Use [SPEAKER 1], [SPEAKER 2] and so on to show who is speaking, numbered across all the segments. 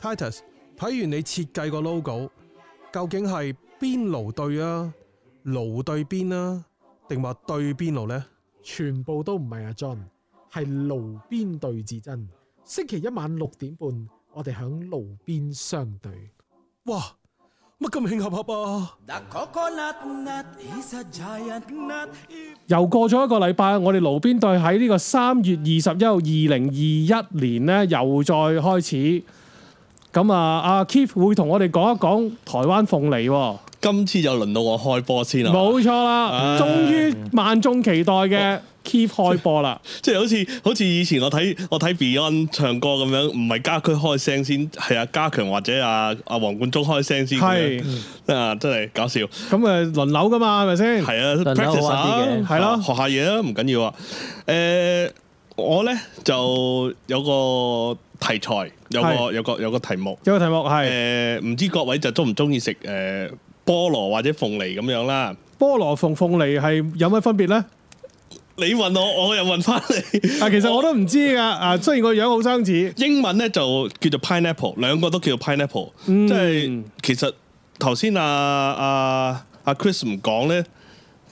[SPEAKER 1] Titus，睇完你設計個 logo，究竟係邊爐對啊，爐對邊啊，定話對邊爐呢？
[SPEAKER 2] 全部都唔係阿 John，係爐邊對至真。星期一晚六點半，我哋響爐邊相對。
[SPEAKER 1] 哇，乜咁慶合合啊？
[SPEAKER 3] The coconut nut is a giant nut.
[SPEAKER 4] 又過咗一個禮拜，我哋爐邊對喺呢個三月二十一號，二零二一年呢，又再開始。咁啊，阿 Keith 會同我哋講一講台灣鳳梨喎、
[SPEAKER 5] 今次就輪到我開波先啦，
[SPEAKER 4] 冇錯啦，
[SPEAKER 5] 唉
[SPEAKER 4] 終於萬眾期待嘅 Keith 開播啦。
[SPEAKER 5] 即係好似好似以前我睇我睇 Beyond 唱歌咁樣，唔係家駒開聲先，係啊家強或者啊啊黃貫中開聲先，
[SPEAKER 4] 係
[SPEAKER 5] 係啊真係搞笑，
[SPEAKER 4] 咁誒輪流噶嘛，係咪先？
[SPEAKER 5] 係啊
[SPEAKER 6] 輪流
[SPEAKER 5] practice
[SPEAKER 6] 好玩啲
[SPEAKER 5] 下
[SPEAKER 6] 嘅，
[SPEAKER 5] 係
[SPEAKER 4] 啊
[SPEAKER 5] 咯學下嘢啊，唔緊要啊，誒我咧就有個題材，有
[SPEAKER 4] 係
[SPEAKER 5] 個有個有個題目。
[SPEAKER 4] 有個題目係
[SPEAKER 5] 誒唔知各位就中唔中意食誒菠蘿或者鳳梨咁樣啦？
[SPEAKER 4] 菠蘿同鳳梨係有乜分別咧？
[SPEAKER 5] 你問我，我又問翻你。
[SPEAKER 4] 啊，其實我都唔知㗎。啊，雖然個樣好相似，
[SPEAKER 5] 英文咧就叫做 pineapple，兩個都叫做 pineapple，、即
[SPEAKER 6] 嗯
[SPEAKER 5] 係其實頭先啊啊啊 Chris 唔講咧，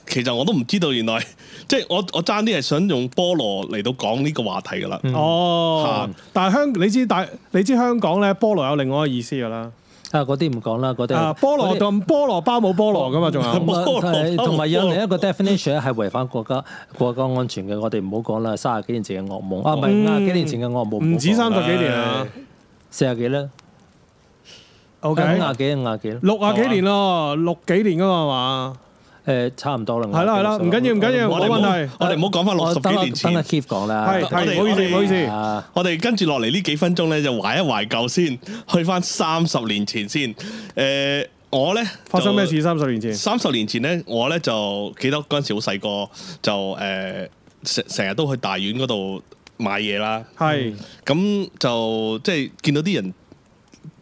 [SPEAKER 5] 其實我都唔知道原來， 即係我我爭啲係想用菠蘿嚟到講呢個話題㗎啦。
[SPEAKER 6] 嗯
[SPEAKER 4] 哦
[SPEAKER 5] 嚇，
[SPEAKER 4] 但係香你知大你知香港咧菠蘿有另外一個意思㗎啦。
[SPEAKER 6] 啊，嗰啲唔講啦，嗰啲
[SPEAKER 4] 啊，菠蘿同菠蘿包冇菠蘿㗎嘛， 仲有。
[SPEAKER 5] 菠蘿
[SPEAKER 6] 同同埋有另一個 definition 係違反國家國家安全嘅，我哋唔好講啦。三十幾年前嘅噩夢啊，唔係五十幾年前嘅噩夢，
[SPEAKER 4] 嗯唔止三
[SPEAKER 6] 好講
[SPEAKER 4] 十幾年啊
[SPEAKER 6] 四十幾啦，
[SPEAKER 4] ，OK，
[SPEAKER 6] 五廿幾五廿幾啦，
[SPEAKER 4] 六啊幾年咯，六幾年㗎嘛嘛，
[SPEAKER 6] 誒差唔多啦。
[SPEAKER 4] 係啦係啦，唔緊要唔緊要，
[SPEAKER 5] 我
[SPEAKER 4] 冇
[SPEAKER 5] 哋唔好
[SPEAKER 4] 問題。
[SPEAKER 5] 我哋唔好講翻六
[SPEAKER 6] 我
[SPEAKER 5] 十
[SPEAKER 6] 等
[SPEAKER 5] 幾
[SPEAKER 6] 我
[SPEAKER 5] 年
[SPEAKER 6] 等阿
[SPEAKER 5] 前。
[SPEAKER 6] Keith 講啦。
[SPEAKER 4] 係
[SPEAKER 5] 我
[SPEAKER 4] 係，
[SPEAKER 5] 哋
[SPEAKER 4] 唔好意
[SPEAKER 5] 我
[SPEAKER 4] 思
[SPEAKER 5] 哋
[SPEAKER 4] 唔好意思。
[SPEAKER 6] 啊，
[SPEAKER 5] 我哋跟住落嚟呢幾分鐘咧，就懷一懷舊先，去翻三十年前先。誒、我咧
[SPEAKER 4] 發生咩事？？三十年前
[SPEAKER 5] 三十年前咧，我咧就記得嗰陣時好細個，就誒成成日都去大院嗰度買嘢啦。
[SPEAKER 4] 係
[SPEAKER 5] 咁就即係見到啲人，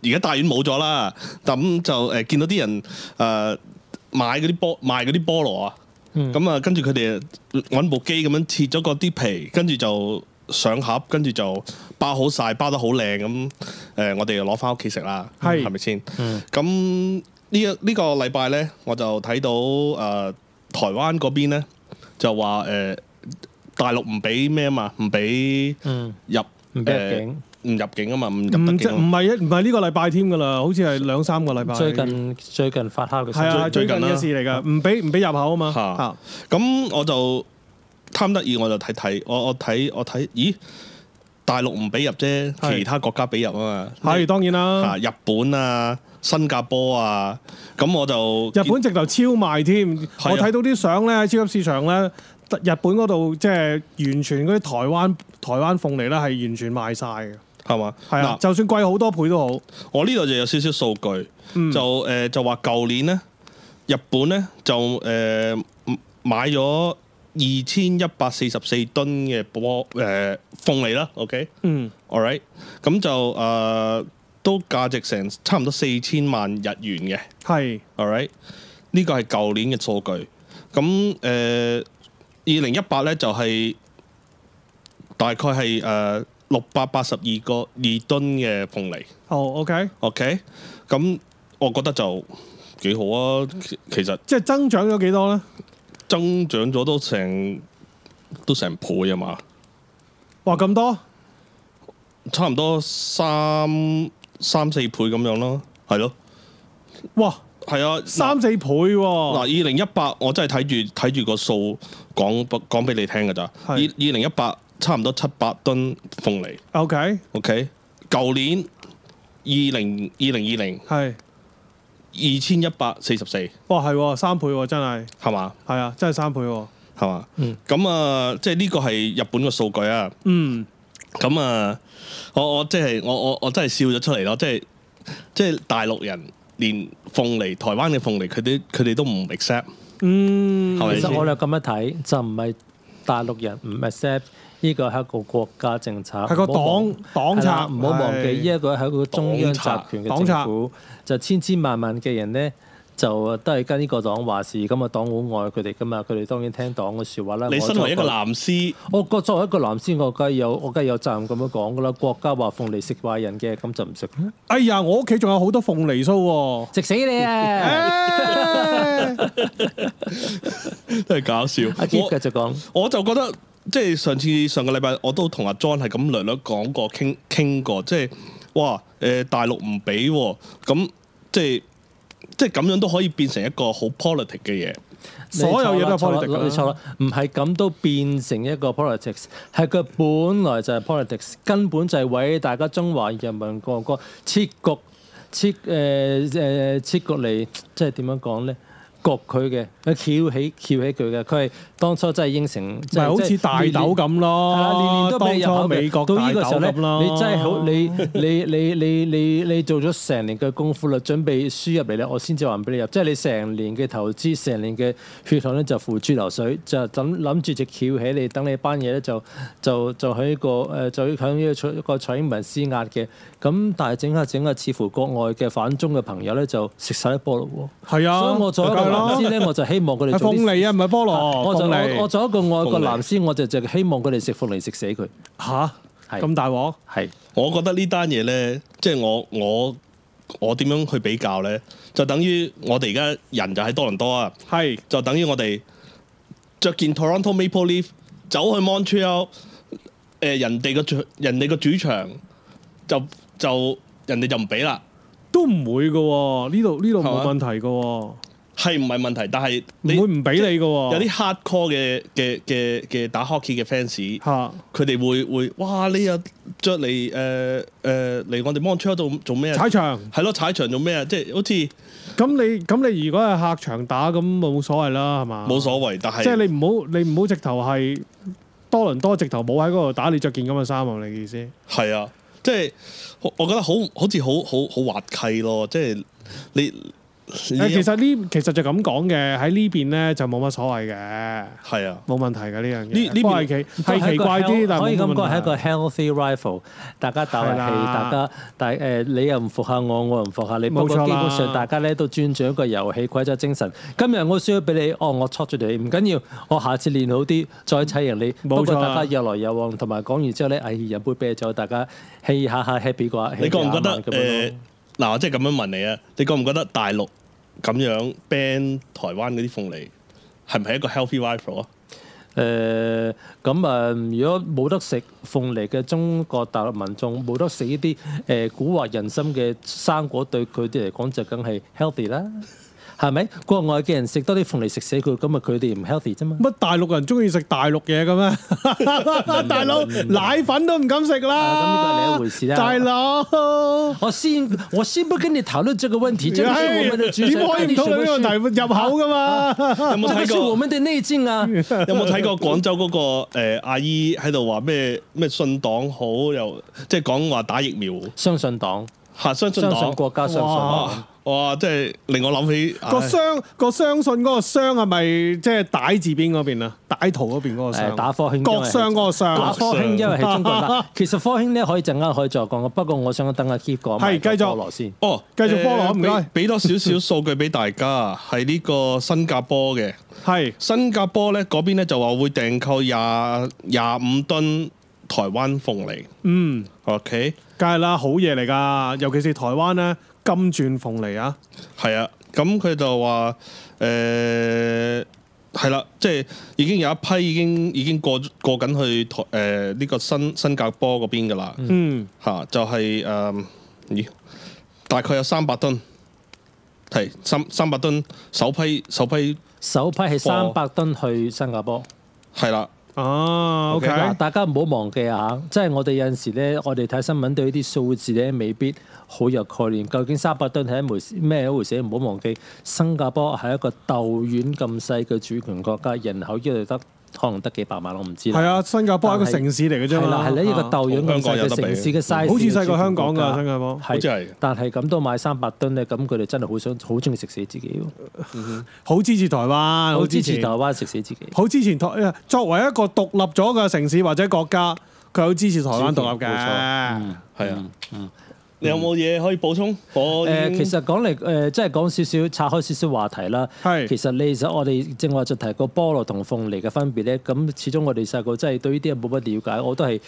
[SPEAKER 5] 而家大院冇咗啦。咁就誒、見到啲人誒、買嗰啲菠賣嗰啲菠蘿啊。咁啊、跟住佢哋揾部機咁樣切咗嗰啲皮，跟住就上盒，跟住就包好晒，包得好靚咁。誒、我哋就攞翻屋企食啦，
[SPEAKER 4] 係
[SPEAKER 5] 係咪先？咁呢一呢個禮拜咧，我就睇到誒、台灣嗰邊咧就話誒、大陸唔俾咩啊嘛，唔俾
[SPEAKER 6] 嗯，
[SPEAKER 5] 入
[SPEAKER 6] 唔俾入境。
[SPEAKER 5] 誒唔入境啊嘛，唔入
[SPEAKER 4] 唔
[SPEAKER 5] 得
[SPEAKER 4] 即
[SPEAKER 5] 境
[SPEAKER 4] 唔
[SPEAKER 5] 啊。
[SPEAKER 4] 係一唔係呢個禮拜添㗎啦，好似係兩三個禮拜。
[SPEAKER 6] 最近最近發酵嘅
[SPEAKER 4] 係啊，最
[SPEAKER 5] 最
[SPEAKER 4] 近
[SPEAKER 5] 近啦
[SPEAKER 4] 嘅事嚟㗎，唔俾唔俾入口啊嘛。
[SPEAKER 5] 嚇
[SPEAKER 4] 嚇
[SPEAKER 5] 咁我就貪得意，我就睇睇，我我睇我睇，咦？大陸唔俾入啫，
[SPEAKER 4] 係
[SPEAKER 5] 其他國家俾入啊嘛。
[SPEAKER 4] 係當然啦
[SPEAKER 5] 啊，，日本啊、新加坡啊，咁我就
[SPEAKER 4] 日本直頭超賣添。
[SPEAKER 5] 啊
[SPEAKER 4] 我睇到啲相咧，喺超級市場咧，日本嗰度即係完全嗰啲台灣台灣鳳梨咧係完全賣晒嘅。
[SPEAKER 5] 係嘛？
[SPEAKER 4] 係啊，
[SPEAKER 5] 嗱，
[SPEAKER 4] 就算貴好多倍都好。
[SPEAKER 5] 我呢度就有少少數據，
[SPEAKER 4] 嗯
[SPEAKER 5] 就誒、呃就話舊年呢，日本呢就誒、呃、買咗二千一百四十四噸嘅波誒鳳梨啦，OK。
[SPEAKER 4] 嗯，
[SPEAKER 5] all right，咁就誒、呃都價值成差唔多四千萬日元嘅
[SPEAKER 4] 係
[SPEAKER 5] ，all right，呢個係舊年嘅數據。咁誒呃二零一八咧就係、大概係誒六百八十二個二噸嘅鳳梨
[SPEAKER 4] 哦，OK，
[SPEAKER 5] ，OK，咁我覺得就幾好啊。其其實
[SPEAKER 4] 即係增長咗幾多咧？
[SPEAKER 5] 增長咗都成都成倍啊嘛，
[SPEAKER 4] 哇，咁多
[SPEAKER 5] 差唔多三三四倍咁樣咯，係咯，
[SPEAKER 4] 哇，
[SPEAKER 5] 係啊，
[SPEAKER 4] 三四倍
[SPEAKER 5] 嗱，
[SPEAKER 4] 喎。
[SPEAKER 5] 二零一八我真係睇住睇住個數講講俾你聽㗎咋。二二
[SPEAKER 4] 係
[SPEAKER 5] 零一八差唔多七百噸鳳梨
[SPEAKER 4] OK，
[SPEAKER 5] ，OK。舊年二零二零二零
[SPEAKER 4] 係。
[SPEAKER 5] 二千一百四十四，
[SPEAKER 4] 哇，係喎，三倍喎，真係，
[SPEAKER 5] 係嘛
[SPEAKER 4] 係啊，真係三倍喎。
[SPEAKER 5] 係嘛？咁啊，即係呢個係日本嘅數據啊。
[SPEAKER 4] 嗯，
[SPEAKER 5] 咁啊，我我即係我我我真係笑咗出嚟咯，即係即係大陸人連鳳梨、台灣嘅鳳梨，佢哋佢哋都唔 accept，
[SPEAKER 4] 嗯，
[SPEAKER 5] 係咪
[SPEAKER 6] 其實我
[SPEAKER 5] 先？
[SPEAKER 6] 哋咁樣睇就唔係大陸人唔 accept 呢個係一個國家政策，
[SPEAKER 4] 係個
[SPEAKER 6] 唔好忘
[SPEAKER 4] 黨黨
[SPEAKER 6] 係啦
[SPEAKER 4] 策，
[SPEAKER 6] 唔好忘記
[SPEAKER 4] 係
[SPEAKER 6] 呢一個係一個中央集權嘅
[SPEAKER 4] 黨策
[SPEAKER 6] 政府，就千千萬萬嘅人咧就呃都係跟呢個黨話事，咁啊黨好愛佢哋噶嘛，佢哋當然聽黨嘅説話啦。
[SPEAKER 5] 你
[SPEAKER 6] 我
[SPEAKER 5] 身為一個
[SPEAKER 6] 作
[SPEAKER 5] 藍絲，
[SPEAKER 6] 我覺作為一個男先，我梗係有我梗係有責任咁樣講噶啦。國家話鳳梨食壞人嘅，咁就唔食，
[SPEAKER 4] 哎呀，我屋企仲有好多鳳梨酥喎。
[SPEAKER 6] 食死你啊！
[SPEAKER 5] 真係搞笑。
[SPEAKER 6] 阿 Kip 繼
[SPEAKER 5] 我
[SPEAKER 6] 續講，
[SPEAKER 5] 我就覺得即係上次上個禮拜我都同阿 John 係咁略略講過傾傾過，即係哇誒、大陸唔俾喎，咁即係即係咁樣都可以變成一個好 politic 嘅嘢。
[SPEAKER 4] 所有嘢都係
[SPEAKER 6] 你錯啦
[SPEAKER 4] politics
[SPEAKER 6] 錯啦你錯啦，唔係咁都變成一個 politics，係佢本來就係 politics，根本就係為大家中華人民共和國設局設誒誒設局嚟，即係點樣講咧？焗佢嘅，佢翹起翹起佢嘅，佢係當初真係應承，即
[SPEAKER 4] 咪
[SPEAKER 6] 係
[SPEAKER 4] 好
[SPEAKER 6] 即
[SPEAKER 4] 似
[SPEAKER 6] 係
[SPEAKER 4] 大
[SPEAKER 6] 年
[SPEAKER 4] 豆
[SPEAKER 6] 年
[SPEAKER 4] 咁
[SPEAKER 6] 係啦，年
[SPEAKER 4] 咯
[SPEAKER 6] 年，都俾
[SPEAKER 4] 當
[SPEAKER 6] 你入口
[SPEAKER 4] 初
[SPEAKER 6] 嘅
[SPEAKER 4] 美國
[SPEAKER 6] 到
[SPEAKER 4] 大
[SPEAKER 6] 呢
[SPEAKER 4] 豆
[SPEAKER 6] 個時候咧，
[SPEAKER 4] 咁咯。
[SPEAKER 6] 你真係好，你你你你你你做咗成年嘅功夫啦，準備輸入嚟咧，我先至話唔俾你入。即係你成年嘅投資，成年嘅血汗咧就付諸流水，就諗諗住就翹起你，等你班嘢咧就就就喺個誒就喺呢個取個蔡英文施壓嘅。咁但係整下整下，似乎國外嘅反中嘅朋友咧就食晒啲菠蘿喎。
[SPEAKER 4] 係啊，
[SPEAKER 6] 所以我作為一個
[SPEAKER 4] 梗係啦
[SPEAKER 6] 藍絲咧，我就希望佢哋
[SPEAKER 4] 係
[SPEAKER 6] 做啲
[SPEAKER 4] 鳳梨啊，唔係菠
[SPEAKER 6] 我就
[SPEAKER 4] 蘿，鳳
[SPEAKER 6] 我我
[SPEAKER 4] 梨
[SPEAKER 6] 做一個外
[SPEAKER 5] 鳳
[SPEAKER 6] 國
[SPEAKER 5] 梨
[SPEAKER 6] 藍絲，我就就希望佢哋食鳳梨食死佢，
[SPEAKER 4] 吓
[SPEAKER 6] 係
[SPEAKER 4] 咁大鑊。
[SPEAKER 6] 係
[SPEAKER 5] 我覺得呢單嘢呢，即係我我我點樣去比較呢？就等於我哋而家人就喺多倫多啊，
[SPEAKER 4] 係
[SPEAKER 5] 就等於我哋着件 Toronto Maple Leaf 走去 Montreal，誒、人呃哋個主人哋個主場就就人哋就唔俾啦，
[SPEAKER 4] 都唔會嘅喎，呢度呢度
[SPEAKER 5] 係嘛
[SPEAKER 4] 冇問題嘅喎，
[SPEAKER 5] 係唔係問題？但係
[SPEAKER 4] 唔
[SPEAKER 5] 你
[SPEAKER 4] 會唔俾你嘅喎。
[SPEAKER 5] 有啲 hardcore 嘅嘅嘅嘅打 hockey 嘅 fans。
[SPEAKER 4] 嚇
[SPEAKER 5] 佢哋會會哇！你又着嚟誒誒嚟我哋 Montreal 度做咩啊
[SPEAKER 4] 踩？場，
[SPEAKER 5] 係咯，踩場做咩啊？即係好似
[SPEAKER 4] 咁你咁你如果係客場打咁冇所謂啦，係嘛？
[SPEAKER 5] 冇所謂，但係
[SPEAKER 4] 即係你唔好你唔好直頭係多倫多直頭冇喺嗰度打，你着件咁嘅衫啊！你嘅意思？
[SPEAKER 5] 係啊，即係我我覺得好好似好好好滑稽咯，即係你
[SPEAKER 4] 誒，
[SPEAKER 5] 其
[SPEAKER 4] 其實呢其實就咁講嘅，喺呢邊咧就冇乜所謂嘅，
[SPEAKER 5] 係啊，
[SPEAKER 4] 冇問題嘅呢樣嘢。
[SPEAKER 5] 呢呢邊
[SPEAKER 4] 不過係奇係奇怪啲，但
[SPEAKER 6] 可以
[SPEAKER 4] 係
[SPEAKER 6] 咁
[SPEAKER 4] 冇
[SPEAKER 6] 講係
[SPEAKER 4] 乜
[SPEAKER 6] 一個
[SPEAKER 4] 問題。
[SPEAKER 6] healthy rifle，大家打
[SPEAKER 4] 係
[SPEAKER 6] 下氣，
[SPEAKER 4] 啦
[SPEAKER 6] 大家但係誒你又唔服下我，我又唔服下你。不
[SPEAKER 4] 冇錯
[SPEAKER 6] 過
[SPEAKER 4] 啦
[SPEAKER 6] 基本上大家咧都尊重一個遊戲規則精神。今日我輸咗俾你，哦，我挫住你，唔緊要，我下次練好啲再砌人你。
[SPEAKER 4] 冇錯啦
[SPEAKER 6] 不過大家有來有往，同埋講完之後咧，哎飲杯啤酒，大家 hea 下下 happy 過下。
[SPEAKER 5] 你覺唔覺
[SPEAKER 6] happy 下
[SPEAKER 5] 得
[SPEAKER 6] 啊晚咁
[SPEAKER 5] 誒
[SPEAKER 6] 樣咯
[SPEAKER 5] 嗱？我即係咁樣問你啊，你覺唔覺得大陸咁樣 ban 台灣嗰啲鳳梨係唔係一個 healthy rifle 啊？
[SPEAKER 6] 誒咁啊！如果冇得食鳳梨嘅中國大陸民眾，冇得食呢啲誒蠱惑人心嘅生果，對佢哋嚟講就梗係 healthy 啦，係咪？國外嘅人食多啲鳳梨食死佢，咁啊佢哋唔 healthy 啫嘛。
[SPEAKER 4] 乜大陸人中意食大陸嘢 嘅咩？大佬奶粉都唔敢食啦。
[SPEAKER 6] 啊咁呢個係另一回事啦
[SPEAKER 4] 大佬。
[SPEAKER 6] 我先我先不跟你討論這個問題， 這個是我們的主
[SPEAKER 4] 哎點
[SPEAKER 6] 權。
[SPEAKER 4] 可以唔討論呢個
[SPEAKER 6] 題？
[SPEAKER 4] 問題入口 噶嘛？
[SPEAKER 5] 有冇
[SPEAKER 6] 這個
[SPEAKER 5] 睇
[SPEAKER 6] 是啊我
[SPEAKER 5] 過？
[SPEAKER 6] 們的內 政 啊！
[SPEAKER 5] 有冇睇過廣州嗰、個、呃、阿姨喺度話咩咩信黨好又即係講話打疫苗
[SPEAKER 6] 相信黨，
[SPEAKER 5] 嚇、相信
[SPEAKER 6] 相信
[SPEAKER 5] 黨
[SPEAKER 6] 國家，相信
[SPEAKER 4] 哇
[SPEAKER 6] 黨。
[SPEAKER 5] 啊！哇！即係令我諗起
[SPEAKER 4] 個
[SPEAKER 5] 唉
[SPEAKER 4] 相個相信嗰個相係咪即係歹字邊嗰邊啊？歹徒嗰邊嗰個
[SPEAKER 6] 誒
[SPEAKER 4] 相，
[SPEAKER 6] 打科興因為係
[SPEAKER 4] 國商嗰個相
[SPEAKER 6] 打
[SPEAKER 4] 啊。
[SPEAKER 6] 科興因為係中國啦，其實科興咧可以陣間可以再講嘅，不過我想等阿 Keep 講埋
[SPEAKER 4] 係繼續
[SPEAKER 6] 個菠蘿先。
[SPEAKER 5] 哦，
[SPEAKER 4] 繼續菠蘿
[SPEAKER 5] 呃
[SPEAKER 4] 唔該
[SPEAKER 5] 俾俾多少少數據俾大 家，係呢個新加坡嘅。
[SPEAKER 4] 係
[SPEAKER 5] 新加坡咧嗰邊咧就話會訂購廿廿五噸台灣鳳梨。
[SPEAKER 4] 嗯，
[SPEAKER 5] OK，
[SPEAKER 4] 梗係啦，好嘢嚟㗎，尤其是台灣咧金鑽鳳梨啊，
[SPEAKER 5] 係啊，咁佢就話誒係啦，即係已經有一批已經已經過過緊去台誒呢個新新加坡嗰邊㗎啦。嚇、
[SPEAKER 4] 嗯，
[SPEAKER 5] 就係、誒、咦，大概有三百噸，係三三百噸首批首批
[SPEAKER 6] 首批係三百噸去新加坡。
[SPEAKER 5] 係啦。
[SPEAKER 4] 啊，OK，
[SPEAKER 6] 嗱，大家唔好忘記啊，即係我哋有陣時咧，我哋睇新聞對呢啲數字咧未必好有概念。究竟三百噸係一回事咩一回事？唔好忘記，新加坡係一個豆丸咁細嘅主權國家，人口一度得可能得幾百萬，我唔知啦。
[SPEAKER 4] 係啊，新加坡係一個啊
[SPEAKER 6] 但係
[SPEAKER 4] 城市嚟嘅啫
[SPEAKER 6] 係
[SPEAKER 4] 嘛，
[SPEAKER 6] 啦，係呢一個豆樣
[SPEAKER 5] 同香
[SPEAKER 6] 咁
[SPEAKER 5] 港
[SPEAKER 6] 細
[SPEAKER 5] 有
[SPEAKER 6] 嘅
[SPEAKER 5] 得比
[SPEAKER 6] 城市嘅 size，
[SPEAKER 4] 好似細過香港㗎新加坡
[SPEAKER 5] 好似係
[SPEAKER 6] 但係咁都買三百噸咧，咁佢哋真係好想好中意食死自己喎，
[SPEAKER 4] 好支持台灣，
[SPEAKER 6] 好
[SPEAKER 4] 啊好
[SPEAKER 6] 支
[SPEAKER 4] 支
[SPEAKER 6] 持
[SPEAKER 4] 持
[SPEAKER 6] 台，灣食死自己。
[SPEAKER 4] 好支持台，作為一個獨立咗嘅城市或者國家，佢好支持台灣獨立
[SPEAKER 6] 冇錯嗯
[SPEAKER 4] 嘅。
[SPEAKER 5] 係啊，你有冇嘢可以補充？我
[SPEAKER 6] 誒、
[SPEAKER 5] 已
[SPEAKER 6] 呃其
[SPEAKER 5] 經
[SPEAKER 6] 實講嚟誒，即係講少少拆開少少話題啦。
[SPEAKER 5] 係
[SPEAKER 6] 其實你其實我哋正話就提過菠蘿同鳳梨嘅分別咧。咁始終我哋細個真係對呢啲嘢冇乜了解，我都係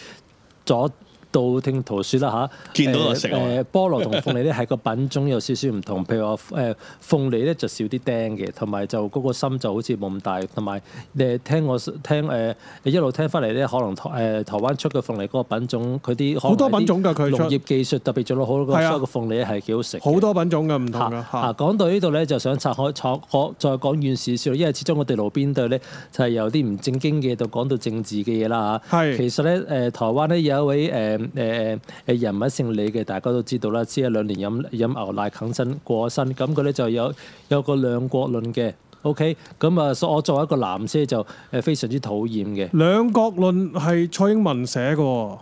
[SPEAKER 6] 左道聽途説啦吓，
[SPEAKER 5] 見到就
[SPEAKER 6] 誒
[SPEAKER 5] 食啊
[SPEAKER 6] 誒菠蘿同鳳梨咧係個品種有少少唔同，譬如話誒鳳梨咧就少啲釘嘅，同埋就嗰個心就好似冇咁大，同埋誒聽我聽誒、呃一路聽翻嚟咧，可能台誒、呃台灣出嘅鳳梨嗰個品種，佢啲可能
[SPEAKER 4] 好多
[SPEAKER 6] 係啲
[SPEAKER 4] 品種㗎佢出
[SPEAKER 6] 農業技術特別做到好，嗰個
[SPEAKER 4] 係啊
[SPEAKER 6] 所有嘅鳳梨係幾好食嘅。
[SPEAKER 4] 好多品種嘅唔同
[SPEAKER 6] 嚇
[SPEAKER 4] 嘅
[SPEAKER 6] 嚇
[SPEAKER 4] 嚇，
[SPEAKER 6] 講到呢度咧，就想拆開錯講再講遠少少，因為始終我哋路邊隊咧就係由啲唔正經嘅嘢到講到政治嘅嘢啦嚇。
[SPEAKER 4] 係
[SPEAKER 6] 其實咧誒、台灣咧有一位誒誒誒人物姓李嘅，大家都知道啦，只係兩年飲飲牛奶啃身過咗身，咁佢咧就有有個兩國論嘅。OK，咁啊，所以我作為一個男些就誒非常之討厭嘅。
[SPEAKER 4] 兩國論係蔡英文寫嘅喎。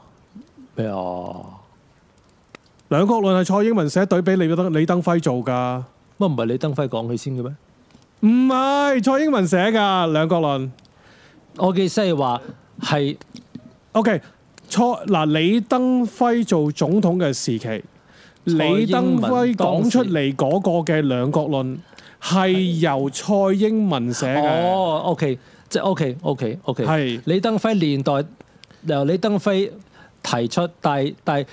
[SPEAKER 6] 咩啊？
[SPEAKER 4] 兩國論係蔡英文寫對俾李登李登輝做㗎，
[SPEAKER 6] 乜唔係李登輝講佢先嘅咩？
[SPEAKER 4] 唔係蔡英文寫㗎兩國論。
[SPEAKER 6] 我嘅意思係話係
[SPEAKER 4] OK，蔡嗱李登輝做總統嘅時期，
[SPEAKER 6] 英文
[SPEAKER 4] 李登輝講出嚟嗰個嘅兩國論係由蔡英文寫嘅，
[SPEAKER 6] 哦，OK，即係 OK，OK，OK。
[SPEAKER 4] 係
[SPEAKER 6] 李登輝年代由李登輝提出，但係但係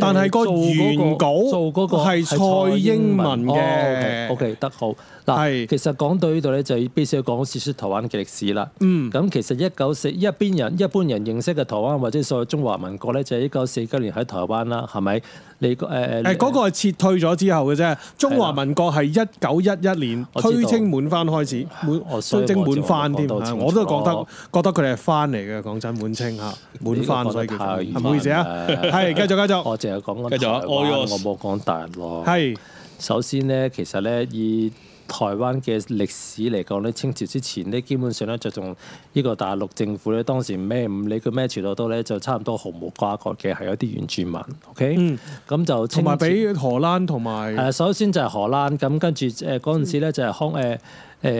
[SPEAKER 4] 但係個
[SPEAKER 6] 做嗰
[SPEAKER 4] 原稿
[SPEAKER 6] 做嗰個
[SPEAKER 4] 係蔡英文嘅
[SPEAKER 6] O K，得哦好嗱。
[SPEAKER 4] 係
[SPEAKER 6] 其實講到呢度咧，就必須要講少少台灣嘅歷史啦。
[SPEAKER 4] 嗯
[SPEAKER 6] 咁其實一九四一邊人一般人認識嘅台灣或者所謂中華民國咧，就係一九四九年喺台灣啦，係咪？你誒誒
[SPEAKER 4] 誒嗰個係撤退咗之後嘅啫。中華民國係一九一一年
[SPEAKER 6] 我知道
[SPEAKER 4] 推清滿翻開始，滿
[SPEAKER 6] 哦所以
[SPEAKER 4] 推清滿翻添，
[SPEAKER 6] 我就
[SPEAKER 4] 我都覺得
[SPEAKER 6] 我
[SPEAKER 4] 覺得佢哋係翻嚟嘅。講真，滿清嚇滿翻，所以叫
[SPEAKER 6] 呢個講得太
[SPEAKER 4] 係唔好意思啊，
[SPEAKER 6] 遠啦
[SPEAKER 4] 係繼續繼續，
[SPEAKER 6] 我淨係講緊
[SPEAKER 5] 繼
[SPEAKER 6] 台
[SPEAKER 5] 續啊
[SPEAKER 6] 灣，
[SPEAKER 5] all yours
[SPEAKER 6] 我冇講大陸。
[SPEAKER 4] 係
[SPEAKER 6] 首先咧，其實咧以台灣嘅歷史嚟講咧，清朝之前咧，基本上咧就同呢個大陸政府咧，當時咩唔理佢咩朝代都咧，就差唔多毫無瓜葛嘅，係有啲原住民。OK，咁、
[SPEAKER 4] 嗯
[SPEAKER 6] 就清
[SPEAKER 4] 同埋
[SPEAKER 6] 朝
[SPEAKER 4] 俾荷蘭同埋
[SPEAKER 6] 誒、首先就係荷蘭，咁跟住誒嗰陣時咧就係康誒誒、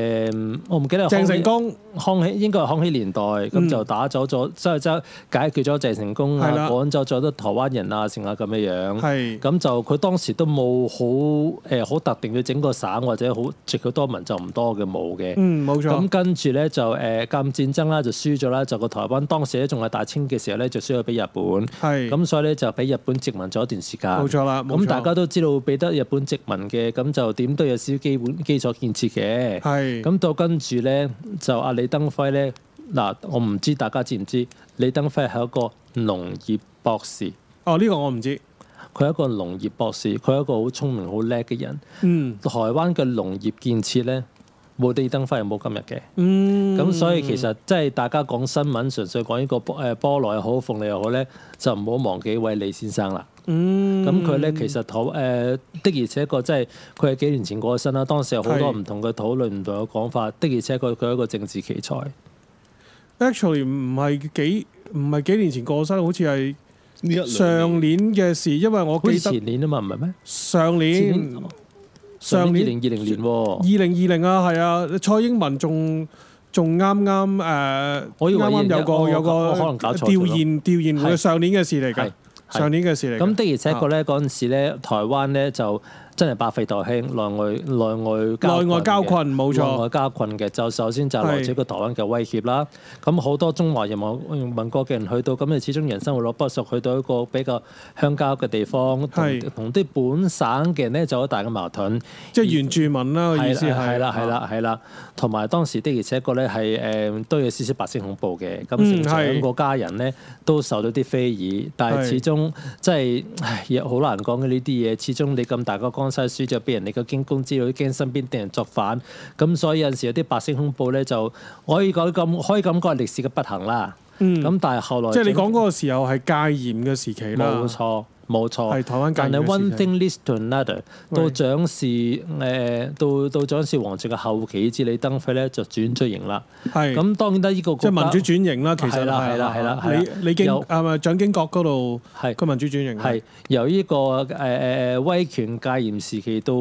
[SPEAKER 6] 我唔記得係康
[SPEAKER 4] 鄭成功。
[SPEAKER 6] 康熙應該係康熙年代，
[SPEAKER 4] 嗯
[SPEAKER 6] 咁、就打走咗，即係即係解決咗鄭成功
[SPEAKER 4] 係
[SPEAKER 6] 啊，
[SPEAKER 4] 啦
[SPEAKER 6] 趕走咗啲台灣人啊，成啊咁嘅樣。
[SPEAKER 4] 係
[SPEAKER 6] 咁就佢當時都冇好誒好特定嘅整個省或者好籍佢多民就唔多嘅冇嘅。
[SPEAKER 4] 嗯，冇
[SPEAKER 6] 咁
[SPEAKER 4] 錯。
[SPEAKER 6] 跟住咧就誒鑑戰爭啦，就輸咗啦，就個台灣當時咧仲係大清嘅時候咧，就輸咗俾日本。
[SPEAKER 4] 係
[SPEAKER 6] 咁所以咧就俾日本殖民咗一段時間。
[SPEAKER 4] 冇錯啦冇
[SPEAKER 6] 咁
[SPEAKER 4] 錯
[SPEAKER 6] 大家都知道俾得日本殖民嘅，咁就點都有少少基本基礎建設嘅。
[SPEAKER 4] 係
[SPEAKER 6] 咁到跟住咧，就阿李登輝咧，嗱，我唔知大家知唔知，李登輝係一個農業博士，
[SPEAKER 4] 哦，呢個我唔知。
[SPEAKER 6] 佢係一個農業博士，佢係一個好聰明、好叻嘅人。
[SPEAKER 4] 嗯
[SPEAKER 6] 台灣嘅農業建設咧，冇李登輝係冇今日嘅。
[SPEAKER 4] 嗯，
[SPEAKER 6] 咁、所以其實即係大家講新聞，純粹講呢個菠誒菠蘿又好，鳳梨又好咧，就唔好忘記位李先生啦。
[SPEAKER 4] 嗯
[SPEAKER 6] 咁佢咧其實討誒、的而且確即係佢係幾年前過咗身啦，當時有好多
[SPEAKER 4] 係
[SPEAKER 6] 唔同嘅討論、唔同嘅講法，的而且確佢係一個政治奇才。
[SPEAKER 4] actually 唔係幾唔係幾年前過身，好似係
[SPEAKER 5] 呢一兩
[SPEAKER 4] 上年嘅事，因為我
[SPEAKER 6] 好似
[SPEAKER 4] 記得
[SPEAKER 6] 前年啊嘛，唔係咩？
[SPEAKER 4] 上
[SPEAKER 6] 前
[SPEAKER 4] 年
[SPEAKER 6] 年
[SPEAKER 4] 上
[SPEAKER 6] 二
[SPEAKER 4] 年
[SPEAKER 6] 零二零年
[SPEAKER 4] 二
[SPEAKER 6] 喎，
[SPEAKER 4] 零二零啊，係啊，蔡英文仲仲啱啱誒，
[SPEAKER 6] 我以為
[SPEAKER 4] 啱啱有
[SPEAKER 6] 我
[SPEAKER 4] 個有
[SPEAKER 6] 我
[SPEAKER 4] 個
[SPEAKER 6] 可能搞錯咗
[SPEAKER 4] 調研調研會
[SPEAKER 6] 係
[SPEAKER 4] 嘅上年嘅事嚟
[SPEAKER 6] 係
[SPEAKER 4] 㗎，
[SPEAKER 6] 係
[SPEAKER 4] 上年嘅事嚟㗎。
[SPEAKER 6] 咁的而且
[SPEAKER 4] 啊
[SPEAKER 6] 確咧，嗰陣時咧，台灣咧就真係百廢待興，內外內外交
[SPEAKER 4] 內外交困冇錯
[SPEAKER 6] 內外交困嘅就首先就係來自一個台灣嘅威脅啦。咁好多中華人民民國嘅人去到，咁你始終人生會落不熟，去到一個比較鄉郊嘅地方，同
[SPEAKER 4] 係
[SPEAKER 6] 同啲本省嘅人咧就有好大嘅矛盾。
[SPEAKER 4] 即係原住民啦，我意思係啊
[SPEAKER 6] 係啦，係，啦，係啦，同埋當時的而且確咧係誒都有少少白色恐怖嘅，咁成
[SPEAKER 4] 嗯
[SPEAKER 6] 長
[SPEAKER 4] 係
[SPEAKER 6] 個家人咧都受到啲非議，但係
[SPEAKER 4] 係
[SPEAKER 6] 始終即係唉亦好難講嘅呢啲嘢，始終你咁大個江西輸咗俾人，你個驚弓之鳥，驚身邊啲人作反，咁所以有陣時有啲白色恐怖咧就可以講咁可以咁講係歷史嘅不幸啦。
[SPEAKER 4] 嗯
[SPEAKER 6] 咁但係後來
[SPEAKER 4] 即係你
[SPEAKER 6] 政
[SPEAKER 4] 講嗰個時候係戒嚴嘅時期啦，
[SPEAKER 6] 冇錯，冇錯。
[SPEAKER 4] 係台灣教
[SPEAKER 6] 但
[SPEAKER 4] 育
[SPEAKER 6] 係
[SPEAKER 4] 嘅
[SPEAKER 6] one
[SPEAKER 4] 事
[SPEAKER 6] thing leads to another，
[SPEAKER 4] 喂
[SPEAKER 6] 到蔣氏誒、到到蔣氏王朝嘅後期至李登輝咧就轉咗型啦。
[SPEAKER 4] 係
[SPEAKER 6] 咁當然啦，呢個
[SPEAKER 4] 即
[SPEAKER 6] 國
[SPEAKER 4] 係
[SPEAKER 6] 家
[SPEAKER 4] 民主轉型啦，其實
[SPEAKER 6] 係啦係啦係啦係啦
[SPEAKER 4] 李李經
[SPEAKER 6] 有
[SPEAKER 4] 啊咪蔣經國嗰度
[SPEAKER 6] 係
[SPEAKER 4] 佢民主轉型啊
[SPEAKER 6] 係由呢、個誒誒誒威權戒嚴時期到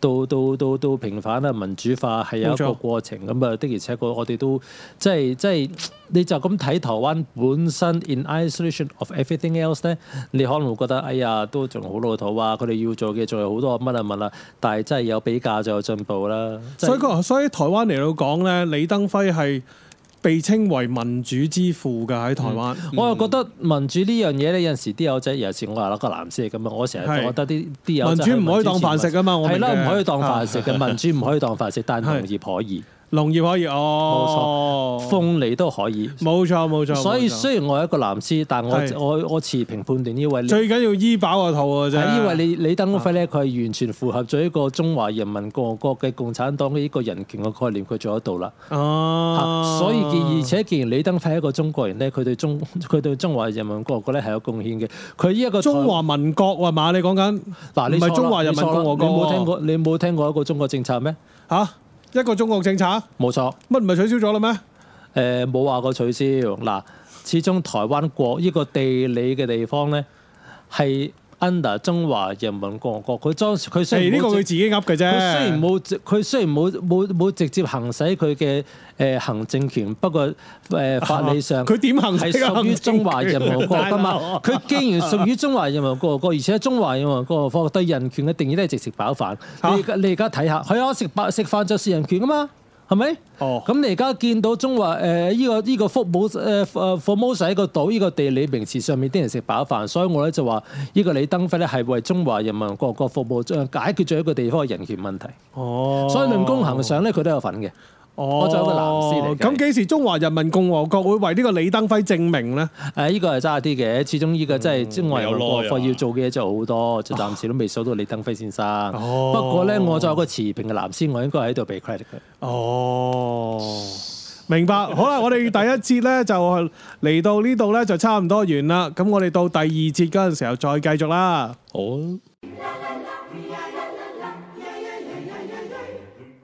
[SPEAKER 6] 到到到到平反啊民主化係有一
[SPEAKER 4] 冇錯
[SPEAKER 6] 個過程咁啊，的而且確我哋都即係即係你就咁睇台灣本身 in isolation of everything else 咧，你可能會會覺得哎呀都仲好老土啊！佢哋要做嘅仲有好多乜啊乜啊，但係真係有比較就有進步啦。即係
[SPEAKER 4] 所以個所以台灣嚟到講咧，李登輝係被稱為民主之父㗎喺台灣。
[SPEAKER 6] 我又覺得民主呢樣嘢咧，有陣時啲友仔，尤其是我係一個藍絲嚟咁啊，我成日
[SPEAKER 4] 係
[SPEAKER 6] 覺得啲啲友
[SPEAKER 4] 民
[SPEAKER 6] 仔
[SPEAKER 4] 主唔可以當飯食㗎嘛我明
[SPEAKER 6] 係啦，
[SPEAKER 4] 嘅啊
[SPEAKER 6] 唔可以當飯食嘅，民主唔可以當飯食，但係農業可以，
[SPEAKER 4] 農業可以哦，
[SPEAKER 6] 鳳梨都可以。
[SPEAKER 4] 冇錯冇錯。
[SPEAKER 6] 所以
[SPEAKER 4] 哦冇錯
[SPEAKER 6] 雖然我係一個藍絲，但
[SPEAKER 4] 係
[SPEAKER 6] 我我我持平判斷呢位
[SPEAKER 4] 最啊緊要醫飽個肚㗎啫。
[SPEAKER 6] 係因為李李登輝咧，佢係完全符合咗一個中華人民共和國嘅共產黨嘅呢個人權嘅概念，佢做得到啦。
[SPEAKER 4] 哦，
[SPEAKER 6] 所以既而且既然李登輝係一個中國人咧，佢對中 佢對中華人民共和國咧係有貢獻嘅。佢呢一個台
[SPEAKER 4] 中華民國係嘛？你講緊
[SPEAKER 6] 嗱，你
[SPEAKER 4] 唔
[SPEAKER 6] 錯啦
[SPEAKER 4] 係中華人民共和國
[SPEAKER 6] 你錯
[SPEAKER 4] 喎
[SPEAKER 6] 啦你冇聽過你冇聽過一個中國政策咩？
[SPEAKER 4] 吓一個中國政策，乜
[SPEAKER 6] 冇錯，
[SPEAKER 4] 唔係取消咗啦咩？
[SPEAKER 6] 誒冇話過取消嗱。始終台灣國呢個地理嘅地方咧係 under 中華人民共和國，佢裝佢雖
[SPEAKER 4] 係
[SPEAKER 6] 然
[SPEAKER 4] 呢個
[SPEAKER 6] 冇
[SPEAKER 4] 佢
[SPEAKER 6] 正
[SPEAKER 4] 自己噏嘅啫。
[SPEAKER 6] 佢雖然冇直，佢雖然冇冇冇直接行使佢嘅誒行政權，不過誒、呃法理上
[SPEAKER 4] 佢點行使
[SPEAKER 6] 係
[SPEAKER 4] 個行
[SPEAKER 6] 屬於
[SPEAKER 4] 政權
[SPEAKER 6] 中華人民共和國㗎
[SPEAKER 4] 大佬
[SPEAKER 6] 嘛？佢既然屬於中華人民共和國，而且中華人民共和國對人權嘅定義都係直食飽飯。你而家你而家睇下，係啊，食飽食飯就是人權㗎嘛？係咪？
[SPEAKER 4] 哦
[SPEAKER 6] 咁你而家見到中華誒依個依、個福姆誒誒 Formosa 一個島依、個地理名詞上面啲人食飽飯，所以我咧就話呢個李登輝咧係為中華人民共和國服務，將解決咗一個地方嘅人權問題。
[SPEAKER 4] 哦，
[SPEAKER 6] 所以論功行賞咧，佢都有份嘅。
[SPEAKER 4] 哦，
[SPEAKER 6] 我作為一個藍絲嚟嘅
[SPEAKER 4] 咁幾時中華人民共和國會為呢個李登輝證明咧？
[SPEAKER 6] 誒、呢、個係差啲嘅，始終呢
[SPEAKER 4] 嗯
[SPEAKER 6] 個真係中華人民共和國要做嘅嘢就好多，就暫時都未數到李登輝先生。
[SPEAKER 4] 哦
[SPEAKER 6] 不過咧，我作為一個持平嘅藍絲，我應該喺度俾 credit 佢。
[SPEAKER 4] 哦，明 白。好啦，我哋第一節咧就嚟到呢度咧就差唔多完啦。咁我哋到第二節嗰陣時候再繼續啦。
[SPEAKER 5] 好。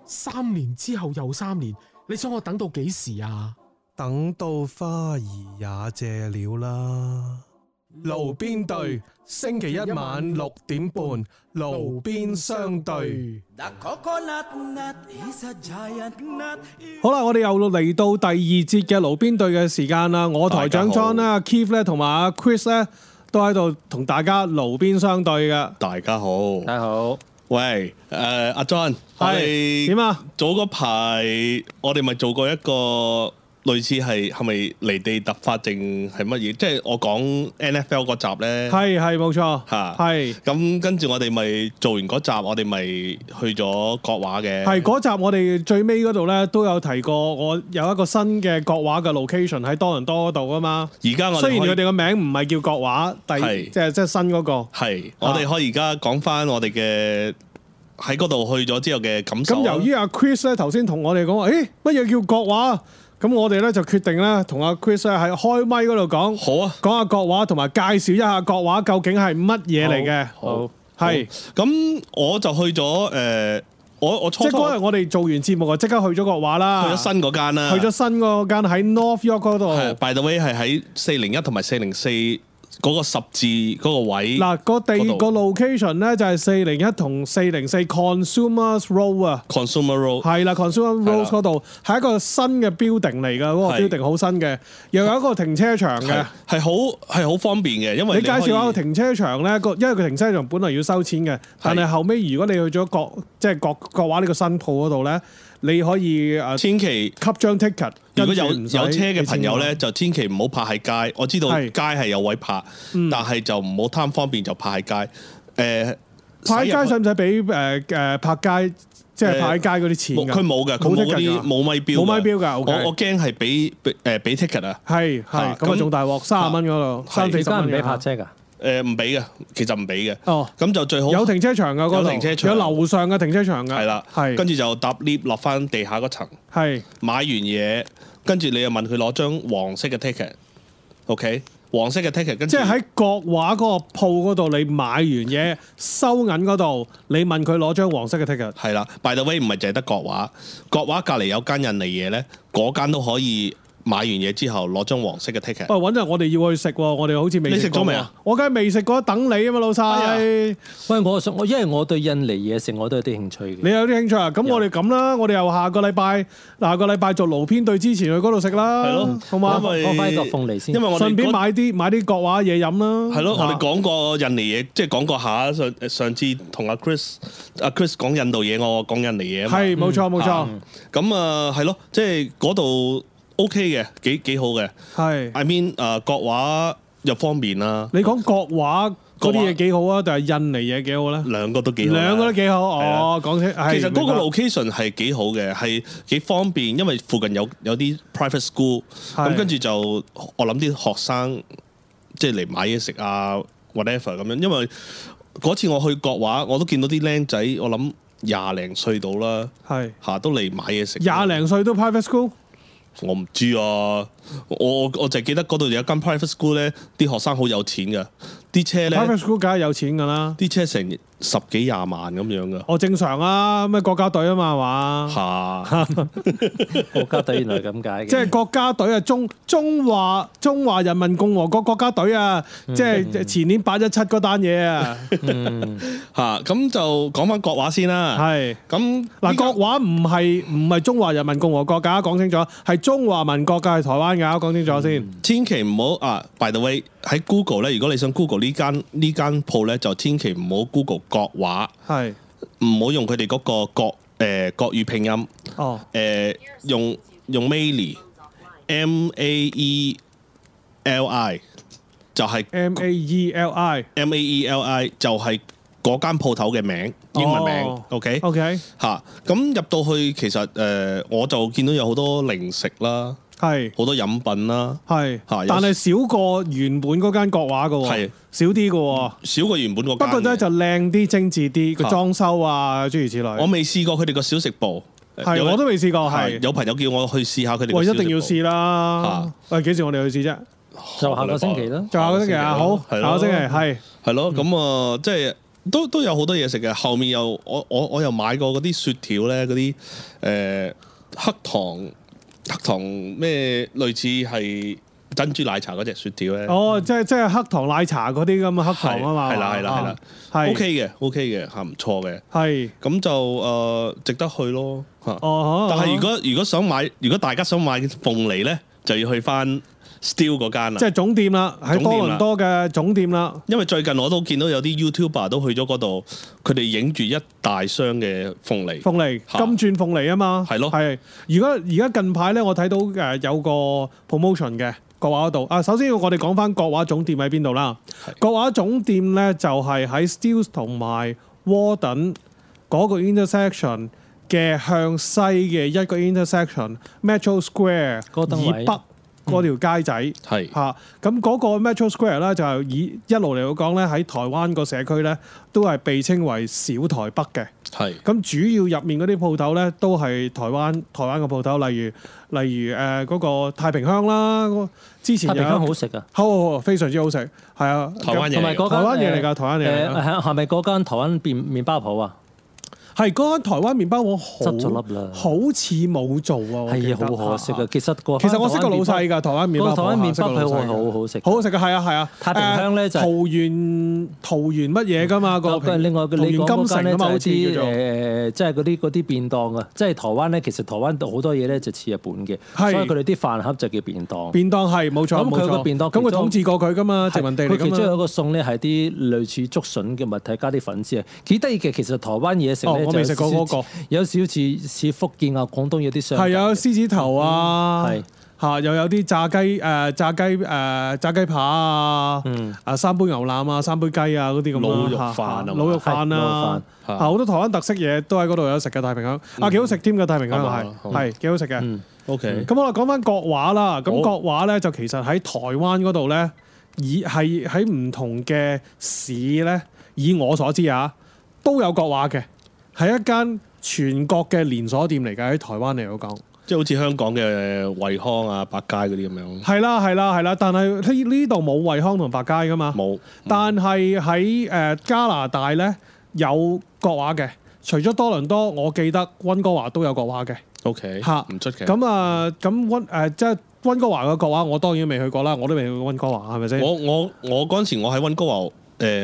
[SPEAKER 2] 三年之後又三年，你想我等到幾時啊？
[SPEAKER 1] 等到花兒也謝了啦。路邊對，星期一晚六點半，路邊相對。
[SPEAKER 3] The coconut nut is a giant nut.
[SPEAKER 4] 好啦，我哋又嚟到第二節嘅爐邊對嘅時間啦。我台長
[SPEAKER 5] 大家好
[SPEAKER 4] John 啦、Keith 咧同埋阿 Chris 咧都喺度同大家爐邊相對嘅。
[SPEAKER 5] 大家好，
[SPEAKER 6] 大家好，
[SPEAKER 5] 喂，誒、阿 John，我哋
[SPEAKER 4] 點啊？
[SPEAKER 5] 早嗰排我哋咪做過一個類似係係咪離地突發症係乜嘢？即係我講 NFL 嗰集咧，
[SPEAKER 4] 係係冇錯，
[SPEAKER 5] 嚇
[SPEAKER 4] 係
[SPEAKER 5] 咁跟住我哋咪做完嗰集，我哋咪去咗國畫嘅，
[SPEAKER 4] 係嗰集我哋最尾嗰度咧都有提過，我有一個新嘅國畫嘅 location 喺多倫多嗰度啊嘛。
[SPEAKER 5] 而家我
[SPEAKER 4] 雖然佢
[SPEAKER 5] 哋可
[SPEAKER 4] 哋
[SPEAKER 5] 以
[SPEAKER 4] 個名唔係叫國畫，第
[SPEAKER 5] 係
[SPEAKER 4] 即係即係新嗰、個。
[SPEAKER 5] 係我
[SPEAKER 4] 啊
[SPEAKER 5] 哋可以而家講翻我哋嘅喺嗰度去咗之後嘅感受
[SPEAKER 4] 咁
[SPEAKER 5] 啊。
[SPEAKER 4] 由於阿 Chris 咧頭先同我哋講話，誒乜嘢叫國畫？咁我哋咧就決定咧同阿 Chris 咧喺開咪嗰度講，
[SPEAKER 5] 好啊
[SPEAKER 4] 講下國畫同埋介紹一下國畫究竟係乜嘢嚟嘅。
[SPEAKER 6] 好，
[SPEAKER 4] 係
[SPEAKER 5] 咁我就去咗誒、我我
[SPEAKER 4] 即
[SPEAKER 5] 初
[SPEAKER 4] 係
[SPEAKER 5] 初
[SPEAKER 4] 嗰日
[SPEAKER 5] 去
[SPEAKER 4] 我哋做完節目啊，即刻去咗國畫啦，
[SPEAKER 5] 咗新嗰間啦，
[SPEAKER 4] 去咗新嗰間喺 North York 嗰度。
[SPEAKER 5] 啊係，by 啊 the way 係喺四零一同埋四零四嗰個十字嗰個位。
[SPEAKER 4] 嗱個地
[SPEAKER 5] 嗰度
[SPEAKER 4] 個 location 咧就係四零一同四零四 Consumers Road 啊。
[SPEAKER 5] Consumer Road
[SPEAKER 4] 係啦，Consumer
[SPEAKER 5] 係
[SPEAKER 4] Road
[SPEAKER 5] 啦
[SPEAKER 4] 嗰度係一個新嘅 building 嚟㗎，嗰、
[SPEAKER 5] 係
[SPEAKER 4] 個 building 好新嘅，又有一個停車場嘅
[SPEAKER 5] 係。係好係好方便嘅，因為
[SPEAKER 4] 啊你介紹下個
[SPEAKER 5] 可以
[SPEAKER 4] 停車場咧，個因為個停車場本來要收錢嘅，但係後尾如果你去咗國即係國國畫呢個新鋪嗰度咧，你可以誒
[SPEAKER 5] 千祈
[SPEAKER 4] 吸張 ticket，
[SPEAKER 5] 如
[SPEAKER 4] 跟
[SPEAKER 5] 果
[SPEAKER 4] 住
[SPEAKER 5] 有有
[SPEAKER 4] 唔使
[SPEAKER 5] 車嘅朋友
[SPEAKER 4] 俾錢㗎嘛，
[SPEAKER 5] 咧，就千祈唔好泊喺街。我知道
[SPEAKER 4] 係嗯
[SPEAKER 5] 街係有位泊，但係就唔好貪方便就泊喺街。誒
[SPEAKER 4] 派街
[SPEAKER 5] 使
[SPEAKER 4] 使
[SPEAKER 5] 入
[SPEAKER 4] 唔使俾誒誒拍街即係
[SPEAKER 5] 誒
[SPEAKER 4] 派街嗰啲錢
[SPEAKER 5] 冇
[SPEAKER 4] 㗎？
[SPEAKER 5] 佢冇嘅，佢冇嗰
[SPEAKER 4] ticket
[SPEAKER 5] 啲
[SPEAKER 4] 㗎
[SPEAKER 5] 冇咪標㗎，
[SPEAKER 4] 冇咪標㗎，OK
[SPEAKER 5] 我我驚係俾俾誒俾 ticket 啊！
[SPEAKER 4] 係係
[SPEAKER 5] 啊
[SPEAKER 4] 咁啊，
[SPEAKER 5] 咁啊
[SPEAKER 4] 仲大鑊三十蚊嗰度，
[SPEAKER 5] 係
[SPEAKER 4] 三四
[SPEAKER 6] 而
[SPEAKER 4] 十
[SPEAKER 6] 家
[SPEAKER 4] 蚊
[SPEAKER 6] 唔俾
[SPEAKER 4] 嘅
[SPEAKER 6] 泊車㗎，
[SPEAKER 5] 誒呃唔俾嘅，其實唔俾嘅。
[SPEAKER 4] 哦，
[SPEAKER 5] 咁就最好
[SPEAKER 4] 有停車場㗎嗰
[SPEAKER 5] 有
[SPEAKER 4] 度，
[SPEAKER 5] 停車場
[SPEAKER 4] 有樓上嘅停車場㗎，
[SPEAKER 5] 係啦，
[SPEAKER 4] 係
[SPEAKER 5] 跟住就搭 lift 落翻地下嗰層，
[SPEAKER 4] 係。
[SPEAKER 5] 買完嘢，跟住你又問佢攞張黃色嘅 ticket，OK，、黃色嘅 ticket，跟住
[SPEAKER 4] 即係喺國畫嗰個鋪嗰度，你買完嘢收銀嗰度，你問佢攞張黃色嘅 ticket。
[SPEAKER 5] 係啦。By the way，唔係淨係得國畫，國畫隔離有間印尼嘢咧，嗰間都可以買完嘢之後攞張黃色嘅 ticket。
[SPEAKER 4] 喂，揾日我哋要去食喎，我哋好似未
[SPEAKER 5] 你食咗
[SPEAKER 4] 過
[SPEAKER 5] 未
[SPEAKER 4] 喎
[SPEAKER 5] 啊？
[SPEAKER 4] 我梗係未食過，等你啊嘛，老
[SPEAKER 5] 哎
[SPEAKER 4] 細。
[SPEAKER 6] 喂，我想我因為我對印尼嘢食我都有啲興趣
[SPEAKER 4] 你
[SPEAKER 6] 嘅。
[SPEAKER 4] 有啲興趣啊？咁
[SPEAKER 6] 有
[SPEAKER 4] 我哋咁啦，我哋又下個禮拜，下個禮拜做勞編隊之前去嗰度食啦，
[SPEAKER 5] 係咯
[SPEAKER 4] 好嘛
[SPEAKER 5] 因？為
[SPEAKER 6] 我翻個鳳梨先
[SPEAKER 5] 因為我哋
[SPEAKER 4] 順便
[SPEAKER 5] 嗰
[SPEAKER 4] 買啲買啲國畫嘢飲啦。
[SPEAKER 5] 係咯，我
[SPEAKER 4] 嚇
[SPEAKER 5] 哋講過印尼嘢，即係講過下上上次同阿 Chris 阿 Chris 講印度嘢，我講印尼嘢啊嘛。
[SPEAKER 4] 係冇錯冇錯，
[SPEAKER 5] 咁啊，係咯，即係嗰度 OK 嘅，幾幾好嘅。
[SPEAKER 4] 係
[SPEAKER 5] I mean 誒國畫又方便啦，
[SPEAKER 4] 你講國畫嗰啲
[SPEAKER 5] 國畫
[SPEAKER 4] 嘢幾好啊？定係印尼嘢幾好咧？
[SPEAKER 5] 兩個都幾好啦。
[SPEAKER 4] 兩個都幾好，
[SPEAKER 5] 係啊
[SPEAKER 4] 哦，講清。
[SPEAKER 5] 其實
[SPEAKER 4] 係
[SPEAKER 5] 嗰個
[SPEAKER 4] 明白
[SPEAKER 5] location 係幾好嘅，係幾方便，因為附近有有啲 private school，
[SPEAKER 4] 係
[SPEAKER 5] 咁跟住就我諗啲學生即係嚟買嘢食啊，whatever 咁樣。因為嗰次我去國畫，我都見到啲僆仔，我諗廿零歲到啦，
[SPEAKER 4] 係
[SPEAKER 5] 嚇都嚟買嘢食。
[SPEAKER 4] 廿零歲都 private school，
[SPEAKER 5] 我唔知啊，我我我就係記得嗰度有一間 private school 咧，啲學生好有錢㗎，啲車
[SPEAKER 4] private
[SPEAKER 5] 咧
[SPEAKER 4] school 梗係有錢㗎啦。
[SPEAKER 5] 啲車成十幾廿萬咁樣㗎，
[SPEAKER 4] 我正常啊，咩國家隊啊嘛，係嘛？
[SPEAKER 5] 嚇
[SPEAKER 6] 國家隊原來係咁解嘅，
[SPEAKER 4] 即係國家隊啊，中中華中華人民共和國國家隊啊，即係前年八一七嗰單嘢啊，
[SPEAKER 5] 嚇咁就講翻國畫先啦。
[SPEAKER 4] 係
[SPEAKER 5] 咁
[SPEAKER 4] 嗱
[SPEAKER 5] 國
[SPEAKER 4] 國畫唔係唔係中華人民共和國㗎，講清楚係中華民國㗎，係台灣㗎，講清楚先。
[SPEAKER 5] 千祈唔好啊！By the way，喺 Google 咧，如果你想 Google 呢間呢間鋪咧，就千祈唔好 Google 國畫，
[SPEAKER 4] 係
[SPEAKER 5] 唔好用佢哋嗰個國誒、呃、國語拼音，
[SPEAKER 4] 哦，
[SPEAKER 5] 誒、呃用用 Maili M A E L I 就係、
[SPEAKER 4] M A E L I
[SPEAKER 5] M A E L I 就係嗰間鋪頭嘅名，英文名、
[SPEAKER 4] 哦
[SPEAKER 5] OK
[SPEAKER 4] OK
[SPEAKER 5] 嚇。咁入到去其實誒、呃我就見到有好多零食啦，
[SPEAKER 4] 係
[SPEAKER 5] 好多飲品啦。
[SPEAKER 4] 係，
[SPEAKER 5] 係有
[SPEAKER 4] 但係少過原本嗰間國畫㗎喎
[SPEAKER 5] 係，
[SPEAKER 4] 少啲㗎喎。
[SPEAKER 5] 少過原本嗰
[SPEAKER 4] 不
[SPEAKER 5] 間
[SPEAKER 4] 過咧
[SPEAKER 5] 嘅
[SPEAKER 4] 就靚啲、精緻啲，個
[SPEAKER 5] 啊
[SPEAKER 4] 裝修啊諸如此
[SPEAKER 5] 我
[SPEAKER 4] 類。
[SPEAKER 5] 未試過佢哋個小食部，
[SPEAKER 4] 係
[SPEAKER 5] 有
[SPEAKER 4] 我都未試過，係
[SPEAKER 5] 係。有朋友叫我去試下佢哋個
[SPEAKER 4] 喂，
[SPEAKER 5] 小
[SPEAKER 4] 一
[SPEAKER 5] 食部。
[SPEAKER 4] 定要試啦！喂，幾時我哋去試啫？
[SPEAKER 6] 就下個星期啦。
[SPEAKER 4] 就下個星期啊，好，
[SPEAKER 5] 係咯
[SPEAKER 4] 下個星期係
[SPEAKER 5] 係
[SPEAKER 4] 嗯
[SPEAKER 5] 咯，咁啊，即係都都有好多嘢食嘅。後面又我我我又買過嗰啲雪條咧，嗰啲誒黑糖黑糖咩類似係珍珠奶茶嗰只雪條咧。
[SPEAKER 4] 哦，即係即係黑糖奶茶嗰啲咁嘅黑糖啊嘛，
[SPEAKER 5] 係係啦係啦係啦
[SPEAKER 4] 係
[SPEAKER 5] OK 嘅，OK 嘅，嚇唔錯嘅，
[SPEAKER 4] 係
[SPEAKER 5] 咁就誒、呃值得去咯嚇。
[SPEAKER 4] 哦，
[SPEAKER 5] 但係如果如果想買，如果大家想買鳳梨咧，就要去翻 Steel 嗰間啦
[SPEAKER 4] 即。係總店啦，喺多
[SPEAKER 5] 總店
[SPEAKER 4] 倫
[SPEAKER 5] 啦
[SPEAKER 4] 多嘅總店啦，
[SPEAKER 5] 因為最近我都見到有啲 YouTuber 都去咗嗰度，佢哋影住一大箱嘅鳳梨，
[SPEAKER 4] 鳳梨
[SPEAKER 5] 嚇
[SPEAKER 4] 金鑽鳳梨啊嘛，
[SPEAKER 5] 係咯
[SPEAKER 4] 係。如果而家近排咧，我睇到誒有個 promotion 嘅國畫嗰度啊。首先我哋講翻國畫總店喺邊度啦。國畫總店咧就係喺 Steeles 同埋 Warden 嗰個 intersection 嘅向西嘅一個 intersection Metro Square
[SPEAKER 6] 嗰個燈
[SPEAKER 4] 以
[SPEAKER 6] 位
[SPEAKER 4] 北嗰條街仔。
[SPEAKER 5] 係
[SPEAKER 4] 嚇。咁嗰個 Metro Square 咧，就係以一路嚟講咧，喺台灣個社區咧，都係被稱為小台北嘅。
[SPEAKER 5] 係
[SPEAKER 4] 咁主要入面嗰啲鋪頭咧，都係台灣台灣嘅鋪頭，例如例如誒嗰、個太平鄉啦，嗰之前
[SPEAKER 6] 太平鄉
[SPEAKER 4] 有
[SPEAKER 6] 好食啊！
[SPEAKER 4] 好好好非常之好食，係啊，
[SPEAKER 5] 台灣
[SPEAKER 6] 同埋
[SPEAKER 5] 嘢嚟
[SPEAKER 6] 嗰
[SPEAKER 5] 嘅，
[SPEAKER 4] 台
[SPEAKER 6] 間
[SPEAKER 4] 灣嘢嚟
[SPEAKER 6] 誒
[SPEAKER 4] 㗎，台灣嘢嚟㗎
[SPEAKER 6] 誒係係咪嗰間台灣麵麵包鋪啊？
[SPEAKER 4] 係嗰間台灣麵包王好
[SPEAKER 6] 執咗粒啦
[SPEAKER 4] 好似冇做啊，我記
[SPEAKER 6] 係
[SPEAKER 4] 得
[SPEAKER 6] 啊，好可惜啊！！其實個
[SPEAKER 4] 其實我識個老細㗎，台灣麵包
[SPEAKER 6] 嗰個台灣麵包
[SPEAKER 4] 鋪我識個
[SPEAKER 6] 佢
[SPEAKER 4] 老細
[SPEAKER 6] 好好食，
[SPEAKER 4] 好好食㗎，係啊係啊，
[SPEAKER 6] 太平鄉呢
[SPEAKER 4] 誒
[SPEAKER 6] 就係
[SPEAKER 4] 桃園桃園乜嘢㗎嘛個
[SPEAKER 6] 個
[SPEAKER 4] 平
[SPEAKER 6] 另外
[SPEAKER 4] 桃
[SPEAKER 6] 你
[SPEAKER 4] 園
[SPEAKER 6] 講
[SPEAKER 4] 金
[SPEAKER 6] 嗰間
[SPEAKER 4] 城
[SPEAKER 6] 咧
[SPEAKER 4] 啊
[SPEAKER 6] 就
[SPEAKER 4] 嘛，好
[SPEAKER 6] 係
[SPEAKER 4] 似
[SPEAKER 6] 啲呃
[SPEAKER 4] 叫做
[SPEAKER 6] 誒，即係嗰啲嗰啲便當啊，即係台灣咧，其實台灣好多嘢咧就似日本嘅，
[SPEAKER 4] 係
[SPEAKER 6] 所以佢哋啲飯盒就叫便當。
[SPEAKER 4] 便當係冇錯
[SPEAKER 6] 咁
[SPEAKER 4] 冇
[SPEAKER 6] 佢個
[SPEAKER 4] 錯，
[SPEAKER 6] 便當
[SPEAKER 4] 咁佢
[SPEAKER 6] 其中
[SPEAKER 4] 統治過佢㗎嘛，殖民地嚟
[SPEAKER 6] 佢其
[SPEAKER 4] 㗎
[SPEAKER 6] 中有
[SPEAKER 4] 嘛。
[SPEAKER 6] 一個餸咧，係啲類似竹筍嘅物體加啲粉絲啊，幾得意嘅。其實台灣嘢食
[SPEAKER 4] 哦
[SPEAKER 6] 咧，
[SPEAKER 4] 我未食過嗰個
[SPEAKER 6] 就有少少似似福建啊、廣東有啲相近
[SPEAKER 4] 係
[SPEAKER 6] 嘅。
[SPEAKER 4] 有獅子頭啊，
[SPEAKER 6] 嗯係
[SPEAKER 4] 嚇又有啲炸雞誒、炸雞誒、炸雞扒啊，啊三杯牛腩啊，三杯雞啊嗰啲咁啦
[SPEAKER 5] 滷肉
[SPEAKER 4] 嚇
[SPEAKER 5] 飯啊嘛
[SPEAKER 4] 滷肉
[SPEAKER 6] 係
[SPEAKER 4] 飯
[SPEAKER 6] 滷
[SPEAKER 4] 啊
[SPEAKER 6] 肉，
[SPEAKER 5] 飯
[SPEAKER 4] 啊好多台灣特色嘢都喺嗰度有得食嘅太平鄉，啊幾好食添嘅太平鄉
[SPEAKER 5] 係嘛
[SPEAKER 4] 係
[SPEAKER 5] 好
[SPEAKER 4] 係幾好食嘅。
[SPEAKER 5] OK
[SPEAKER 4] 咁我哋講翻國畫啦，咁
[SPEAKER 5] 好
[SPEAKER 4] 國畫咧就其實喺台灣嗰度咧，以係喺唔同嘅市咧，以我所知啊，都有國畫嘅，係一間全國嘅連鎖店嚟嘅喺台灣嚟講。
[SPEAKER 5] 即係好似香港嘅惠康啊、百佳嗰啲咁樣，
[SPEAKER 4] 係啦，係啦，係啦，但係呢呢度冇惠康同百佳噶嘛，
[SPEAKER 5] 冇
[SPEAKER 4] 呃但係喺誒加拿大咧有國畫嘅，除咗多倫多，我記得温哥華都有國畫嘅。
[SPEAKER 5] OK，
[SPEAKER 4] 嚇
[SPEAKER 5] 唔出奇。
[SPEAKER 4] 咁啊，咁温誒即係温哥華嘅國畫，我當然未去過啦，我都未去過温哥華，係咪先？
[SPEAKER 5] 我我我嗰陣時我喺温哥華，誒、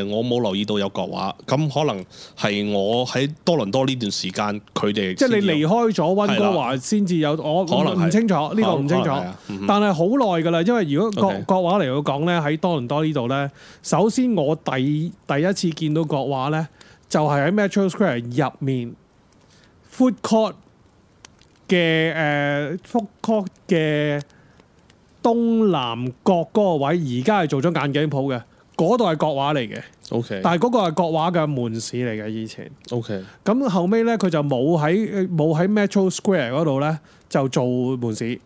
[SPEAKER 5] 我冇留意到有國畫，咁可能係我喺多倫多呢段時間佢哋
[SPEAKER 4] 即係你
[SPEAKER 5] 先
[SPEAKER 4] 離
[SPEAKER 5] 有
[SPEAKER 4] 開咗温哥華先至有，我
[SPEAKER 5] 可能係
[SPEAKER 4] 唔清楚呢個唔清
[SPEAKER 5] 可
[SPEAKER 4] 楚
[SPEAKER 5] 能係啊嗯哼，
[SPEAKER 4] 但係好耐㗎啦。因為如果國
[SPEAKER 5] OK
[SPEAKER 4] 國畫嚟講咧，喺多倫多呢度咧，首先我第第一次見到國畫咧，就係喺 Metro Square 入面 food court 嘅誒 food court 嘅東南角嗰個位，而家係做咗眼鏡鋪嘅，嗰度係國畫嚟嘅，
[SPEAKER 5] OK
[SPEAKER 4] 但係嗰個係國畫嘅門市嚟嘅以前。
[SPEAKER 5] OK
[SPEAKER 4] 咁後尾咧，佢就冇喺冇喺 Metro Square 嗰度咧就做門市，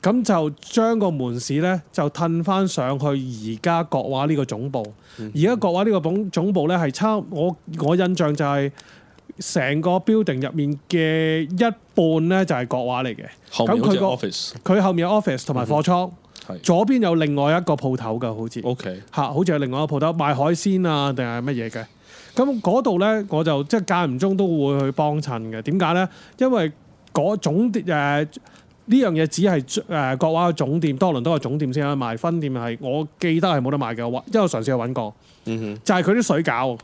[SPEAKER 4] 咁就將個門市咧就褪翻上去而家國畫呢個總部。
[SPEAKER 5] 嗯
[SPEAKER 4] 而家國畫呢個總總部咧係差我我印象就係、成個 building 入面嘅一半咧就係國畫嚟嘅，
[SPEAKER 5] 後面
[SPEAKER 4] 咁
[SPEAKER 5] 好似
[SPEAKER 4] 佢個
[SPEAKER 5] office 嗯
[SPEAKER 4] 佢後面有 office 同埋貨倉，
[SPEAKER 5] 係
[SPEAKER 4] 左邊有另外一個鋪頭㗎，好似。
[SPEAKER 5] OK
[SPEAKER 4] 嚇，好似係另外一個鋪頭賣海鮮啊，定係乜嘢嘅。咁嗰度呢，我就即係間唔中都會去幫襯嘅。點解呢？因為嗰總店誒呢樣嘢只係誒國畫嘅總店、多倫多嘅總店先有得賣，分店係我記得係冇得賣嘅。我因為我嘗試去揾過，
[SPEAKER 5] 嗯
[SPEAKER 4] 就係佢啲水餃，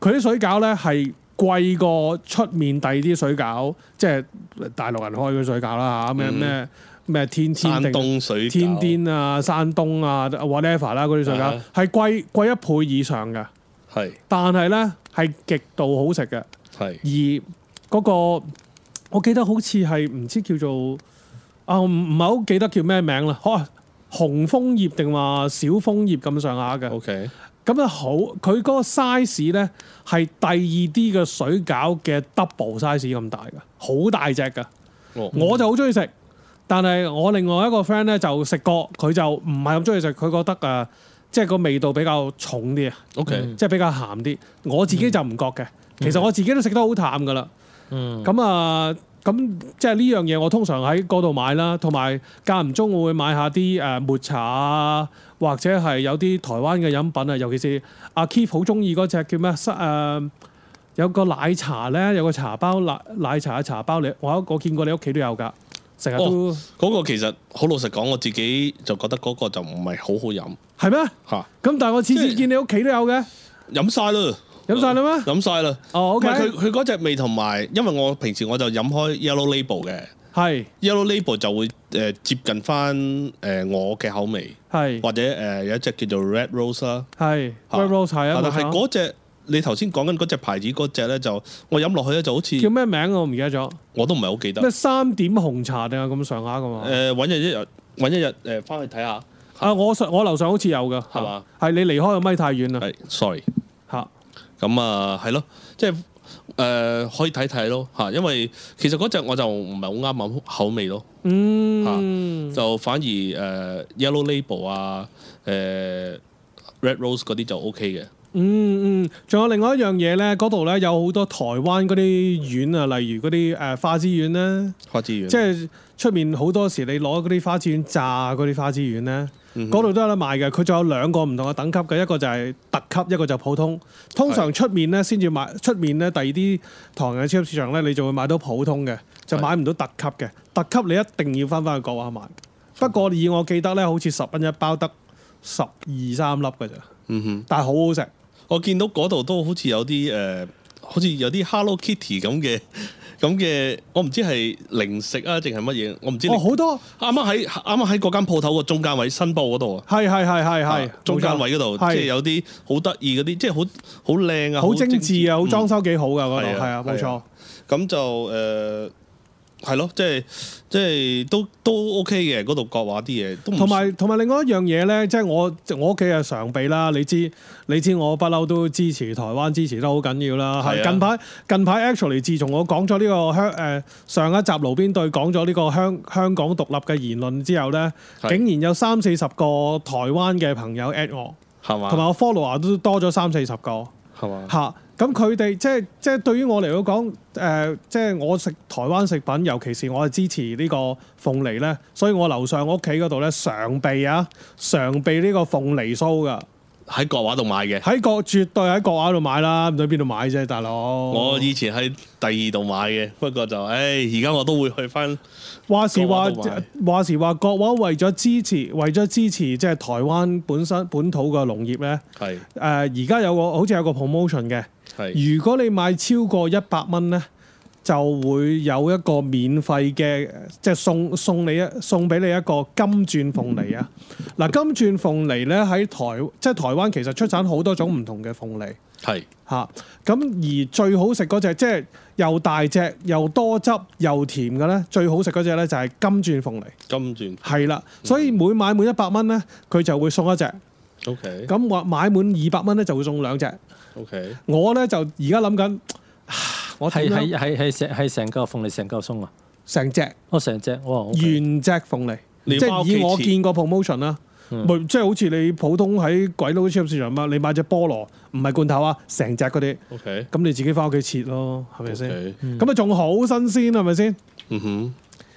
[SPEAKER 4] 佢啲水餃呢係貴過出面第二啲水餃，即係大陸人開嘅水餃啦嚇，咩咩咩天
[SPEAKER 5] 哼，
[SPEAKER 4] 天
[SPEAKER 5] 嗯
[SPEAKER 4] 定
[SPEAKER 5] 山東水
[SPEAKER 4] 天
[SPEAKER 5] 餃
[SPEAKER 4] 癲啊、山東啊、whatever 啦嗰啲水餃
[SPEAKER 5] 啊，
[SPEAKER 4] 係貴貴一倍以上嘅，
[SPEAKER 5] 係
[SPEAKER 4] 但係呢係極度好食嘅。
[SPEAKER 5] 係
[SPEAKER 4] 而嗰、個我記得好似係唔知叫做啊，我唔唔係好記得叫咩名啦，可、啊、紅楓葉定話小楓葉咁上下嘅。
[SPEAKER 5] OK
[SPEAKER 4] 咁啊好，佢嗰個 size 咧係第二啲嘅水餃嘅 double size 咁大嘅，好大隻嘅。
[SPEAKER 5] 哦
[SPEAKER 4] 我就好中意食，但係我另外一個 friend 咧就食過，佢就唔係咁中意食，佢覺得誒、呃即係個味道比較重啲啊，
[SPEAKER 5] OK
[SPEAKER 4] 即係比較鹹啲。我自己就唔覺嘅，其實我自己都食得好淡㗎啦。
[SPEAKER 6] 嗯，
[SPEAKER 4] 咁啊，咁即係呢樣嘢，我通常喺嗰度買啦，同埋間唔中我會買下啲誒抹茶啊，或者係有啲台灣嘅飲品啊，尤其是阿 Keith 好中意嗰只叫咩誒、有個奶茶咧，有個茶包奶奶茶嘅茶包，你我我見過你屋企都有㗎，成日都
[SPEAKER 5] 嗰個其實好老實講，我自己就覺得嗰個就唔係好好飲
[SPEAKER 4] 係咩？
[SPEAKER 5] 嚇，
[SPEAKER 4] 咁但係我次
[SPEAKER 5] 即
[SPEAKER 4] 次
[SPEAKER 5] 係
[SPEAKER 4] 見你屋企都有嘅，
[SPEAKER 5] 飲晒啦，
[SPEAKER 4] 飲晒啦咩？
[SPEAKER 5] 飲晒啦。
[SPEAKER 4] 哦
[SPEAKER 5] 唔
[SPEAKER 4] ，OK，
[SPEAKER 5] 係佢佢嗰只味同埋，因為我平時我就飲開 Yellow Label 嘅
[SPEAKER 4] 係
[SPEAKER 5] Yellow Label 就會誒、呃接近翻誒、呃我嘅口味，
[SPEAKER 4] 係
[SPEAKER 5] 或者誒、呃有一隻叫做 Red Rose 啦，
[SPEAKER 4] 係
[SPEAKER 5] 嚇
[SPEAKER 4] Red Rose 係啊，
[SPEAKER 5] 但
[SPEAKER 4] 冇
[SPEAKER 5] 係
[SPEAKER 4] 錯
[SPEAKER 5] 嗰只你頭先講緊嗰只牌子嗰只咧，就我飲落去咧就好
[SPEAKER 4] 叫
[SPEAKER 5] 似
[SPEAKER 4] 咩名啊我唔記得咗，
[SPEAKER 5] 我都唔係好記得
[SPEAKER 4] 咩。三點紅茶定係咁上下㗎嘛？
[SPEAKER 5] 誒揾日一日揾一日誒翻去睇下，
[SPEAKER 4] 啊！我上我樓上好似有噶，
[SPEAKER 5] 係嘛？
[SPEAKER 4] 係你離開個咪太遠啦，
[SPEAKER 5] 係 sorry。
[SPEAKER 4] 嚇
[SPEAKER 5] 咁啊，係咯，即係誒、呃可以睇睇咯嚇，因為其實嗰只我就唔係好啱口口味咯，
[SPEAKER 4] 嗯
[SPEAKER 5] 啊就反而誒、呃 Yellow Label 啊，誒、Red Rose 嗰啲就 OK 嘅。
[SPEAKER 4] 嗯嗯，仲有另外一樣嘢咧，嗰度咧有好多台灣嗰啲院啊，例如嗰啲誒花枝院咧，
[SPEAKER 5] 花之園
[SPEAKER 4] 即係出面好多時你攞嗰啲花枝院炸嗰啲花枝院咧，
[SPEAKER 5] 嗯
[SPEAKER 4] 嗰度都有得賣嘅。佢仲有兩個唔同嘅等級嘅，一個就係特級，一個就普通。通常出面咧先至買，出面咧第二啲唐人嘅超級市場咧，你就會買到普通嘅，就
[SPEAKER 5] 係
[SPEAKER 4] 買唔到特級嘅。特級你一定要翻翻去國畫買。不過以我記得咧，好似十蚊一包得十二三粒嘅咋，
[SPEAKER 5] 嗯哼，
[SPEAKER 4] 但係好好食。
[SPEAKER 5] 我見到嗰度都好似有啲誒、呃好似有啲 Hello Kitty 咁嘅咁嘅，我唔知係零食啊定係乜嘢，我唔知你。
[SPEAKER 4] 哦，好多
[SPEAKER 5] 啱啱喺啱啱喺嗰間鋪頭個中間位新報嗰度啊，
[SPEAKER 4] 係係係係
[SPEAKER 5] 啊
[SPEAKER 4] 係
[SPEAKER 5] 中間位嗰度，
[SPEAKER 4] 係
[SPEAKER 5] 即係有啲好得意嗰啲，即係好好靚啊，
[SPEAKER 4] 好精緻啊，好
[SPEAKER 5] 嗯
[SPEAKER 4] 裝修幾好噶嗰
[SPEAKER 5] 係
[SPEAKER 4] 度，係
[SPEAKER 5] 啊
[SPEAKER 4] 啊，冇
[SPEAKER 5] 係
[SPEAKER 4] 錯
[SPEAKER 5] 啊。咁就誒係咯，即係即係都都 OK 嘅，嗰度國畫啲嘢都唔
[SPEAKER 4] 同埋同埋另外一樣嘢咧，即係我我屋企係常備啦，你知你知我不嬲都支持台灣，支持得好緊要啦。係
[SPEAKER 5] 係啊
[SPEAKER 4] 近排近排 actually，自從我講咗呢個香誒、呃上一集爐邊對講咗呢個香香港獨立嘅言論之後咧，
[SPEAKER 5] 係
[SPEAKER 4] 竟然有三四十個台灣嘅朋友 at 我，
[SPEAKER 5] 係嘛，
[SPEAKER 4] 同埋我 follower 都多咗三四十個。
[SPEAKER 5] 係嘛，
[SPEAKER 4] 嚇。咁佢哋即係即係對於我嚟講，誒、即係我食台灣食品，尤其是我係支持呢個鳳梨咧，所以我樓上屋企嗰度咧常備啊，常備呢個鳳梨酥噶，
[SPEAKER 5] 喺國畫度買嘅。
[SPEAKER 4] 喺國絕對喺國畫度買啦，唔知邊度買啫，大佬。
[SPEAKER 6] 哦
[SPEAKER 5] 我以前喺第二度買嘅，不過就誒，而家我都會去翻。
[SPEAKER 4] 話時話
[SPEAKER 5] 國畫度
[SPEAKER 4] 話時話國畫為咗支持，為咗支持即係台灣本身本土嘅農業咧。
[SPEAKER 5] 係
[SPEAKER 4] 誒而家有個好似有個 promotion 嘅，
[SPEAKER 5] 係
[SPEAKER 4] 如果你買超過一百蚊咧，就會有一個免費嘅，即係送送你一送俾你一個金鑽鳳梨啊！嗱，金鑽鳳梨咧喺台即係台灣其實出產好多種唔同嘅鳳梨。
[SPEAKER 5] 係
[SPEAKER 4] 嚇。咁、而最好食嗰只，即係又大隻又多汁又甜嘅咧，最好食嗰只咧就係金鑽鳳梨，
[SPEAKER 5] 金鑽。
[SPEAKER 4] 係啦。所以每買滿一百蚊咧，佢就會送一隻；
[SPEAKER 5] O K
[SPEAKER 4] 咁話買滿二百蚊咧，就會送兩隻。
[SPEAKER 5] O K，
[SPEAKER 4] 我咧就而家諗緊，啊我
[SPEAKER 6] 係
[SPEAKER 4] 點樣
[SPEAKER 6] 係係係成係成嚿鳳梨成嚿鬆啊！
[SPEAKER 4] 成隻
[SPEAKER 6] 哦，成隻哇！
[SPEAKER 4] 原隻鳳梨？
[SPEAKER 5] 你
[SPEAKER 4] 即係
[SPEAKER 5] 包嗯屋企
[SPEAKER 4] 以我
[SPEAKER 5] 切
[SPEAKER 4] 見過 promotion 啦，咪即係好似你普通喺鬼佬超級市場嘛，你買只菠蘿唔係罐頭啊，成隻嗰啲，
[SPEAKER 5] O K，
[SPEAKER 4] 咁你自己翻屋企切咯，係咪先
[SPEAKER 5] OK？
[SPEAKER 6] 嗯
[SPEAKER 4] 咁啊仲好新鮮係咪先？
[SPEAKER 5] 嗯哼。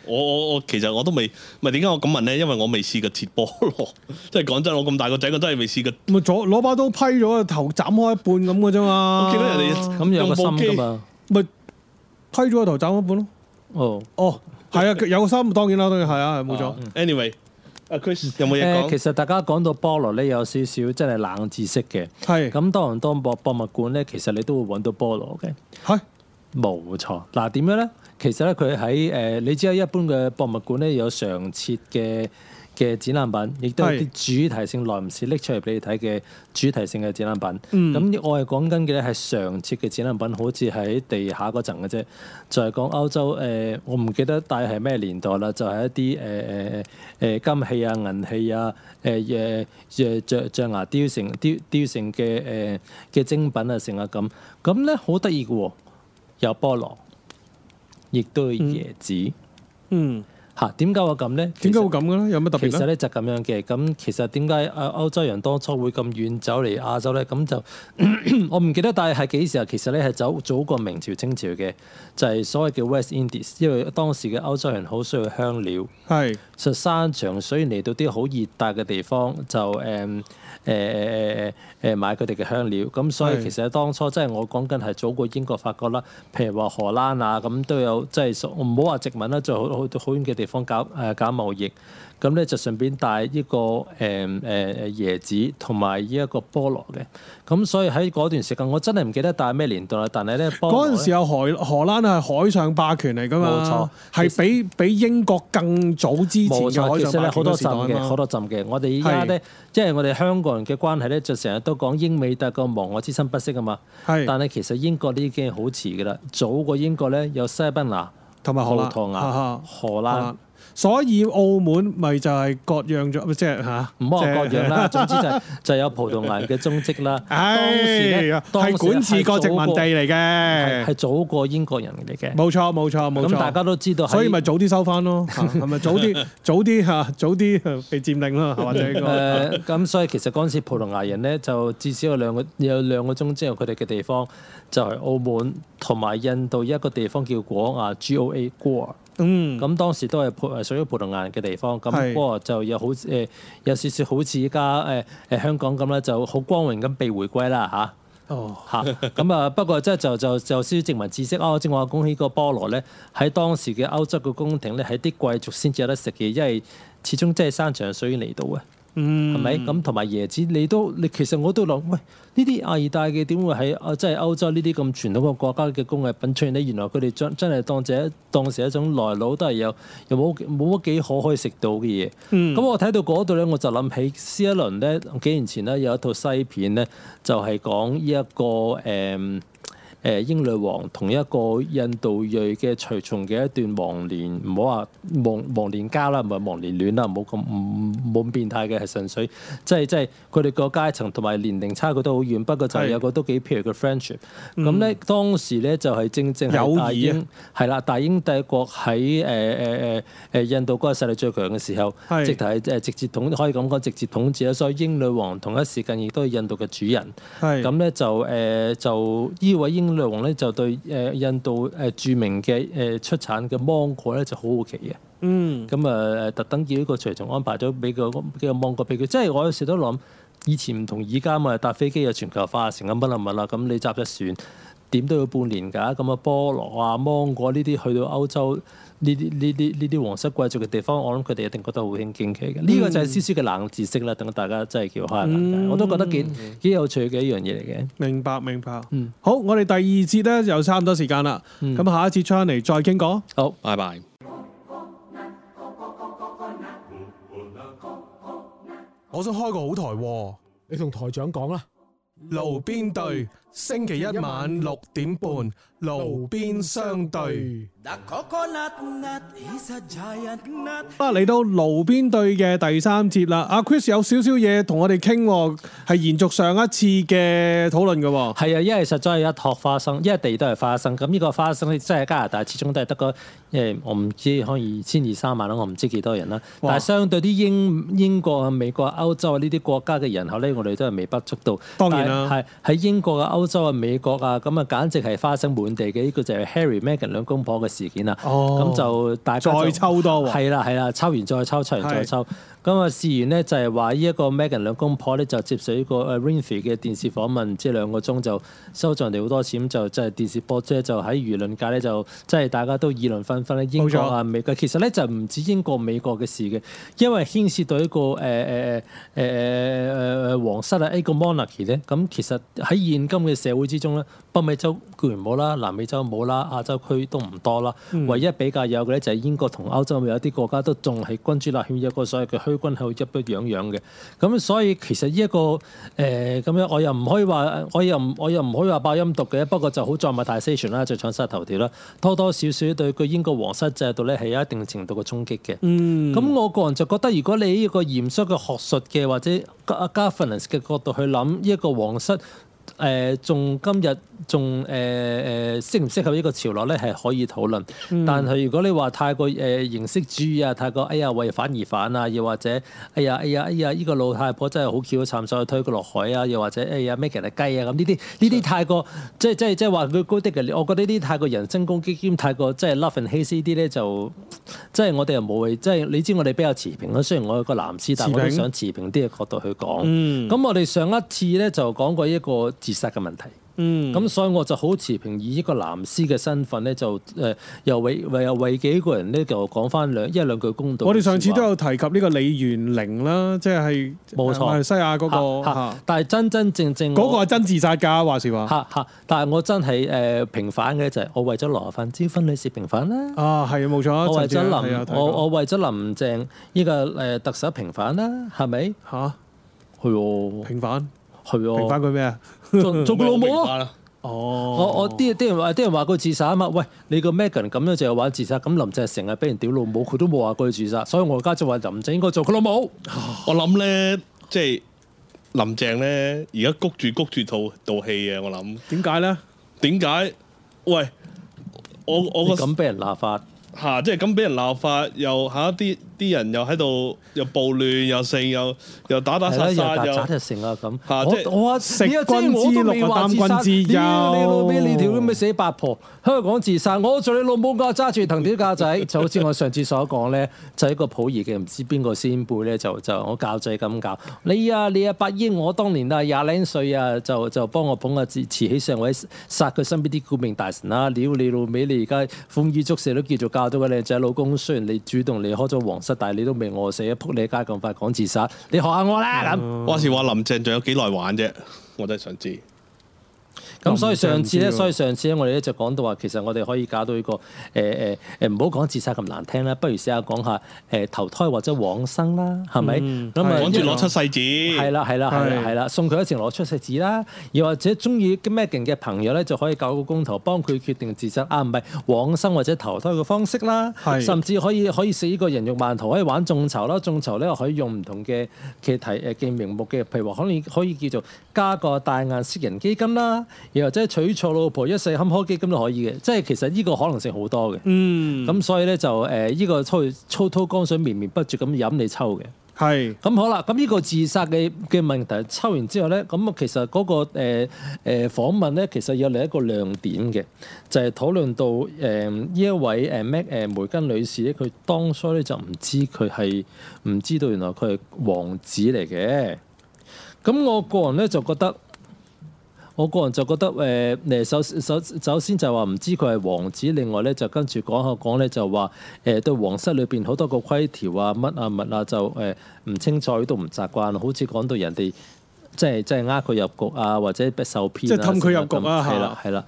[SPEAKER 5] 我我我其實我都未，唔係點解我咁問咧？因為我未試過切菠蘿， 即係講真，我咁大個仔，我真係未試過。
[SPEAKER 4] 咪左攞把刀批咗個頭斬開一半咁嘅啫嘛。
[SPEAKER 5] 我見到人哋
[SPEAKER 6] 啊咁有個心
[SPEAKER 5] 用部機
[SPEAKER 6] 㗎嘛？
[SPEAKER 4] 咪批咗個頭斬開一半咯。
[SPEAKER 6] 哦，
[SPEAKER 4] 哦，係啊，有個心當然啦，當然係啊，冇錯。
[SPEAKER 5] Anyway，阿 Chris 有冇嘢
[SPEAKER 6] 誒，其
[SPEAKER 5] 講？
[SPEAKER 6] 實大家講到菠蘿咧，有少少真係冷知識嘅。
[SPEAKER 4] 係
[SPEAKER 6] 咁多倫多博博物館咧，其實你都會揾到菠蘿嘅。
[SPEAKER 4] 係
[SPEAKER 6] 冇錯，嗱點樣咧？其實咧，佢喺誒，你知啦，一般嘅博物館咧有常設嘅嘅展覽品，亦都有
[SPEAKER 4] 係
[SPEAKER 6] 啲主題性耐唔時拎出嚟俾你睇嘅主題性嘅展覽品。咁、我係講緊嘅咧係常設嘅展覽品，好似喺地下嗰層嘅啫。就係、講歐洲誒、呃我唔記得大係咩年代啦，就係、一啲誒誒誒金器啊、銀器啊、誒誒誒象象牙雕成雕雕成嘅誒嘅精品啊，成啊咁。咁咧好得意嘅喎。有菠蘿，亦都有椰子。
[SPEAKER 4] 嗯，
[SPEAKER 6] 嚇點解會咁呢？
[SPEAKER 4] 點解會咁嘅咧？有乜特
[SPEAKER 6] 其實？其
[SPEAKER 4] 別
[SPEAKER 6] 實
[SPEAKER 4] 咧？
[SPEAKER 6] 咧就咁樣嘅。咁其實點解啊歐洲人當初會咁遠走嚟亞洲呢？咁就 我唔記得，但係係幾時啊？其實咧係走早過明朝、清朝嘅，就係、所謂嘅 West Indies，因為當時嘅歐洲人好需要香料。
[SPEAKER 4] 係
[SPEAKER 6] 就山長水遠嚟到啲好熱帶嘅地方，就誒誒誒誒誒買佢哋嘅香料。咁所以
[SPEAKER 4] 係
[SPEAKER 6] 其實當初即係我講緊係早過英國、法國啦，譬如話荷蘭啊，咁都有即係所唔好話殖民啦，就好好好遠嘅地方搞誒、搞貿易。咁咧就順便帶呢、個誒誒誒椰子同埋呢一個菠蘿嘅。咁所以喺嗰段時間，我真係唔記得帶咩年代啦，但係咧菠
[SPEAKER 4] 嗰
[SPEAKER 6] 蘿
[SPEAKER 4] 陣時
[SPEAKER 6] 呢
[SPEAKER 4] 有荷荷蘭係海上霸權嚟㗎嘛，
[SPEAKER 6] 冇錯
[SPEAKER 4] 係比比英國更早之前
[SPEAKER 6] 冇
[SPEAKER 4] 嘅
[SPEAKER 6] 錯，
[SPEAKER 4] 海
[SPEAKER 6] 其
[SPEAKER 4] 上
[SPEAKER 6] 實咧
[SPEAKER 4] 霸
[SPEAKER 6] 好
[SPEAKER 4] 權
[SPEAKER 6] 多
[SPEAKER 4] 嘅時
[SPEAKER 6] 浸
[SPEAKER 4] 代
[SPEAKER 6] 嘅，
[SPEAKER 4] 啊
[SPEAKER 6] 好
[SPEAKER 4] 嘛。
[SPEAKER 6] 多浸嘅。我哋依家咧，即係我哋香港人嘅關係咧，就成日都講英美德個亡我之心不息啊嘛。但
[SPEAKER 4] 係
[SPEAKER 6] 係其實英國呢已經係好遲噶啦，早過英國咧有西班牙、
[SPEAKER 4] 同埋荷
[SPEAKER 6] 葡
[SPEAKER 4] 蘭哈
[SPEAKER 6] 萄牙
[SPEAKER 4] 哈、
[SPEAKER 6] 啊荷
[SPEAKER 4] 荷
[SPEAKER 6] 蘭
[SPEAKER 4] 蘭。所以澳門咪就係割讓咗，即係嚇，
[SPEAKER 6] 唔好話各
[SPEAKER 4] 即係
[SPEAKER 6] 樣啦，總之就係就有葡萄牙嘅蹤跡啦。當時
[SPEAKER 4] 唉
[SPEAKER 6] 咧，，當時
[SPEAKER 4] 哎係管治過殖民地嚟
[SPEAKER 6] 係係
[SPEAKER 4] 嘅，
[SPEAKER 6] 早過英國人嚟嘅。
[SPEAKER 4] 冇錯冇錯冇錯。
[SPEAKER 6] 咁大家都知道喺，
[SPEAKER 4] 所以咪早啲收翻咯， 嚇係咪早啲早啲嚇早啲啊被佔領啦，或 者應該
[SPEAKER 6] 誒呃咁，所以其實嗰陣時葡萄牙人咧就至少有兩個有兩個鐘之後，佢哋嘅地方就係澳門同埋印度一個地方叫果啊亞 （G.O.A. 果
[SPEAKER 4] 嗯
[SPEAKER 6] 咁當時都係葡誒呃屬於葡萄牙人嘅地方，
[SPEAKER 4] 係
[SPEAKER 6] 咁果亞就有好誒、有少少好似依家誒誒香港咁啦，就好光榮咁被回歸啦嚇。
[SPEAKER 4] 哦
[SPEAKER 6] 嚇，咁啊 不過即係就就就少少殖民知識哦，正話講起個菠蘿咧，喺當時嘅歐洲嘅宮廷咧，係啲貴族先至有得食嘅，因為始終即係山長水遠嚟到啊。係
[SPEAKER 4] 嗯
[SPEAKER 6] 咪？咁同埋椰子，你都你其實我都諗，喂，呢啲亞熱帶嘅點會喺啊，即係歐洲呢啲咁傳統嘅國家嘅工藝品出現呢？原來佢哋將真係當者當時一種來佬，都係有又冇冇乜幾可可以食到嘅嘢。咁、我睇到嗰度咧，我就諗起斯一輪咧，幾年前咧有一套西片咧，就係講呢一個誒。嗯誒英女王同一個印度裔嘅隨從嘅一段忘年，唔好話忘忘年交啦，唔係忘年戀啦，唔好咁唔唔冇咁變態嘅，係純粹即係即係佢哋個階層同埋年齡差距都好遠，不過就
[SPEAKER 4] 係
[SPEAKER 6] 有個都幾 pure 嘅 friendship。咁咧、當時咧就係正正
[SPEAKER 4] 友誼
[SPEAKER 6] 係大
[SPEAKER 4] 啊
[SPEAKER 6] 英係啦，大英帝國喺誒誒誒誒印度嗰個勢力最強嘅時候，
[SPEAKER 4] 係
[SPEAKER 6] 直頭係誒直接統可以咁講直接統治啦，所以英女王同一時間亦都係印度嘅主人。
[SPEAKER 4] 係
[SPEAKER 6] 咁咧就誒、呃就呢位英女王咧就對誒、呃印度誒、呃著名嘅誒、呃出產嘅芒果咧就好好奇嘅。
[SPEAKER 4] 嗯
[SPEAKER 6] 呃咁啊誒特登叫呢個隨從安排咗俾個幾個芒果俾佢，即係我有時都諗，以前唔同而家嘛，搭飛機又全球化，成咁乜啦乜啦，咁你搭隻船點都要半年㗎，咁啊菠蘿啊芒果呢啲去到歐洲呢啲呢啲呢啲皇室貴族嘅地方，我諗佢哋一定覺得好興驚奇嘅。呢、個就係少少嘅冷知識啦，等大家真係叫開眼界，我都覺得幾幾有趣嘅一樣嘢嚟嘅。
[SPEAKER 4] 明白明白。
[SPEAKER 6] 嗯
[SPEAKER 4] 好，我哋第二節咧就差唔多時間啦。咁、下一節出返嚟再傾過。
[SPEAKER 6] 好。
[SPEAKER 5] 拜拜。
[SPEAKER 1] 我想開個好台喎、
[SPEAKER 2] 你同台長講啦，
[SPEAKER 1] 路邊對，星期一晚六點半，路邊相對。
[SPEAKER 3] The coconut nut is a giant nut.
[SPEAKER 4] 啊，嚟到路邊隊嘅第三節啦。阿 Chris 有少少嘢同我哋傾喎，係延續上一次嘅討論嘅喎。
[SPEAKER 6] 係啊，因為實在係一托花生，因為地都係花生。咁呢個花生咧，即係加拿大始終都係得個誒，我唔知可以千二三萬啦，我唔知幾多人啦。但係相對啲英英國啊、美國啊、歐洲啊呢啲國家嘅人口咧，我哋都係微不足道。
[SPEAKER 4] 當然啦
[SPEAKER 6] 但係係喺英國啊、歐洲啊、美國啊，咁啊，簡直係花生滿地嘅。呢、個就係 Harry、Meghan 兩公婆嘅事件啦。
[SPEAKER 4] 哦
[SPEAKER 6] 咁就大家就
[SPEAKER 4] 再抽多喎
[SPEAKER 6] 係啦係啦，抽完再抽，抽完再
[SPEAKER 4] 係
[SPEAKER 6] 抽。咁啊，試完咧就係話呢一個 Megan 兩公婆咧就接受呢個誒 Rainfy 嘅電視訪問，唔知兩個鐘就收咗人哋好多錢，咁就即係電視播啫，就喺輿論界咧就即係大家都議論紛紛咧，英國啊美國，其實咧就唔止英國美國嘅事嘅，因為牽涉到一個呃誒誒誒誒誒誒呃皇室啊呢個 monarchy 咧，咁其實喺現今嘅社會之中咧，北美洲固然冇啦，南美洲冇啦，亞洲區都唔多啦，唯一比較有嘅咧就係英國同歐洲有一啲國家都仲係君主立憲有個所謂嘅虛君喺度一一樣樣嘅，咁所以其實呢、一個誒咁、樣，我又唔可以話，我又唔我又唔可以話爆音讀嘅，不過就好 dramatisation 啦，就搶晒頭條啦，多多少少對個英國皇室制度咧係有一定程度嘅衝擊嘅。咁、我個人就覺得，如果你呢個嚴肅嘅學術嘅或者 governance 嘅角度去諗呢一個皇室。誒仲、今日仲誒誒適唔適合呢個潮流咧，係可以討論。但係如果你話太過誒、呃形式主義啊，太過哎呀為反而反啊，又或者哎呀哎呀哎呀呢、個老太婆真係好巧，慘手推佢落海啊，又或者哎呀 Megan 係雞啊咁呢啲呢啲太過即係即係即係話佢高的嘅，我覺得呢啲太過人身攻擊兼太過即係 love and hate 呢啲咧就即係我哋又冇謂即係你知我哋比較持平啦。雖然我係個藍絲，但我都
[SPEAKER 4] 持平嗯
[SPEAKER 6] 想持平啲嘅角度去講。咁、我哋上一次咧就講過一個自殺嘅問題。
[SPEAKER 4] 嗯，
[SPEAKER 6] 咁所以我就好持平，以呢個藍絲嘅身份咧，就誒、呃又為為又為幾個人咧，就講翻兩一兩句公道嘅説話。
[SPEAKER 4] 我哋上次都有提及呢個李元玲啦，即係呃
[SPEAKER 6] 冇錯
[SPEAKER 4] 馬來西亞嗰、個嚇
[SPEAKER 6] 嚇嚇但係真真正正
[SPEAKER 4] 嗰個係
[SPEAKER 6] 我
[SPEAKER 4] 真自殺㗎，話時話。
[SPEAKER 6] 嚇嚇，但係我真係誒、呃平反嘅就係、我為咗羅范椒芬女士平反啦。
[SPEAKER 4] 啊，係啊冇錯啊，
[SPEAKER 6] 我為
[SPEAKER 4] 陳
[SPEAKER 6] 咗
[SPEAKER 4] 志啊係
[SPEAKER 6] 林
[SPEAKER 4] 啊，睇過
[SPEAKER 6] 我我為咗林鄭呢個誒特首平反啦，係咪？
[SPEAKER 4] 嚇
[SPEAKER 6] 係喎，
[SPEAKER 4] 平反
[SPEAKER 6] 係
[SPEAKER 4] 平反
[SPEAKER 6] 喎，
[SPEAKER 4] 佢咩啊？
[SPEAKER 6] 做做佢老母咯。
[SPEAKER 5] 啦，
[SPEAKER 4] 哦，
[SPEAKER 6] 我我啲啲人話啲人話佢自殺啊嘛，喂，你個 Megan 咁樣就有玩自殺，咁林鄭成日俾人屌老母，佢都冇話過佢自殺，所以我而家就話林鄭應該做佢老母。
[SPEAKER 5] 我諗咧，即係林鄭咧，而家谷住谷住套套戲啊！我諗
[SPEAKER 4] 點解咧？
[SPEAKER 5] 點解？喂，我
[SPEAKER 6] 你
[SPEAKER 5] 我個
[SPEAKER 6] 咁俾人鬧法，
[SPEAKER 5] 嚇、即係咁俾人鬧法，又嚇啲啲人又喺度又暴亂又剩又又打打
[SPEAKER 6] 係啦，
[SPEAKER 5] 殺
[SPEAKER 6] 又
[SPEAKER 5] 殺又
[SPEAKER 6] 曱甴。又成啊咁。
[SPEAKER 5] 嚇即係
[SPEAKER 6] 我我啊
[SPEAKER 4] 食
[SPEAKER 6] 你又知
[SPEAKER 4] 君
[SPEAKER 6] 我
[SPEAKER 4] 之
[SPEAKER 6] 都
[SPEAKER 4] 祿
[SPEAKER 6] 未
[SPEAKER 4] 啊
[SPEAKER 6] 話自
[SPEAKER 4] 擔
[SPEAKER 6] 殺
[SPEAKER 4] 君之
[SPEAKER 6] 屌你老味，
[SPEAKER 4] 憂
[SPEAKER 6] 你條咁嘅死八婆，香港自殺，我做你老母架揸住藤條架仔， 就好似我上次所講咧，就係一個溥儀嘅唔知邊個先輩咧，就就我教仔咁教你啊你啊伯英，我當年啊廿零歲啊，就就幫我捧啊慈慈禧上位，殺佢身邊啲顧命大臣啦，屌你老味，你而家豐衣足食都叫做教到個靚仔老公，雖然你主動離開咗皇室，但係你都未餓死啊，撲你街咁快講自殺，你學下我啦咁。
[SPEAKER 5] 話時話林鄭仲有幾耐玩啫？我真係想知。
[SPEAKER 6] 咁所以上次
[SPEAKER 4] 林鄭
[SPEAKER 6] 咧，
[SPEAKER 4] 知喎
[SPEAKER 6] 所以上次咧，我哋咧就講到話，其實我哋可以搞到呢、個誒誒誒，唔好講自殺咁難聽啦，不如試下講下誒投胎或者往生啦，係咪？咁啊
[SPEAKER 5] 趕住攞出世
[SPEAKER 6] 係
[SPEAKER 5] 紙，
[SPEAKER 6] 啦，係啦，係啦
[SPEAKER 4] 係，
[SPEAKER 6] 係啦，送佢一程攞出世紙啦，又或者中意 Megan 嘅朋友咧，就可以搞個公投幫佢決定自殺啊，唔係往生或者投胎嘅方式啦
[SPEAKER 4] 係，
[SPEAKER 6] 甚至可以可以食呢個人肉饅頭，可以玩眾籌啦，眾籌咧可以用唔同嘅嘅題誒嘅名目嘅，譬如話可以可以叫做加個大眼識人基金啦，又或者娶錯老婆一世坎坷基金都可以嘅，即係其實呢個可能性好多嘅。
[SPEAKER 4] 嗯，
[SPEAKER 6] 咁所以咧就誒呢個粗粗滔江水綿綿不絕咁飲你抽嘅。
[SPEAKER 4] 係
[SPEAKER 6] 咁好啦，咁呢個自殺嘅嘅問題抽完之後咧，咁啊其實嗰、個誒誒、呃訪問咧，其實有另一個亮點嘅，就係、討論到誒呢、一位誒 Mac 誒梅根女士咧，佢當初咧就唔知佢係唔知道原來佢係王子嚟嘅。咁我個人咧就覺得，我個人就覺得誒誒、首首首先就話唔知佢係王子，另外咧就跟住講下講咧就話誒、對皇室裏邊好多個規條啊乜啊物啊就誒唔、清楚都唔習慣，好似講到人哋即係即係呃佢入局啊，或者受騙、啊，
[SPEAKER 4] 即係氹佢入局啊
[SPEAKER 6] 係啦係啦。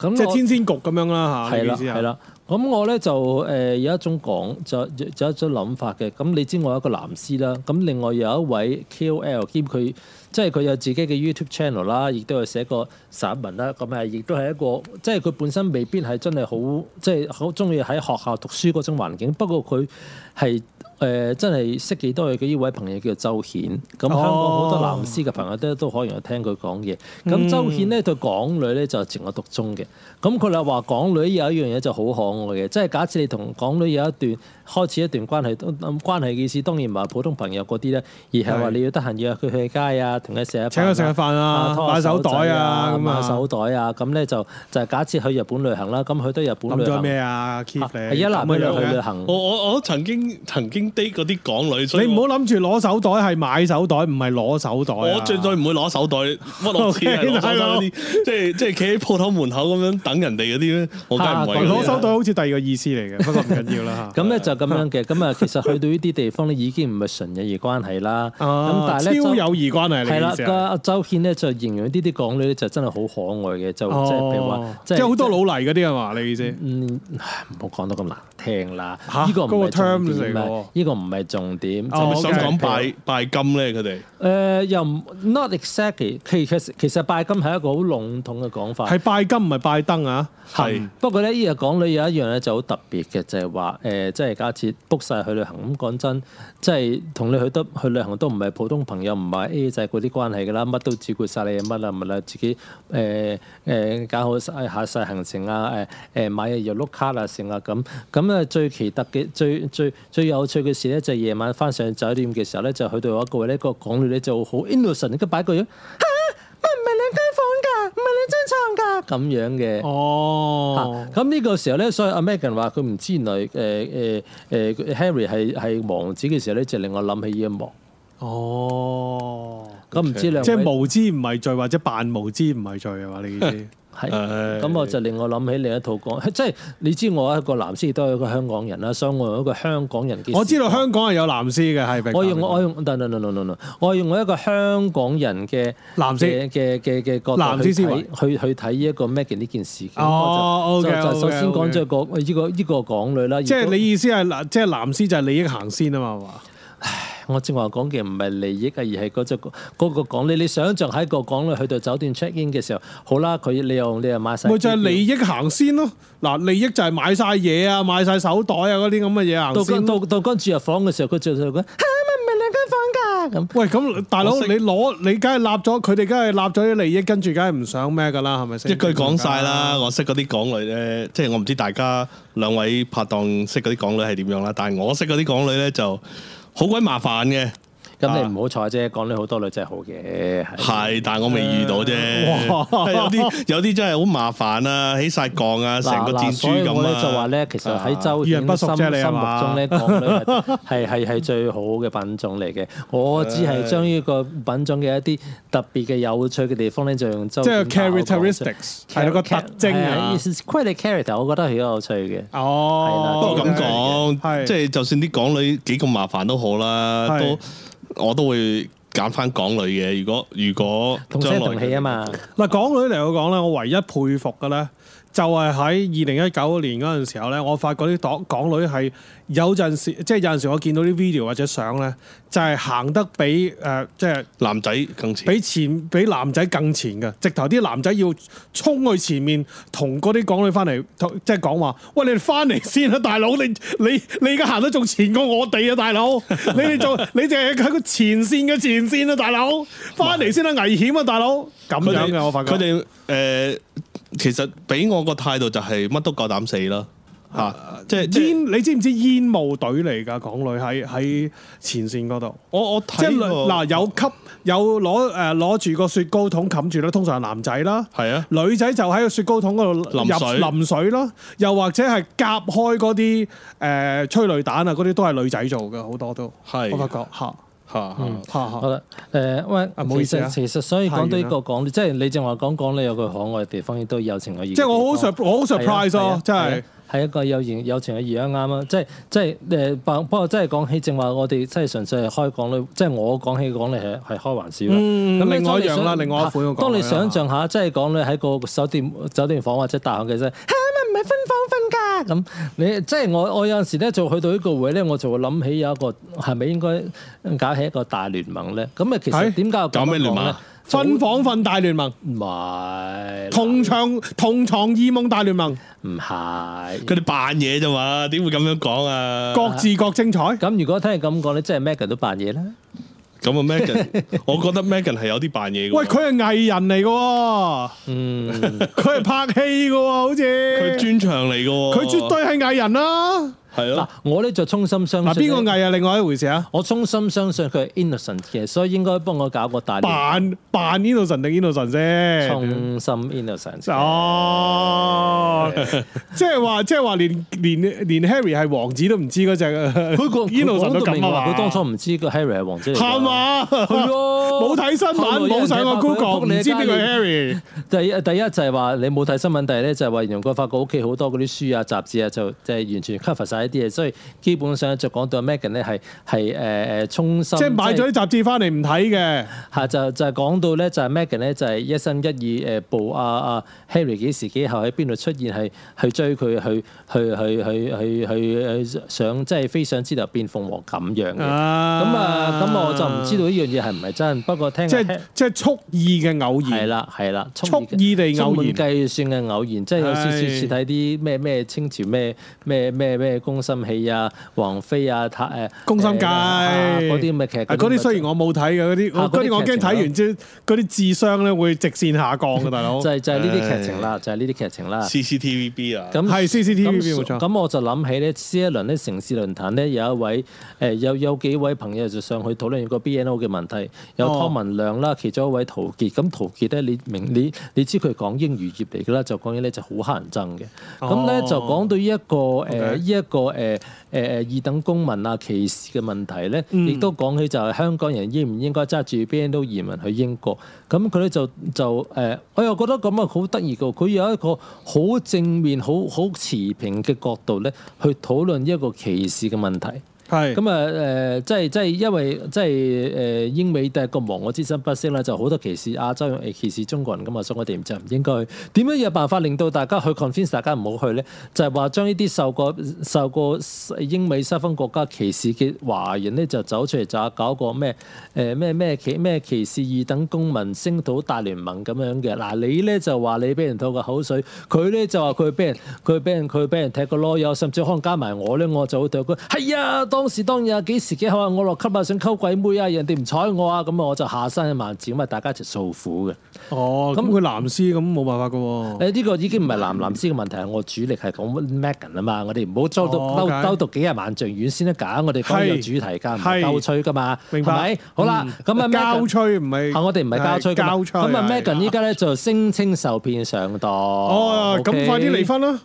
[SPEAKER 6] 咁
[SPEAKER 4] 即係
[SPEAKER 6] 我
[SPEAKER 4] 天仙局咁樣啦嚇，
[SPEAKER 6] 係
[SPEAKER 4] 你
[SPEAKER 6] 啦，
[SPEAKER 4] 意思啊
[SPEAKER 6] 係
[SPEAKER 4] 係
[SPEAKER 6] 啦。咁我咧就誒、呃有一種講，就有有一種諗法嘅。咁你知我有一個藍絲啦，咁另外有一位 KOL 兼佢，即係佢有自己嘅 YouTube channel 啦，亦都有寫過散文啦。咁誒，亦都係一個，即係佢本身未必係真係好，即係好中意喺學校讀書嗰種環境。不過佢係誒真係識幾多嘢嘅呢位朋友叫做周顯。
[SPEAKER 4] 哦
[SPEAKER 6] 咁香港好多
[SPEAKER 4] 嗯
[SPEAKER 6] 藍絲嘅朋友都都可能有聽佢講嘢。咁周顯咧對港女咧就情有獨鍾嘅。咁佢又話港女有一樣嘢就好可愛嘅，即係假設你同港女有一段開始一段關係，咁關係嘅意思當然唔係普通朋友嗰啲咧，而係話
[SPEAKER 4] 係
[SPEAKER 6] 你要得閒約佢去街啊，同佢食下飯啊
[SPEAKER 4] 請佢食下飯啊，
[SPEAKER 6] 拖下
[SPEAKER 4] 買手袋
[SPEAKER 6] 仔
[SPEAKER 4] 啊，咁
[SPEAKER 6] 買
[SPEAKER 4] 啊，
[SPEAKER 6] 手袋啊，咁咧就就係假設去日本旅行啦，咁去到日本
[SPEAKER 4] 諗
[SPEAKER 6] 旅
[SPEAKER 4] 咗
[SPEAKER 6] 行
[SPEAKER 4] 咩啊？Keep
[SPEAKER 6] 啊
[SPEAKER 4] 你
[SPEAKER 6] 係一男一女
[SPEAKER 4] 咁樣
[SPEAKER 6] 去
[SPEAKER 4] 嘅
[SPEAKER 6] 旅行
[SPEAKER 5] 我。我我曾經曾經 date 嗰啲港女，所以
[SPEAKER 4] 你唔
[SPEAKER 5] 我
[SPEAKER 4] 好諗住攞手袋係買手袋，唔係攞手袋啊。
[SPEAKER 5] 我絕對唔會攞手袋屈落錢係攞
[SPEAKER 4] OK，
[SPEAKER 5] 手袋
[SPEAKER 4] 大佬
[SPEAKER 5] 嗰啲，即係即係企喺鋪頭門口咁樣等人哋嗰啲咧，我梗係唔
[SPEAKER 6] 啊
[SPEAKER 5] 係
[SPEAKER 4] 攞
[SPEAKER 5] 嗰啲
[SPEAKER 4] 手袋好似第二個意思嚟嘅，不過唔緊要 啦嚇。
[SPEAKER 6] 咁咧就咁樣嘅，咁啊其實去到呢啲地方咧已經唔係純友誼關係啦，咁、
[SPEAKER 4] 啊
[SPEAKER 6] 但係咧
[SPEAKER 4] 超
[SPEAKER 6] 周
[SPEAKER 4] 友誼關係
[SPEAKER 6] 係
[SPEAKER 4] 嚟
[SPEAKER 6] 啦，
[SPEAKER 4] 嘅意思
[SPEAKER 6] 個
[SPEAKER 4] 啊，
[SPEAKER 6] 阿周軒咧就形容呢啲港女咧就真係好可愛嘅，就即係譬如
[SPEAKER 4] 哦
[SPEAKER 6] 話，
[SPEAKER 4] 即係好多老泥嗰啲係嘛？你意思？
[SPEAKER 6] 嗯，唉唔好講到咁難聽啦。
[SPEAKER 4] 嚇
[SPEAKER 6] 呢個唔係
[SPEAKER 4] 嗰個
[SPEAKER 6] 重
[SPEAKER 4] terms 嚟
[SPEAKER 6] 點
[SPEAKER 4] 嘅
[SPEAKER 6] 啊
[SPEAKER 4] 喎，
[SPEAKER 6] 呢個唔係重點。
[SPEAKER 4] 哦
[SPEAKER 5] 係咪
[SPEAKER 6] 就
[SPEAKER 5] 想
[SPEAKER 6] 係
[SPEAKER 4] OK
[SPEAKER 5] 講拜拜金咧？佢哋
[SPEAKER 6] 誒又唔 not exactly，其其實其實拜金係一個好籠統嘅講法。
[SPEAKER 4] 係拜金唔係拜燈啊？
[SPEAKER 5] 係
[SPEAKER 6] 不過咧，呢個港女有一樣咧就好特別嘅，就係話誒，即係假設 book 晒去旅行咁講真，即係同你去得去旅行都唔係普通朋友，唔係 A 制嗰啲關係㗎啦，乜都照顧晒你乜啦乜啦，自己誒誒、呃搞好晒下晒行程啊，誒、誒買嘢又碌卡啊，成啊咁咁啊，最奇特嘅最最最有趣嘅事咧，就係夜晚翻上酒店嘅時候咧，就去到有一個位咧，個港女咧就好 innocent 咁擺個樣嚇，乜唔係兩間房㗎，唔係兩張床㗎咁樣嘅。
[SPEAKER 4] 哦
[SPEAKER 6] 啊，咁呢個時候咧，所以阿 Megan 話佢唔知原來誒誒誒 Harry 係係王子嘅時候咧，就令我諗起呢一幕。
[SPEAKER 4] 哦，
[SPEAKER 6] 咁唔知兩
[SPEAKER 4] 即係
[SPEAKER 6] 位
[SPEAKER 4] 無知唔係罪，或者扮無知唔係罪係嘛？你意 思？
[SPEAKER 6] 係
[SPEAKER 5] 唉
[SPEAKER 6] 咁我就令我諗起另一套講，即係你知我一個男司亦都係一個香港人啦，所以我用一個香港人嘅
[SPEAKER 4] 我知道
[SPEAKER 6] 視角
[SPEAKER 4] 香港係有藍絲嘅，係明白
[SPEAKER 6] 我用我用 no no no no no no，我用我一個香港人嘅
[SPEAKER 4] 藍絲
[SPEAKER 6] 嘅嘅嘅嘅角
[SPEAKER 4] 藍
[SPEAKER 6] 度
[SPEAKER 4] 絲
[SPEAKER 6] 去
[SPEAKER 4] 思
[SPEAKER 6] 睇
[SPEAKER 4] 維
[SPEAKER 6] 去去睇呢一個 Megan 呢件事件。
[SPEAKER 4] 哦
[SPEAKER 6] 咁我就
[SPEAKER 4] OK，
[SPEAKER 6] 就就首先
[SPEAKER 4] OK，OK
[SPEAKER 6] 講咗個呢個呢個港女啦，
[SPEAKER 4] 即係
[SPEAKER 6] 如果
[SPEAKER 4] 你意思係嗱，即係藍絲就係利益行先啊嘛，係嘛？
[SPEAKER 6] 我正話講嘅唔係利益啊，而係嗰只嗰個講你你想象喺個講你去到酒店 check in 嘅時候，好啦，佢你又你又買晒，
[SPEAKER 4] 咪就係利益行先咯。嗱，利益就係買晒嘢啊，買晒手袋啊嗰啲咁嘅嘢行
[SPEAKER 6] 到
[SPEAKER 4] 先
[SPEAKER 6] 跟
[SPEAKER 4] 咯。
[SPEAKER 6] 到到跟住入房嘅時候，佢就就講嚇咪唔係兩間房㗎咁。
[SPEAKER 4] 喂，咁大佬
[SPEAKER 5] 我識
[SPEAKER 4] 你攞你梗係立咗，佢哋梗係立咗啲利益，跟住梗係唔想咩噶啦，係咪先？
[SPEAKER 5] 一句講晒啦。我識嗰啲港女咧，即係我唔知大家兩位拍檔識嗰啲港女係點樣啦，但係我識嗰啲港女咧就好鬼麻煩嘅，
[SPEAKER 6] 咁你唔好彩啫，講你好多女仔好嘅，
[SPEAKER 5] 係，但係我未遇到啫。係有啲有啲真係好麻煩啊，起晒槓啊，成個
[SPEAKER 6] 嗱嗱
[SPEAKER 5] 箭
[SPEAKER 6] 所以
[SPEAKER 5] 豬
[SPEAKER 6] 我
[SPEAKER 5] 咁
[SPEAKER 6] 咧
[SPEAKER 5] 啊。
[SPEAKER 6] 就話咧，其實喺周
[SPEAKER 4] 遇人不
[SPEAKER 6] 顯
[SPEAKER 4] 淑
[SPEAKER 6] 心
[SPEAKER 4] 啫你係
[SPEAKER 6] 心目
[SPEAKER 4] 嘛
[SPEAKER 6] 中咧，港女係係係係最好嘅品種嚟嘅。我只係將呢個品種嘅一啲特別嘅有趣嘅地方咧，就用周
[SPEAKER 4] 即係
[SPEAKER 6] 顯嘅口講出
[SPEAKER 4] characteristics 係有個特徵啊。
[SPEAKER 6] 佢哋 character，我覺得係好有趣嘅。
[SPEAKER 4] 哦，
[SPEAKER 5] 啊不過咁
[SPEAKER 4] 係
[SPEAKER 5] 講，即係就算啲港女幾咁麻煩都好啦，
[SPEAKER 4] 係
[SPEAKER 5] 都我都會揀翻港女嘅。如果如果
[SPEAKER 6] 同
[SPEAKER 5] 將
[SPEAKER 6] 聲
[SPEAKER 5] 來
[SPEAKER 6] 同氣啊嘛，
[SPEAKER 4] 嗱，港女嚟講咧，我唯一佩服嘅咧，就係喺二零一九年嗰陣時候咧，我發覺啲港港女係有陣時，即係有陣時我見到啲 video 或者相咧，就係行得比誒、呃即係
[SPEAKER 5] 男仔更似，
[SPEAKER 4] 比前比男仔更前嘅，直頭啲男仔要衝去前面，同嗰啲港女翻嚟，同即係講話：喂，你哋翻嚟先啦，大佬！你你你而家行得仲前過我哋啊，大佬！ 你哋做你淨係喺個前線嘅前線啊，大佬！翻嚟先啦，危險啊，大佬！咁
[SPEAKER 5] 佢
[SPEAKER 4] 樣
[SPEAKER 5] 哋
[SPEAKER 4] 嘅，我發覺
[SPEAKER 5] 佢哋誒其實俾我個態度就係乜都夠膽死啦嚇，
[SPEAKER 4] 啊
[SPEAKER 5] 即係即係
[SPEAKER 4] 煙，你知唔知煙霧隊嚟㗎？港女喺喺前線嗰度，
[SPEAKER 5] 我我
[SPEAKER 4] 即係
[SPEAKER 5] 睇過
[SPEAKER 4] 嗱有吸有攞誒攞住個雪糕筒冚住啦，通常係男仔啦。
[SPEAKER 5] 係啊。
[SPEAKER 4] 女仔就喺個雪糕筒嗰度
[SPEAKER 5] 淋水
[SPEAKER 4] 入淋水咯，又或者係夾呃開嗰啲誒催淚彈啊，嗰啲都係女仔做嘅，好多都
[SPEAKER 5] 係
[SPEAKER 4] 我發覺嚇。
[SPEAKER 5] 嚇嚇
[SPEAKER 4] 嚇
[SPEAKER 6] 好
[SPEAKER 4] 嚇
[SPEAKER 6] 啦，誒呃喂，
[SPEAKER 4] 唔好意哦思啊
[SPEAKER 6] 其實其實所以
[SPEAKER 4] 太遠
[SPEAKER 6] 講到呢
[SPEAKER 4] 啦
[SPEAKER 6] 個講，即係你正話講講，你有個可愛嘅地方，亦都有情有義嘅
[SPEAKER 4] 即
[SPEAKER 6] 地
[SPEAKER 4] 係
[SPEAKER 6] 方。
[SPEAKER 4] 我好 sur 我好 surprise
[SPEAKER 6] 係
[SPEAKER 4] 咯
[SPEAKER 6] 啊，
[SPEAKER 4] 真係。
[SPEAKER 6] 係一個有情有情嘅義啱啱啊！即係即係誒，不不過真係講起正話，我哋真係純粹係開講你，即係我講起講你係係開玩笑啦。啊
[SPEAKER 4] 嗯
[SPEAKER 6] 咁
[SPEAKER 4] 另外一樣啦
[SPEAKER 6] 當你想
[SPEAKER 4] 另外一款我講
[SPEAKER 6] 當你
[SPEAKER 4] 啦
[SPEAKER 6] 想象下，即係講你喺個酒店酒店房或者大學嘅啫，嚇咪唔係分房瞓㗎咁。你即係我我有陣時咧，就去到呢個位咧，我就會諗起有一個係咪應該搞起一個大聯盟咧？咁啊，其實
[SPEAKER 4] 係
[SPEAKER 6] 點解我咁樣
[SPEAKER 5] 搞咩聯盟
[SPEAKER 6] 講咧
[SPEAKER 5] 啊？
[SPEAKER 4] 分房瞓大聯盟，
[SPEAKER 6] 唔係
[SPEAKER 4] 同床同床異夢大聯盟，
[SPEAKER 6] 唔係。
[SPEAKER 5] 佢哋扮嘢啫嘛，點會咁樣講啊？
[SPEAKER 4] 各自各精彩。
[SPEAKER 6] 咁如果聽你咁講咧，即係 Megan 都扮嘢啦。
[SPEAKER 5] 咁啊，Megan，我 覺得 Megan 係有啲扮嘢嘅喎。
[SPEAKER 4] 喂，佢係藝人嚟嘅喎，
[SPEAKER 6] 嗯，
[SPEAKER 4] 佢係拍戲嘅喎，好似
[SPEAKER 5] 佢專長嚟嘅喎，
[SPEAKER 4] 佢絕對係藝人啦。
[SPEAKER 5] 係
[SPEAKER 6] 嗱
[SPEAKER 5] 咯，，
[SPEAKER 6] 我咧就衷心相信
[SPEAKER 4] 嗱，邊個
[SPEAKER 6] 咧
[SPEAKER 4] 藝啊？另外一回事啊。
[SPEAKER 6] 我衷心相信佢係 innocent 嘅，所以應該幫我搞個大聯盟
[SPEAKER 4] 扮扮 innocent 定 innocent 先？
[SPEAKER 6] 衷心 innocent 嘅。
[SPEAKER 4] 哦，即係話，即係話，連連連 Harry 係王子都唔知嗰只，
[SPEAKER 6] 佢講
[SPEAKER 4] innocent
[SPEAKER 6] 佢
[SPEAKER 4] 都
[SPEAKER 6] 講到明
[SPEAKER 4] 咁啊嘛，
[SPEAKER 6] 話佢當初唔知個 Harry 係王子嚟㗎。
[SPEAKER 4] 係嘛？
[SPEAKER 6] 係
[SPEAKER 4] 冇
[SPEAKER 6] 咯
[SPEAKER 4] 睇新
[SPEAKER 6] 後來有
[SPEAKER 4] 聞，
[SPEAKER 6] 人
[SPEAKER 4] 冇上過
[SPEAKER 6] 踢爆佢
[SPEAKER 4] Google，唔
[SPEAKER 6] 撲你嗯
[SPEAKER 4] 知邊個
[SPEAKER 6] 街
[SPEAKER 4] Harry。
[SPEAKER 6] 第一第一就係話你冇睇新聞，第二咧就係話原來佢發覺屋企好多嗰啲書啊、雜誌啊，就即係完全 cover 晒呢啲嘢，所以基本上就講到 Megan 咧係係誒誒衷心
[SPEAKER 4] 即係買咗啲雜誌翻嚟唔睇嘅，
[SPEAKER 6] 嚇就就係講到咧，就係 Megan 咧就係一心一意誒報啊啊 Harry 幾時幾後喺邊度出現，係去追佢，去去去去去去去想即係飛上枝頭變鳳凰咁樣嘅。咁啊咁我就唔知道呢樣嘢係唔係真，不過聽
[SPEAKER 4] 即
[SPEAKER 6] 下
[SPEAKER 4] 係即係蓄意嘅偶
[SPEAKER 6] 係
[SPEAKER 4] 然。
[SPEAKER 6] 啦係啦，
[SPEAKER 4] 蓄意地偶然
[SPEAKER 6] 計算嘅偶然，即係有少少似睇啲咩咩清朝咩咩咩咩宮心戲啊、王妃啊、太誒
[SPEAKER 4] 宮心計
[SPEAKER 6] 啊嗰啲咁嘅劇，
[SPEAKER 4] 啊嗰啲雖然我冇睇嘅，嗰啲
[SPEAKER 6] 啊
[SPEAKER 4] 我嗰
[SPEAKER 6] 嗰啲
[SPEAKER 4] 啲我
[SPEAKER 6] 劇
[SPEAKER 4] 驚
[SPEAKER 6] 情
[SPEAKER 4] 睇
[SPEAKER 6] 咯
[SPEAKER 4] 完之後嗰啲智商咧會直線下降嘅，大佬。
[SPEAKER 6] 就
[SPEAKER 4] 係
[SPEAKER 6] 係就係呢啲劇情啦，就係呢啲劇情啦。
[SPEAKER 5] CCTVB 啊，
[SPEAKER 6] 咁
[SPEAKER 4] CCTV
[SPEAKER 6] 咁
[SPEAKER 4] 冇錯。
[SPEAKER 6] 咁我就諗起咧，C 一輪咧城市論壇咧有一位誒、有有幾位朋友就上去討論個 BNO 嘅問題，有
[SPEAKER 4] 哦
[SPEAKER 6] 湯文亮啦，其中一位陶傑。咁陶傑咧，你明你你知佢講英語業嚟㗎啦，就講嘢咧就好乞人憎嘅。咁咧、
[SPEAKER 4] 哦
[SPEAKER 6] 就講到呢、一個誒呢一個誒誒誒二等公民啊歧視嘅問題咧，亦都講起就係香港人應唔應該揸住 BNO 移民去英國。咁佢咧就就誒、我又覺得咁啊好得意㗎，佢有一個好正面、好好持平嘅角度咧，去討論一個歧視嘅問題。咁啊誒，即係即係因為即係誒、英美帝國亡我之心不息啦，就好多歧視亞洲人、誒歧視中國人噶嘛，所以我哋就唔應該去點樣有辦法令到大家去 convince 大家唔好去咧？就係、話將呢啲受過受過英美西方國家歧視嘅華人咧，就走出嚟就搞個咩誒咩咩歧咩歧視二等公民聲討大聯盟咁樣嘅。嗱，你咧就話你俾人吐個口水，佢咧就話佢俾人佢俾人佢俾人踢個囉柚，甚至可能加埋我咧，我就會對佢係啊，當時當日啊，幾時幾候啊，我落級啊，想溝鬼妹啊，人哋唔睬我啊，咁啊我就下山一萬字，咁啊大家一齊訴苦嘅。
[SPEAKER 4] 哦，咁
[SPEAKER 6] 咁
[SPEAKER 4] 佢藍絲咁冇辦法嘅喎。
[SPEAKER 6] 誒呢個已經唔係藍藍絲嘅問題，係我主力係講 Megan 啊嘛，我哋唔好周到
[SPEAKER 4] 哦
[SPEAKER 6] 兜
[SPEAKER 4] OK
[SPEAKER 6] 兜讀幾廿萬丈遠先得㗎，我哋講有
[SPEAKER 4] 係
[SPEAKER 6] 主題㗎，唔
[SPEAKER 4] 係
[SPEAKER 6] 係鳩吹㗎嘛，
[SPEAKER 4] 明白嗯
[SPEAKER 6] 係咪？好啦，咁啊 Megan-
[SPEAKER 4] 交吹唔係
[SPEAKER 6] 啊！我哋唔係交吹㗎嘛
[SPEAKER 4] 交吹
[SPEAKER 6] 咁啊
[SPEAKER 4] 係
[SPEAKER 6] Megan 依家咧就聲稱受騙上當。
[SPEAKER 4] 哦，咁
[SPEAKER 6] OK？
[SPEAKER 4] 快啲離婚啦！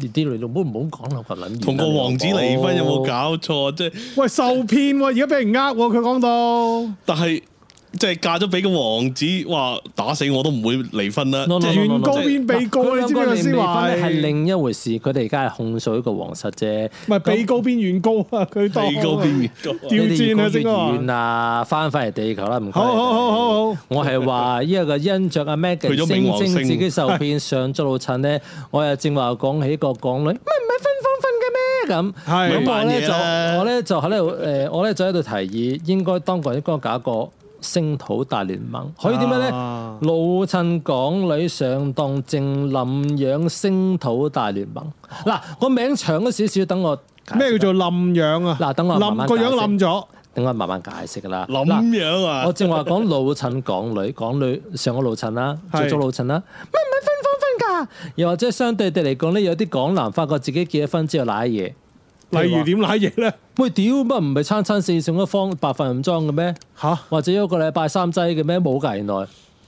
[SPEAKER 6] 呢啲你老母唔好講啦，個哦撚
[SPEAKER 5] 同個王子離婚有冇
[SPEAKER 6] 搞？
[SPEAKER 5] 搞錯？即係
[SPEAKER 4] 喂，受騙喎，而家俾人呃喎，佢講到
[SPEAKER 5] 但係即係嫁咗俾個王子，哇！打死我都唔會離婚啦。
[SPEAKER 6] No, no,
[SPEAKER 5] 即係
[SPEAKER 6] no, no,
[SPEAKER 4] 原
[SPEAKER 6] no,
[SPEAKER 4] 告
[SPEAKER 6] no.
[SPEAKER 4] 變被告，你知唔知個思維？
[SPEAKER 6] 係另一回事，佢哋而家係控訴一個皇室啫。
[SPEAKER 4] 唔係被告變原告啊！佢當
[SPEAKER 5] 被告變原告
[SPEAKER 4] 調轉
[SPEAKER 5] 啊
[SPEAKER 4] 啊，
[SPEAKER 6] 你哋
[SPEAKER 4] 先
[SPEAKER 6] 越
[SPEAKER 4] 哥
[SPEAKER 6] 講越
[SPEAKER 4] 話
[SPEAKER 6] 遠啊，翻返嚟地球啦，唔該
[SPEAKER 4] 好
[SPEAKER 6] 你
[SPEAKER 4] 好
[SPEAKER 6] 哋
[SPEAKER 4] 好好好。
[SPEAKER 6] 我係話依個因着阿 Megan
[SPEAKER 5] 去咗
[SPEAKER 6] 聲
[SPEAKER 5] 冥王
[SPEAKER 6] 稱
[SPEAKER 5] 星
[SPEAKER 6] 自己受騙上咗老襯咧，我又正話講起個港女，咪唔係分房瞓
[SPEAKER 4] 係
[SPEAKER 6] 嘅咩？咁咁我咧
[SPEAKER 5] 扮嘢啦
[SPEAKER 6] 就我咧就喺度誒，我咧就喺度提議，應該當局應該搞一個聲討大聯盟，可以點樣咧？
[SPEAKER 4] 啊
[SPEAKER 6] 老襯港女上當正冧樣聲討大聯盟。嗱，個名長咗少少，等我解釋
[SPEAKER 4] 咩叫做冧樣啊？
[SPEAKER 6] 嗱等我慢
[SPEAKER 4] 冧
[SPEAKER 6] 慢
[SPEAKER 4] 個樣
[SPEAKER 6] 解釋
[SPEAKER 4] 冧咗。
[SPEAKER 6] 等我慢慢解釋㗎啦。嗱
[SPEAKER 5] 諗樣啊
[SPEAKER 6] 我！正話講老襯港女，港女上咗老襯啦，做
[SPEAKER 4] 係
[SPEAKER 6] 咗老襯啦，咪唔係分房瞓㗎。又或者相對地嚟講咧，有啲港男發覺自己結咗婚之後賴嘢，
[SPEAKER 4] 例如點攋嘢咧？
[SPEAKER 6] 喂屌乜唔係餐餐四餸一方白飯唔裝嘅咩？
[SPEAKER 4] 吓？
[SPEAKER 6] 或者一個禮拜三劑嘅咩？冇㗎原來。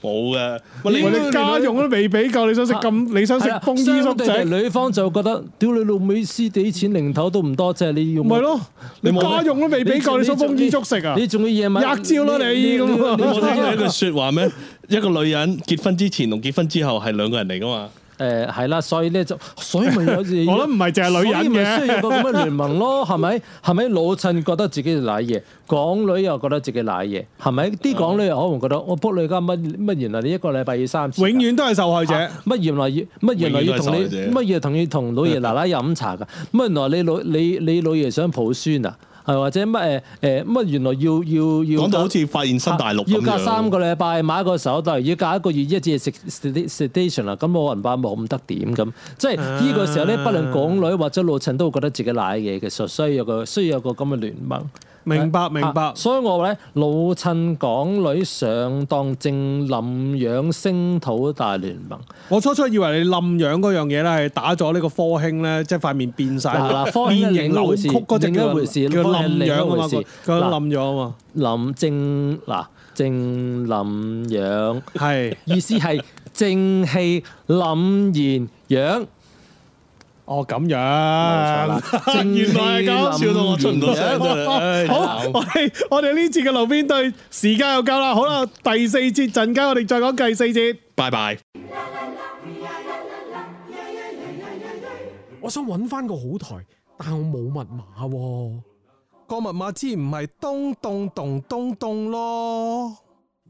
[SPEAKER 5] 冇嘅。喂
[SPEAKER 4] 喂你
[SPEAKER 5] 你
[SPEAKER 4] 家用都未俾夠，你想食咁，你想食
[SPEAKER 6] 係啦
[SPEAKER 4] 風衣
[SPEAKER 6] 相
[SPEAKER 4] 縮
[SPEAKER 6] 對地
[SPEAKER 4] 仔，
[SPEAKER 6] 女方就覺得屌你老味，私地錢零頭都唔多，即係你用
[SPEAKER 4] 咪咯？你
[SPEAKER 5] 你冇
[SPEAKER 4] 家用都未俾夠，你想風衣足食啊？
[SPEAKER 6] 你仲要夜晚
[SPEAKER 4] 吔蕉啦你咁啊
[SPEAKER 5] 你冇聽過一句説話咩？一個女人結婚之前同結婚之後係兩個人嚟噶嘛？
[SPEAKER 6] 誒呃係啦，所以咧就所以咪有我
[SPEAKER 4] 我諗唔係淨係女人嘅
[SPEAKER 6] 咪需要有個咁嘅聯盟咯，係咪？係咪老襯覺得自己賴嘢，港女又覺得自己賴嘢，係咪？啲港女又可能覺得我仆你家乜乜原來你一個禮拜要三次㗎，啊
[SPEAKER 4] 永遠都係受害者。
[SPEAKER 6] 乜原來要乜原來要
[SPEAKER 5] 永遠
[SPEAKER 6] 同你
[SPEAKER 5] 都係受害者
[SPEAKER 6] 乜嘢同要同老爺奶奶飲 茶㗎？乜原來你老你你老爺想抱孫啊？係或者乜誒誒乜原來要要要
[SPEAKER 5] 講到好似發現新大陸咁
[SPEAKER 6] 啊要
[SPEAKER 5] 樣。
[SPEAKER 6] 隔三個禮拜買一個手袋，要隔一個月一至食 station 啦，咁冇銀包冇咁得點咁，即係
[SPEAKER 5] 啊
[SPEAKER 6] 呢個時候咧，不論港女或者老襯都會覺得自己賴嘢嘅，所以需要有個需要有個咁嘅聯盟。
[SPEAKER 4] 明白明白
[SPEAKER 6] 啊所以我話咧，老襯港女上當正林養星土大聯盟。
[SPEAKER 4] 我初初以為你冧樣嗰樣嘢咧，係打咗呢個科興咧，即係塊面變晒，
[SPEAKER 6] 嗱嗱科興係
[SPEAKER 4] 變形
[SPEAKER 6] 另一
[SPEAKER 4] 扭
[SPEAKER 6] 回事
[SPEAKER 4] 曲嗰只
[SPEAKER 6] 另一
[SPEAKER 4] 叫
[SPEAKER 6] 回事
[SPEAKER 4] 叫
[SPEAKER 6] 科興係
[SPEAKER 4] 冧
[SPEAKER 6] 另一
[SPEAKER 4] 樣啊嘛，
[SPEAKER 6] 回事
[SPEAKER 4] 佢佢
[SPEAKER 6] 嗱
[SPEAKER 4] 冧咗啊嘛，
[SPEAKER 6] 林正嗱正林養，
[SPEAKER 4] 係
[SPEAKER 6] 意思係正氣凜然養。
[SPEAKER 4] 哦咁
[SPEAKER 6] 冇錯
[SPEAKER 4] 樣
[SPEAKER 6] 啦。正
[SPEAKER 4] 原來係
[SPEAKER 5] 搞
[SPEAKER 4] 咁
[SPEAKER 5] 笑到我出唔到聲真係唉
[SPEAKER 4] 好，我哋我哋呢節嘅路邊對時間又夠啦，好啦，第四節陣間我哋再講第四節。
[SPEAKER 5] 拜拜。
[SPEAKER 2] 我想揾翻個好台，但我冇密碼喎、
[SPEAKER 1] 個密碼之唔係東洞洞東洞咯。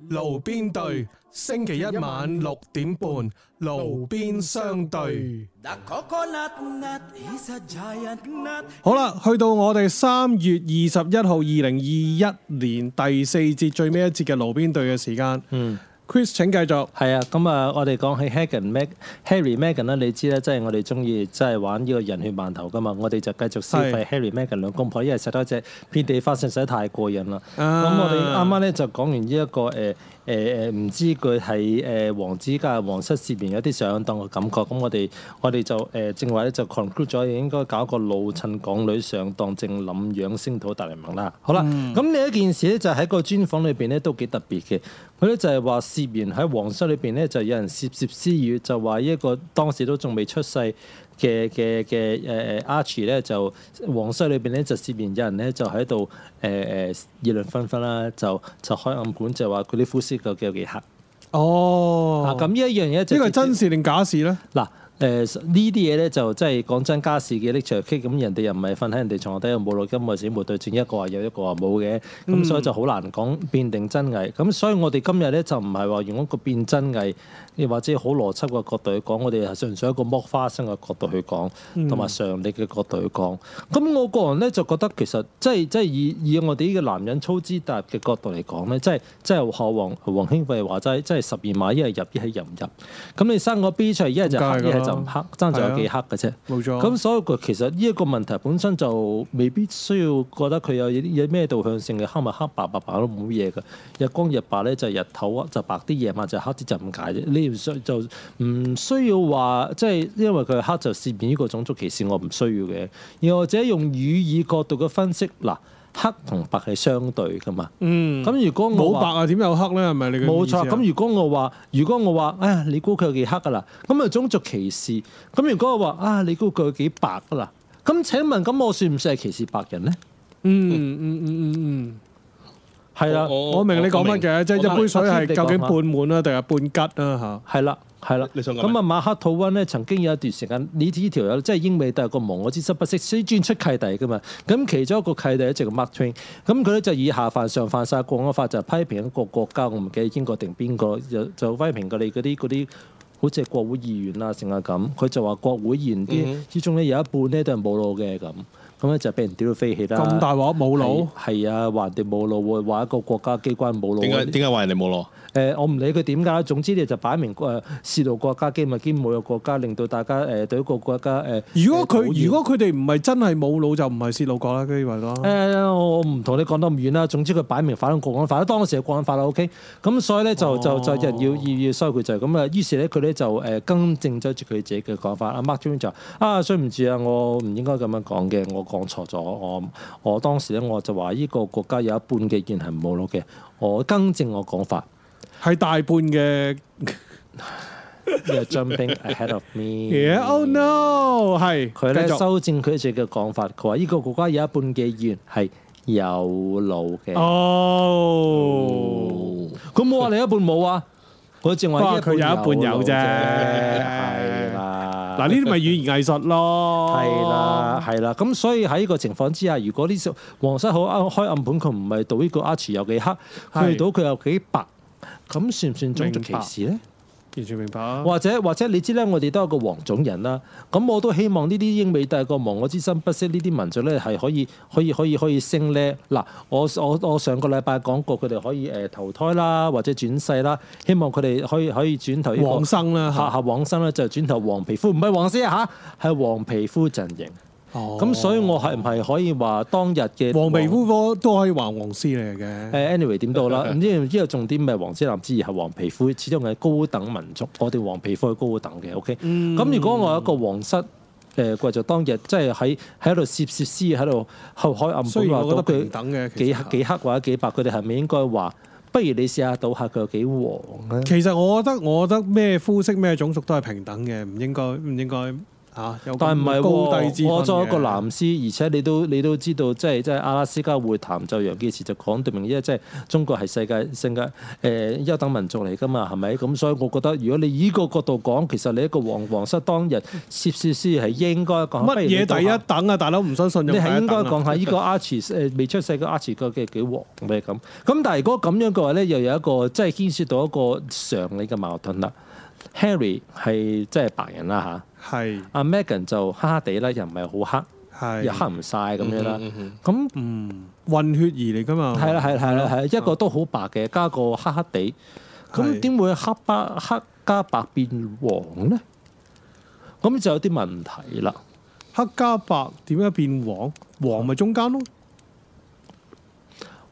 [SPEAKER 1] 路邊對，星期一晚六點半，路邊相對。
[SPEAKER 3] The coconut nut is a giant nut.
[SPEAKER 4] 好啦，去到我哋三月二十一號，二零二一年第四節最尾一節嘅路邊對嘅時間。嗯，Chris 請繼續。
[SPEAKER 6] 係啊，咁啊，我哋講起 Hagen Meg Harry Meghan 啦，你知咧，即係我哋中意即係玩呢個人血饅頭噶嘛，我哋就繼續消
[SPEAKER 4] 係
[SPEAKER 6] 費 Harry Meghan 兩公婆，因為食多隻遍地花實在太過癮啦。咁、
[SPEAKER 4] 啊
[SPEAKER 6] 我哋啱啱咧就講完呢、一個誒誒誒，唔、知佢係誒呃王子家皇室涉嫌有啲上當嘅感覺，咁我哋我哋就誒、呃正話咧就 conclude 咗，應該搞一個老襯港女上當正冧養星土大聯盟
[SPEAKER 4] 嗯
[SPEAKER 6] 啦。好啦，咁另一件事咧就喺個專訪裏邊咧都幾特別嘅。佢咧就係話涉嫌喺皇室裏邊咧，就有人竊竊私語，就話呢一個當時都仲未出世嘅嘅嘅誒誒 Archie 咧，就皇室裏邊咧就涉嫌有人咧就喺度誒誒議論紛紛啦，就就開暗管就話佢啲膚色究竟有幾黑、啊！
[SPEAKER 4] 哦，
[SPEAKER 6] 咁呢一樣嘢就
[SPEAKER 4] 呢個係
[SPEAKER 6] 直接
[SPEAKER 4] 真事定假事呢？
[SPEAKER 6] 嗱，誒呢啲嘢咧就真係講真家事嘅拎長 K，咁人哋又唔係瞓喺人哋床底，又冇錄音或者冇對證，一個話有，一個話冇嘅，咁、所以就好難講辨定真偽。咁所以我哋今日咧就唔係話用一個辨真偽，又或者好邏輯嘅角度去講，我哋係純粹一個剝花生嘅角度去講，
[SPEAKER 4] 嗯
[SPEAKER 6] 同埋常理嘅角度去講。咁我個人咧就覺得其實即係即係以以我哋呢個男人粗枝大葉嘅角度嚟講咧，即係即係學黃黃興偉話齋，即係十二碼一係入一係入唔入。咁你生個 B 出嚟，一係就黑，
[SPEAKER 4] 咁梗係㗎啊
[SPEAKER 6] 一係就唔黑，爭在有幾黑嘅啫。
[SPEAKER 4] 冇錯。
[SPEAKER 6] 咁所以佢其實呢一個問題本身就未必需要覺得佢有有咩導向性嘅，黑咪黑，白白白都冇乜嘢嘅。日光日白咧就日頭啊就白啲，夜晚就黑啲就咁解啫。你唔需就唔需要話即係因為佢黑就涉嫌呢個種族歧視，我唔需要嘅。又或者用語義角度嘅分析，嗱黑同白係相對噶嘛。
[SPEAKER 4] 嗯，
[SPEAKER 6] 咁如果我
[SPEAKER 4] 冇
[SPEAKER 6] 話
[SPEAKER 4] 白啊，點有黑呢？係咪你嘅
[SPEAKER 6] 冇
[SPEAKER 4] 意思啊
[SPEAKER 6] 錯，咁如果我話，如果我話，啊，你估佢有幾黑噶啦？咁啊種族歧視。咁如果我話，啊，你估佢有幾白噶啦？咁請問，咁我算唔算係歧視白人咧？
[SPEAKER 4] 嗯嗯嗯嗯嗯，
[SPEAKER 6] 係啦，
[SPEAKER 5] 我
[SPEAKER 4] 我明你講乜嘅，即係
[SPEAKER 5] 我
[SPEAKER 4] 一杯水
[SPEAKER 6] 我明
[SPEAKER 4] 係究竟半滿啦，定係半吉啦嚇？
[SPEAKER 6] 係啦，係啦。
[SPEAKER 5] 你想講
[SPEAKER 6] 咁啊，馬克吐温咧曾經有一段時間，呢呢條友即係英美都有個亡我之心不息，先專出契弟噶嘛。咁其中一個契弟咧就叫 Mark Twain，咁佢咧就以下犯上犯晒國安法，就批評一個國家，我唔記得英國定邊個，就就批評佢哋嗰啲嗰啲。好似係國會議員啊，成日咁，佢就話國會議員
[SPEAKER 5] 嗯
[SPEAKER 6] 啲之中咧有一半咧都係冇腦嘅咁，咁咧就俾人屌到飛起啦。
[SPEAKER 4] 咁大鑊冇腦，
[SPEAKER 6] 係係啊，話人哋冇腦喎，話一個國家機關冇腦。
[SPEAKER 5] 點解點解話人哋冇攞？
[SPEAKER 6] 誒、我唔理佢點㗎，總之你就擺明誒、呃、泄露國家機密兼侮辱國家，令到大家誒、呃、對一個國家誒。呃
[SPEAKER 4] 如果
[SPEAKER 6] 呃討
[SPEAKER 4] 佢
[SPEAKER 6] 厭
[SPEAKER 4] 如果佢哋唔係真係冇腦，就唔係泄露國啦，基為啦。
[SPEAKER 6] 誒、我唔同你講得咁遠啦。總之佢擺明反國安法啦，當時係國安法啦。OK，咁所以咧就就就人要要要收佢就係咁啊。於是咧佢咧就誒更正咗住佢自己嘅講法。阿 Mark Twain 就話啊，對唔住啊，我唔應該咁樣講嘅，我講錯咗。我我當時咧我就話呢個國家有一半嘅人係冇腦嘅，我更正我講法。
[SPEAKER 4] 係大半嘅
[SPEAKER 6] You're jumping ahead of me。
[SPEAKER 4] 嘢。Oh no，係
[SPEAKER 6] 佢咧
[SPEAKER 4] 繼續
[SPEAKER 6] 修正佢自己嘅講法，佢話呢個國家有一半嘅議員係有腦嘅。嗯
[SPEAKER 4] 哦，
[SPEAKER 6] 佢冇話你一半冇啊，佢淨話
[SPEAKER 4] 不過佢有一半有啫
[SPEAKER 6] 係啦。
[SPEAKER 4] 嗱呢啲咪語言藝術咯，
[SPEAKER 6] 係啦，，係啦，咁所以喺呢個情況之下，如果呢隻皇室好啱開暗盤，佢唔係賭呢個 Archie 有幾黑，
[SPEAKER 4] 係
[SPEAKER 6] 佢賭佢有幾白，咁算唔算種族歧視咧？
[SPEAKER 4] 完全明白啊。
[SPEAKER 6] 或者或者你知咧，我哋都有個黃種人啦，咁我都希望呢啲英美帝國亡我之心不息呢啲民族咧係可以可以可以可以升咧。嗱，我我我上個禮拜講過，佢哋可以誒、呃投胎啦，或者轉世啦，希望佢哋可以可以轉頭呢個
[SPEAKER 4] 往生啦
[SPEAKER 6] 下
[SPEAKER 4] 嚇，
[SPEAKER 6] 下往生咧就轉頭黃皮膚，唔係黃絲啊嚇，係黃皮膚陣營。咁、所以我係唔係可以話當日嘅
[SPEAKER 4] 哦黃皮膚科都可以話黃絲嚟嘅。
[SPEAKER 6] 誒 anyway 點 到啦，呢呢個重點唔係黃絲藍絲，而係黃皮膚，始終係高等民族。我哋黃皮膚係高等嘅，OK。咁、如
[SPEAKER 4] 嗯
[SPEAKER 6] 果我有一個皇室誒貴族當日，即係喺喺度竊竊私語喺度後海暗
[SPEAKER 4] 雖
[SPEAKER 6] 盤
[SPEAKER 4] 然
[SPEAKER 6] 話
[SPEAKER 4] 我覺得
[SPEAKER 6] 到
[SPEAKER 4] 平
[SPEAKER 6] 佢
[SPEAKER 4] 等嘅，其
[SPEAKER 6] 幾
[SPEAKER 4] 實
[SPEAKER 6] 幾黑或者幾白，佢哋係咪應該話？不如你試下賭下佢有幾黃啊咧？
[SPEAKER 4] 其實我覺得我覺得咩膚色咩種族都係平等嘅，唔應該唔應該嚇有咁
[SPEAKER 6] 但係唔
[SPEAKER 4] 高
[SPEAKER 6] 係
[SPEAKER 4] 低之
[SPEAKER 6] 喎？
[SPEAKER 4] 分
[SPEAKER 6] 我作為一個啊
[SPEAKER 4] 嘅
[SPEAKER 6] 藍絲，而且你都你都知道，即係即係阿拉斯加會談就楊潔篪就講對明，因為即係中國係世界性嘅誒優等民族嚟㗎嘛，係咪？咁所以我覺得，如果你依個角度講，其實你一個皇皇室當日竊竊私語係應該講
[SPEAKER 4] 乜嘢第一？等啊？大佬唔相信
[SPEAKER 6] 不如
[SPEAKER 4] 用
[SPEAKER 6] 你講
[SPEAKER 4] 第
[SPEAKER 6] 下你係
[SPEAKER 4] 一
[SPEAKER 6] 應該
[SPEAKER 4] 等啊
[SPEAKER 6] 講下呢個 Archie 誒未出世嘅 Archie 個嘅幾黃咩咁？咁但係如果咁樣嘅話咧，又有一個即係牽涉到一個常理嘅矛盾啦。Harry 係即係白人啦嚇。
[SPEAKER 4] 係
[SPEAKER 6] 阿啊 Megan 就黑黑地啦，又唔係好黑，
[SPEAKER 4] 係
[SPEAKER 6] 又黑唔晒咁樣啦。咁
[SPEAKER 4] 嗯混血兒嚟㗎嘛？
[SPEAKER 6] 係啦，係啦，係啦，係啦一個都好白嘅，加個黑黑地。
[SPEAKER 4] 嗯係
[SPEAKER 6] 咁點會黑白黑加白變黃咧？咁就有啲問題啦。
[SPEAKER 4] 黑加白點解變黃？黃咪中間咯，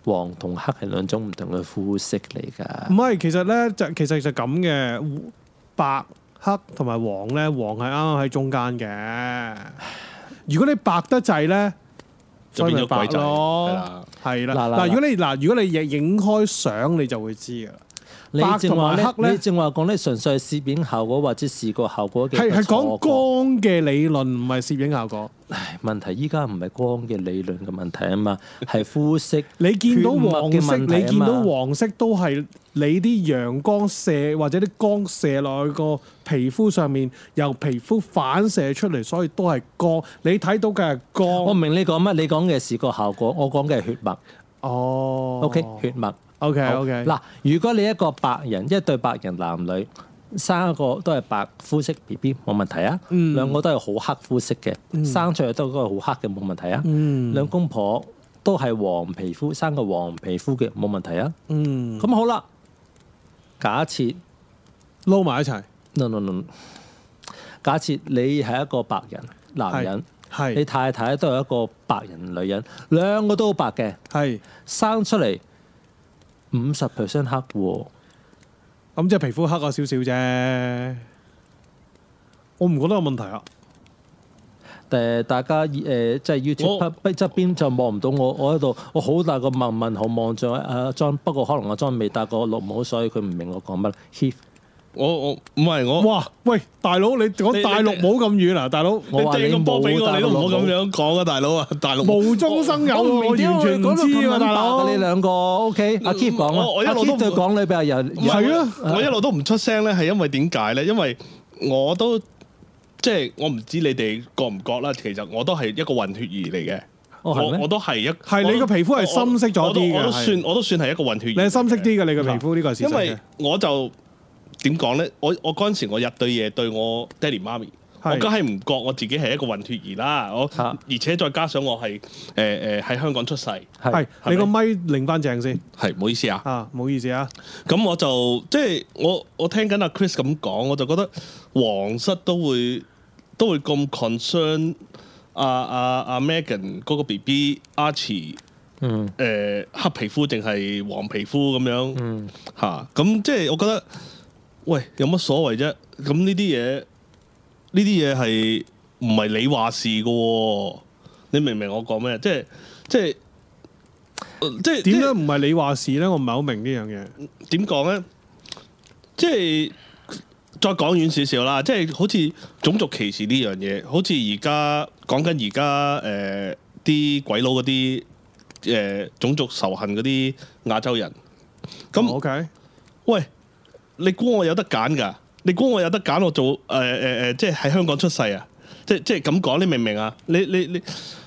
[SPEAKER 4] 唔
[SPEAKER 6] 黃同黑係兩種唔同嘅膚色嚟㗎。
[SPEAKER 4] 係其實咧就其實就咁嘅白黑同埋黃咧，黃係啱啱喺中間嘅。如果你白得滯咧，
[SPEAKER 5] 就
[SPEAKER 4] 所
[SPEAKER 5] 變咗
[SPEAKER 4] 以咪白
[SPEAKER 5] 鬼仔係
[SPEAKER 4] 咯，
[SPEAKER 5] 啦。
[SPEAKER 4] 係啦。
[SPEAKER 6] 嗱嗱
[SPEAKER 4] 嗱，
[SPEAKER 6] 嗱
[SPEAKER 4] 如果你嗱如果你影影開相，你就會知噶啦。
[SPEAKER 6] 你
[SPEAKER 4] 白
[SPEAKER 6] 正
[SPEAKER 4] 同
[SPEAKER 6] 話
[SPEAKER 4] 埋
[SPEAKER 6] 咧
[SPEAKER 4] 黑，咧
[SPEAKER 6] 你正話講咧，純粹係攝影效果或者視覺效果嘅
[SPEAKER 4] 係係講
[SPEAKER 6] 錯覺。
[SPEAKER 4] 光嘅理論，唔係攝影效果。
[SPEAKER 6] 唉問題依家唔係光嘅理論嘅問題啊嘛，係膚色。
[SPEAKER 4] 你見到黃
[SPEAKER 6] 血
[SPEAKER 4] 色，
[SPEAKER 6] 脈嘅問題啊
[SPEAKER 4] 你見到
[SPEAKER 6] 嘛
[SPEAKER 4] 黃色都係你啲陽光射或者啲光射落去個皮膚上面，由皮膚反射出嚟，所以都係光。你睇到嘅係
[SPEAKER 6] 我唔
[SPEAKER 4] 光。
[SPEAKER 6] 明你講乜，你講嘅視覺效果，我講嘅係血脈。
[SPEAKER 4] 哦
[SPEAKER 6] OK，血脈。
[SPEAKER 4] OK
[SPEAKER 6] 好
[SPEAKER 4] OK。
[SPEAKER 6] 嗱，如果你一個白人，一對白人男女生一個都係白膚色 B B，冇問題啊。
[SPEAKER 4] 嗯
[SPEAKER 6] 兩個都係好黑膚色嘅，生出嚟都係好黑嘅，冇問題啊。
[SPEAKER 4] 嗯
[SPEAKER 6] 兩公婆都係黃皮膚，生個黃皮膚嘅冇問題啊。
[SPEAKER 4] 嗯，
[SPEAKER 6] 咁好啦，假設
[SPEAKER 4] 撈埋一齊
[SPEAKER 6] no no no，no 假設你係一個白人男人，你
[SPEAKER 4] 係
[SPEAKER 6] 太太都係一個白人女人，兩個都好白嘅。
[SPEAKER 4] 係
[SPEAKER 6] 生出嚟五十 percent 黑喎，
[SPEAKER 4] 咁，即係皮膚黑咗少少啫。我唔覺得有問題啊。
[SPEAKER 6] 誒大家誒、呃即係 YouTube
[SPEAKER 5] 我
[SPEAKER 6] 不側邊就望唔到我，我喺度我好大個問問號望住阿 John，不過可能阿 John 未戴過綠帽，所以佢唔明我講乜。Heath，
[SPEAKER 5] 我我唔係我。
[SPEAKER 4] 哇，喂，大佬，你講
[SPEAKER 5] 你
[SPEAKER 4] 大陸冇咁遠啊，大佬。
[SPEAKER 5] 你
[SPEAKER 6] 我話
[SPEAKER 5] 掟個波俾我，
[SPEAKER 6] 冇
[SPEAKER 5] 你都唔好
[SPEAKER 6] 大陸
[SPEAKER 5] 咁樣講啊，大佬啊，大陸
[SPEAKER 4] 無中生有啊，我完
[SPEAKER 6] 點解會
[SPEAKER 4] 全唔
[SPEAKER 6] 講到
[SPEAKER 4] 知
[SPEAKER 6] 咁
[SPEAKER 4] 喎，大
[SPEAKER 6] 撚白啊
[SPEAKER 4] 佬
[SPEAKER 6] 嘅。你兩個 OK？阿 Keith 講啦，
[SPEAKER 5] 我我一
[SPEAKER 6] 阿
[SPEAKER 5] 路都
[SPEAKER 6] Keith
[SPEAKER 5] 唔
[SPEAKER 6] 就講你比較人，
[SPEAKER 5] 唔係
[SPEAKER 4] 係啊
[SPEAKER 5] 我我一路都唔出聲咧，係因為點解咧？因為我都即係我唔知你哋覺唔覺啦。其實我都係一個混血兒嚟嘅，
[SPEAKER 6] 哦係
[SPEAKER 5] 我我
[SPEAKER 6] 咩？
[SPEAKER 5] 都係一
[SPEAKER 4] 係
[SPEAKER 5] 我都
[SPEAKER 4] 你個皮膚係深色咗
[SPEAKER 5] 我都
[SPEAKER 4] 啲嘅
[SPEAKER 5] 我都
[SPEAKER 4] 係
[SPEAKER 5] 算我都算係一個混血兒。
[SPEAKER 4] 你係深色啲嘅，你嘅皮膚呢個係事實
[SPEAKER 5] 因為
[SPEAKER 4] 嘅。
[SPEAKER 5] 我就點講咧？我我嗰陣時我日對夜對我爹哋媽咪，
[SPEAKER 4] 係
[SPEAKER 5] 我梗係唔覺我自己係一個混血兒啦。我
[SPEAKER 6] 嚇
[SPEAKER 5] 而且再加上我係誒誒喺香港出世，係
[SPEAKER 6] 係
[SPEAKER 4] 係你個咪擰翻正先
[SPEAKER 5] 唔好意思啊。
[SPEAKER 4] 啊，唔好意思啊，
[SPEAKER 5] 咁我就即係我我聽緊阿 Chris 咁講，我就覺得皇室都會都會咁 concern 阿阿阿 Megan 嗰個 B B Archie
[SPEAKER 6] 嗯
[SPEAKER 5] 誒、黑皮膚定係黃皮膚咁樣嚇，咁、即係我覺得喂有乜所謂啫？咁呢啲嘢呢啲嘢係唔係你話事嘅喎？你明唔明我講咩？即係即係呃即
[SPEAKER 4] 點
[SPEAKER 5] 係即係
[SPEAKER 4] 解唔係你話事咧？我唔係好明呢樣嘢。
[SPEAKER 5] 點講咧？即係再講遠少少啦，即係好似種族歧視呢樣嘢，好似而家講緊而家誒啲鬼佬嗰啲誒種族仇恨嗰啲亞洲人，咁。
[SPEAKER 4] OK，
[SPEAKER 5] 喂，你估我有得揀㗎？你估我有得揀？我做誒誒誒，即係喺香港出世啊！即即係咁講，你明唔明啊？你你你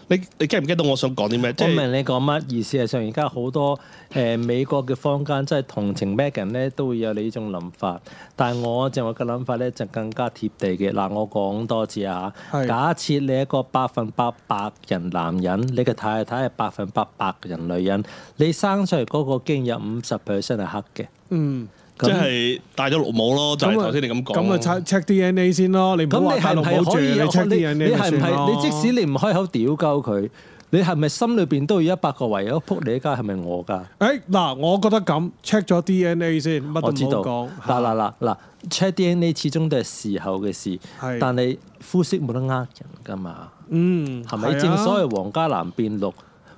[SPEAKER 5] 你你 get 唔 get 到我想講啲咩？即
[SPEAKER 6] 我
[SPEAKER 5] 係
[SPEAKER 6] 明你講乜，而事實上而家好多誒、呃美國嘅坊間，即係同情 Megan 咧，都會有你呢種諗法。但係我就我嘅諗法咧，就更加貼地嘅。嗱，我講多次啊
[SPEAKER 4] 係
[SPEAKER 6] 假設你一個百分百白人男人，你嘅太太係百分百白人女人，你生出嚟嗰個經有五十 percent 係黑嘅。
[SPEAKER 4] 嗯，
[SPEAKER 5] 即
[SPEAKER 6] 咁
[SPEAKER 5] 係戴咗綠帽咯，就係
[SPEAKER 4] 咁啊
[SPEAKER 5] 頭先你咁講。
[SPEAKER 4] 咁啊 check check DNA 先咯，你唔
[SPEAKER 6] 咁
[SPEAKER 4] 好話
[SPEAKER 6] 你
[SPEAKER 4] 太
[SPEAKER 6] 係
[SPEAKER 4] 老
[SPEAKER 6] 唔係
[SPEAKER 4] 母住，
[SPEAKER 6] 可以？
[SPEAKER 4] 你 check
[SPEAKER 6] 你
[SPEAKER 4] DNA 咪
[SPEAKER 6] 係唔
[SPEAKER 4] 算咯
[SPEAKER 6] 係？你即使你唔開口屌鳩佢，你係咪心裏邊都要一百個圍咗撲你家係咪我㗎？
[SPEAKER 4] 誒嗱，我覺得咁 check 咗 DNA 先，乜
[SPEAKER 6] 我知
[SPEAKER 4] 都
[SPEAKER 6] 道，
[SPEAKER 4] 唔好講。
[SPEAKER 6] 嗱嗱嗱嗱，check DNA 始終都係事後嘅事
[SPEAKER 4] 係，
[SPEAKER 6] 但係膚色冇得呃人噶嘛，
[SPEAKER 4] 嗯，
[SPEAKER 6] 係咪？
[SPEAKER 4] 係啊
[SPEAKER 6] 正所謂黃家藍變綠，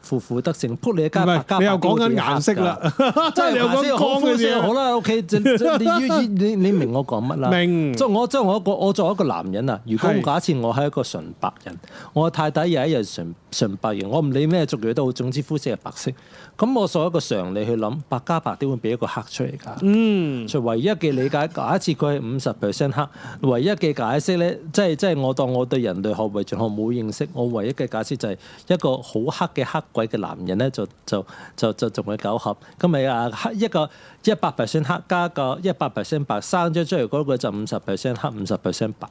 [SPEAKER 6] 負負得正，撲你一家
[SPEAKER 4] 唔係
[SPEAKER 6] 百家
[SPEAKER 4] 你又
[SPEAKER 6] 百家
[SPEAKER 4] 講緊
[SPEAKER 6] 會俾
[SPEAKER 4] 顏色啦
[SPEAKER 6] 呃 㗎
[SPEAKER 4] 真係你又
[SPEAKER 6] 顏色
[SPEAKER 4] 講
[SPEAKER 6] 好
[SPEAKER 4] 光啊
[SPEAKER 6] 膚
[SPEAKER 4] 嘅啫
[SPEAKER 6] 色好啦，OK，即即你要你你你明我講乜 啦？
[SPEAKER 4] 明
[SPEAKER 6] 即係我即係我一個我作為一個男人啊，如果
[SPEAKER 4] 係
[SPEAKER 6] 假設我係一個純白人，我太太又係一樣純純白人，我唔理咩族裔都好，總之膚色係白色，咁我作為一個常理去諗，白加白點會俾一個黑出嚟㗎？
[SPEAKER 4] 嗯，
[SPEAKER 6] 所以唯一嘅理解，假設佢係五十 percent 黑，唯一嘅解釋咧，即係即係我當我對人類學遺傳學冇認識，我唯一嘅解釋就係一個好黑嘅黑鬼嘅男人咧，就就就就同佢苟合。咁咪啊黑一個一百 percent 黑加個一百 percent 白，生咗出嚟嗰個就五十 percent 黑，五十 percent 白。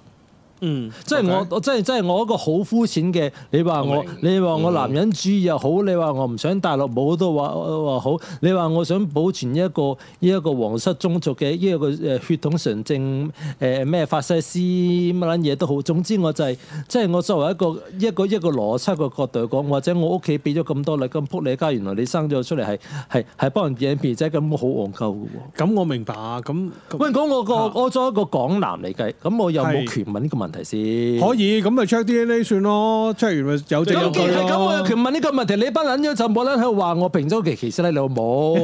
[SPEAKER 4] 嗯，
[SPEAKER 6] 即係我，我即係即係我一個好膚淺嘅。你話我，你話
[SPEAKER 4] 嗯
[SPEAKER 6] 我男人主義又好，你話我唔想大陸冇都話話好，你話我想保存一個呢一個皇室宗族嘅呢一個誒血統純正誒咩法西斯乜撚嘢都好。總之我就係、即係我作為一個一個一個邏輯嘅角度嚟講，或者我屋企俾咗咁多力，咁撲你家原來你生咗出嚟係係係幫人養 B 仔咁，好戇鳩嘅喎。
[SPEAKER 4] 咁我明白，咁
[SPEAKER 6] 喂，講我個
[SPEAKER 4] 啊
[SPEAKER 6] 我作為一個港男嚟計，咁我有冇
[SPEAKER 4] 係
[SPEAKER 6] 權問呢個問題先？
[SPEAKER 4] 可以，咁咪 check DNA 算咯，check 完咪有證有
[SPEAKER 6] 咁既
[SPEAKER 4] 據
[SPEAKER 6] 然係咁，我有權
[SPEAKER 4] 咯。
[SPEAKER 6] 問呢個問題，你班撚樣就冇撚喺度話我平洲期歧視咧，你 老母！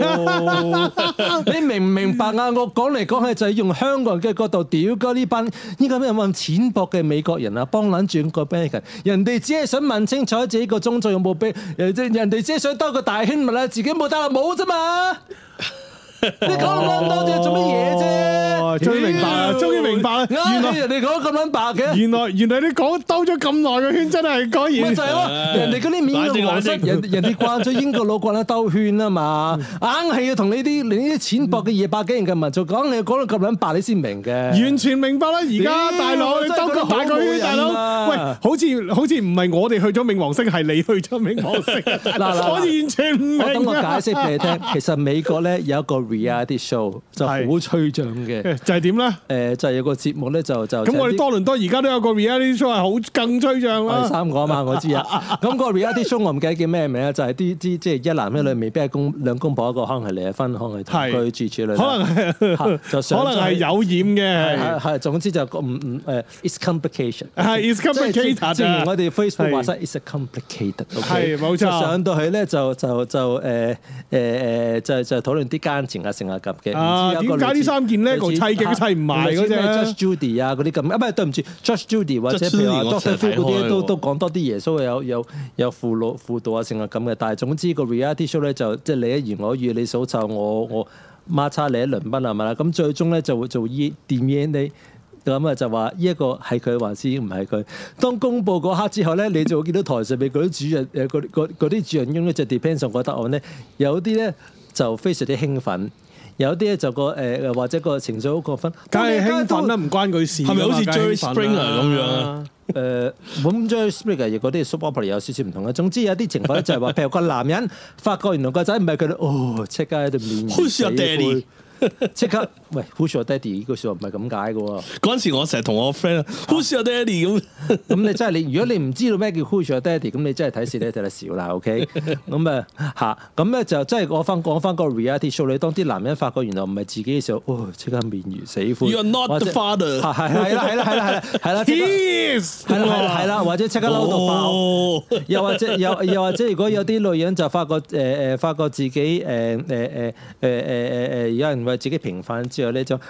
[SPEAKER 6] 你明唔明白啊？我講嚟講去就係用香港人嘅角度屌鳩呢班呢個咩咁淺薄嘅美國人啊，幫撚轉個 b a 人，人哋只係想問清楚自己個宗族有冇俾，人哋人哋只係想兜個大圈問啦，自己冇戴帽 啫嘛！你講咁撚多嘢做乜嘢啫？
[SPEAKER 4] 哦終於明白啦
[SPEAKER 6] 屌
[SPEAKER 4] 終於明白啦原來
[SPEAKER 6] 啱人哋講得咁撚白嘅。
[SPEAKER 4] 原來原來你講兜咗咁耐嘅圈，真係果
[SPEAKER 6] 咪
[SPEAKER 4] 然
[SPEAKER 6] 就係咯，人哋嗰啲面嘅皇室，
[SPEAKER 5] 冷靜
[SPEAKER 6] 人人哋慣咗英國佬慣咗兜圈啊嘛，硬係要同你啲你呢啲淺薄嘅二百幾人嘅民族講，你要講到咁撚白，你先明嘅。
[SPEAKER 4] 完全明白啦！而家
[SPEAKER 6] 咦
[SPEAKER 4] 大佬，
[SPEAKER 6] 我
[SPEAKER 4] 你
[SPEAKER 6] 真係
[SPEAKER 4] 兜
[SPEAKER 6] 覺得
[SPEAKER 4] 咁
[SPEAKER 6] 好
[SPEAKER 4] 大個
[SPEAKER 6] 冇
[SPEAKER 4] 圈，
[SPEAKER 6] 癮
[SPEAKER 4] 大佬，
[SPEAKER 6] 啊
[SPEAKER 4] 喂，好似好似唔係我哋去咗冥王星，係你去咗冥王星，
[SPEAKER 6] 嗱
[SPEAKER 4] 我完全唔
[SPEAKER 6] 我等
[SPEAKER 4] 明
[SPEAKER 6] 我解
[SPEAKER 4] 啊！
[SPEAKER 6] 釋俾你聽， 其實美國咧有一個 reality show 就好吹漲嘅，
[SPEAKER 4] 就係點咧？
[SPEAKER 6] 誒就係有個節目咧就就
[SPEAKER 4] 咁我哋
[SPEAKER 6] 就
[SPEAKER 4] 多倫多而家都有個 reality show 係好更吹漲
[SPEAKER 6] 我哋
[SPEAKER 4] 啦。
[SPEAKER 6] 三個啊嘛，我 知啊。咁個 reality show 我唔記得叫咩名啊啦，就係啲啲即係一男一女，未必係公兩公婆，一個可能係離咗婚，可能係同
[SPEAKER 4] 係
[SPEAKER 6] 居住處女啦，
[SPEAKER 4] 可能係
[SPEAKER 6] 嚇就上
[SPEAKER 4] 可能係
[SPEAKER 6] 咗去
[SPEAKER 4] 有染嘅，
[SPEAKER 6] 係係，總之就個唔唔誒，it's complication。
[SPEAKER 4] 係 it's
[SPEAKER 6] 即
[SPEAKER 4] complicated
[SPEAKER 6] 係正如我
[SPEAKER 4] 啊！
[SPEAKER 6] 哋 Facebook 話
[SPEAKER 4] 係
[SPEAKER 6] 晒，it's a complicated。
[SPEAKER 4] 係冇錯
[SPEAKER 6] 上到去咧就就就誒誒誒，就就討論啲奸情啊、成啊咁嘅。
[SPEAKER 4] 啊
[SPEAKER 6] 唔知有一個
[SPEAKER 4] 點解
[SPEAKER 6] 類似
[SPEAKER 4] 呢三件咧個
[SPEAKER 6] 類似
[SPEAKER 4] 砌極都砌唔埋嗰隻
[SPEAKER 6] 類似咩 Judge Judy 啊嗰啲咁，啊唔係對唔住，Judge Judy 或者
[SPEAKER 5] Judge
[SPEAKER 6] 譬如話
[SPEAKER 5] Judy 我
[SPEAKER 6] Doctor
[SPEAKER 5] 成日睇
[SPEAKER 6] Phil 嗰啲
[SPEAKER 5] 開
[SPEAKER 6] 都
[SPEAKER 5] 喎
[SPEAKER 6] 都講多啲耶穌有有有輔導輔導啊、成啊咁嘅。但係總之個 reality show 咧就即係你一言我一語，你數就我我孖叉你一輪賓係咪啦？咁最終咧就會做 E 掂 DNA。咁啊就話呢一個係佢還是唔係佢？當公佈嗰刻之後咧，你就會見到台上面嗰啲主人誒嗰嗰嗰啲主人翁咧就 depends on 個答案咧，有啲咧就非常之興奮，有啲咧就個誒、呃、或者個情緒好過分，
[SPEAKER 4] 梗係興奮啦，唔關佢事㗎嘛。
[SPEAKER 5] 係咪好似
[SPEAKER 4] 啊梗係
[SPEAKER 5] Jerry
[SPEAKER 4] 興奮啦
[SPEAKER 5] Springer 咁樣啊？
[SPEAKER 6] 誒呃咁 j a z Speaker 亦嗰啲 s u p opera 有少少唔同嘅。總之有啲情況咧就 係話，譬如個男人發覺原來個仔唔係佢，哦，即刻喺度面如
[SPEAKER 5] Who's your
[SPEAKER 6] 死灰
[SPEAKER 5] daddy？
[SPEAKER 6] 即刻喂，Who's your daddy？呢句説話唔係咁解嘅喎。
[SPEAKER 5] 嗰陣時我成日同我 friend 啊，Who's your daddy 咁？
[SPEAKER 6] 咁你真係你，如果你唔知道咩叫 Who's Your Daddy，咁你真係睇視咧睇得少啦，OK？咁 啊嚇，咁咧就真係我翻講翻個 reality show，你當啲男人發覺原來唔係自己嘅時候，哦，即刻面如死灰。
[SPEAKER 5] You're not the
[SPEAKER 6] 或者
[SPEAKER 5] father
[SPEAKER 6] 係係係啦係啦係啦係啦係啦，
[SPEAKER 4] 啊
[SPEAKER 6] 即刻
[SPEAKER 4] Yes，
[SPEAKER 6] 係啦係啦係啦，或者即刻嬲到爆。
[SPEAKER 5] 哦
[SPEAKER 6] 又或者又又或者，呃如果有啲女人就發覺誒誒、發覺自己誒誒誒誒誒誒誒有人為自己平反之後咧，就我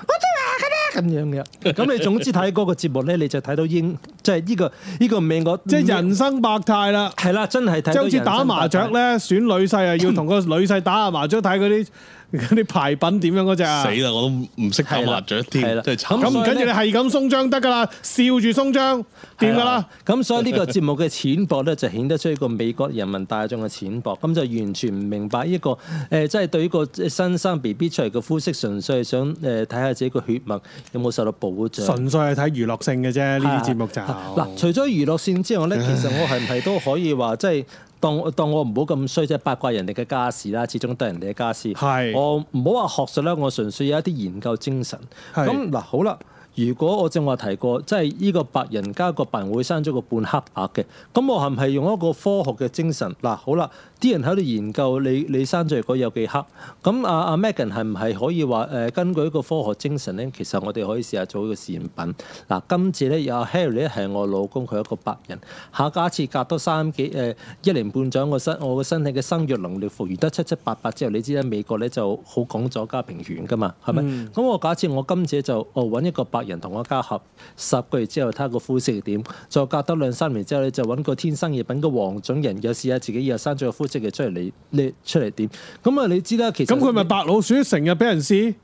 [SPEAKER 6] 真係咁樣嘅。咁你總之睇嗰個節目咧，你就睇到英，即係呢個呢個美國，
[SPEAKER 4] 即係人生百態啦。
[SPEAKER 6] 係啦，真係
[SPEAKER 4] 即
[SPEAKER 6] 睇
[SPEAKER 4] 係
[SPEAKER 6] 到
[SPEAKER 4] 好似
[SPEAKER 6] 人生
[SPEAKER 4] 打麻雀
[SPEAKER 6] 百態
[SPEAKER 4] 咧，選女婿啊，要同個女婿打下麻雀，睇嗰啲 嗰啲牌品點樣嗰只啊。
[SPEAKER 5] 死啦！我都唔識打麻雀添
[SPEAKER 6] 係啦，
[SPEAKER 5] 真係
[SPEAKER 6] 係啦
[SPEAKER 5] 慘。
[SPEAKER 4] 咁
[SPEAKER 6] 所以
[SPEAKER 4] 跟住你
[SPEAKER 6] 咧
[SPEAKER 4] 係咁鬆張得噶啦，笑住鬆張，掂噶啦。
[SPEAKER 6] 係啊。咁所以呢個節目嘅淺薄咧，就顯得出一個美國人民大眾嘅淺薄，咁就完全唔明白一個誒，呃即、係、對於個新生 B B 出嚟嘅膚色，純粹係想誒睇下自己個血脈有冇受到保障。
[SPEAKER 4] 純粹係睇娛樂性嘅啫，呢啲節目就
[SPEAKER 6] 啊嗱，除咗娛樂線之外咧，其實我係唔係都可以話，即係當當我唔好咁衰，即係八卦人哋嘅家事啦，始終都係人哋嘅家事。
[SPEAKER 4] 係
[SPEAKER 6] 我唔好話學術啦，我純粹有一啲研究精神。
[SPEAKER 4] 係
[SPEAKER 6] 咁嗱，好啦。如果我正話提過，即係呢個白人加個白人會生咗個半黑額嘅，咁我係唔係用一個科學嘅精神？嗱，好啦，啲人喺度研究你你生咗嚟嗰有幾黑，咁阿阿 Megan 係唔係可以話誒、呃根據一個科學精神咧？其實我哋可以試下做一個試驗品。嗱，今次咧有阿 Harry 咧係我老公，佢係一個白人。下假設隔多三幾誒、呃一年半載，我身我個身體嘅生育能力復原得七七八八之後，你知啦，美國咧就好講左家平權噶嘛，係咪？
[SPEAKER 4] 嗯
[SPEAKER 6] 咁、我假設我今次就哦揾一個白人同我加合十個月之後，睇下個膚色係點。再隔多兩三年之後咧，就揾個天生異品嘅黃種人，又試下自己又生咗個膚色嘅出嚟，你你出嚟點？咁啊，你知啦，其實
[SPEAKER 4] 咁佢咪白老鼠成日俾人試，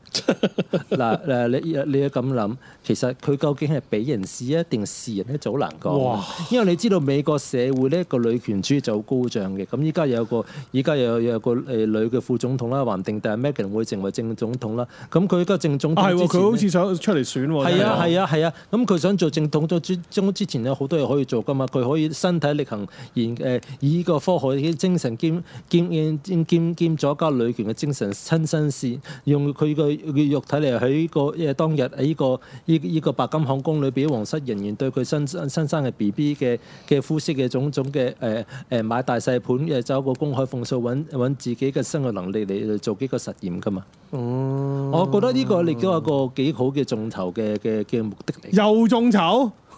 [SPEAKER 6] 嗱誒，你你要咁諗，其實佢究竟係俾人試啊，定試人咧，就好難講
[SPEAKER 4] 哇。
[SPEAKER 6] 因為你知道美國社會咧個女權主義就好高漲嘅，咁依家有個依家有有個誒女嘅副總統啦，還定但係 Megan 會成為正總統啦。咁佢依家正總
[SPEAKER 4] 啊
[SPEAKER 6] 統
[SPEAKER 4] 係
[SPEAKER 6] 之
[SPEAKER 4] 喎，
[SPEAKER 6] 前
[SPEAKER 4] 佢好
[SPEAKER 6] 呢
[SPEAKER 4] 似想出嚟選喎。
[SPEAKER 6] 係啊
[SPEAKER 4] 真
[SPEAKER 6] 係啊係啊，咁佢想做正統咗之中之前有好多嘢可以做噶嘛，佢可以身體力行，研誒以個科學嘅精神兼兼兼兼兼咗加女權嘅精神親身試，用佢個嘅肉體嚟喺個誒當日喺呢個依依個白金漢宮裏邊，皇室人員對佢新生新生嘅 B B 嘅嘅膚色嘅種種嘅誒誒買大細盤誒走個公開奉數揾揾自己嘅生活能力嚟嚟做幾個實驗噶嘛。我覺得呢個亦都係一個幾好嘅眾籌嘅嘅嘅目的嚟。
[SPEAKER 4] 又眾籌，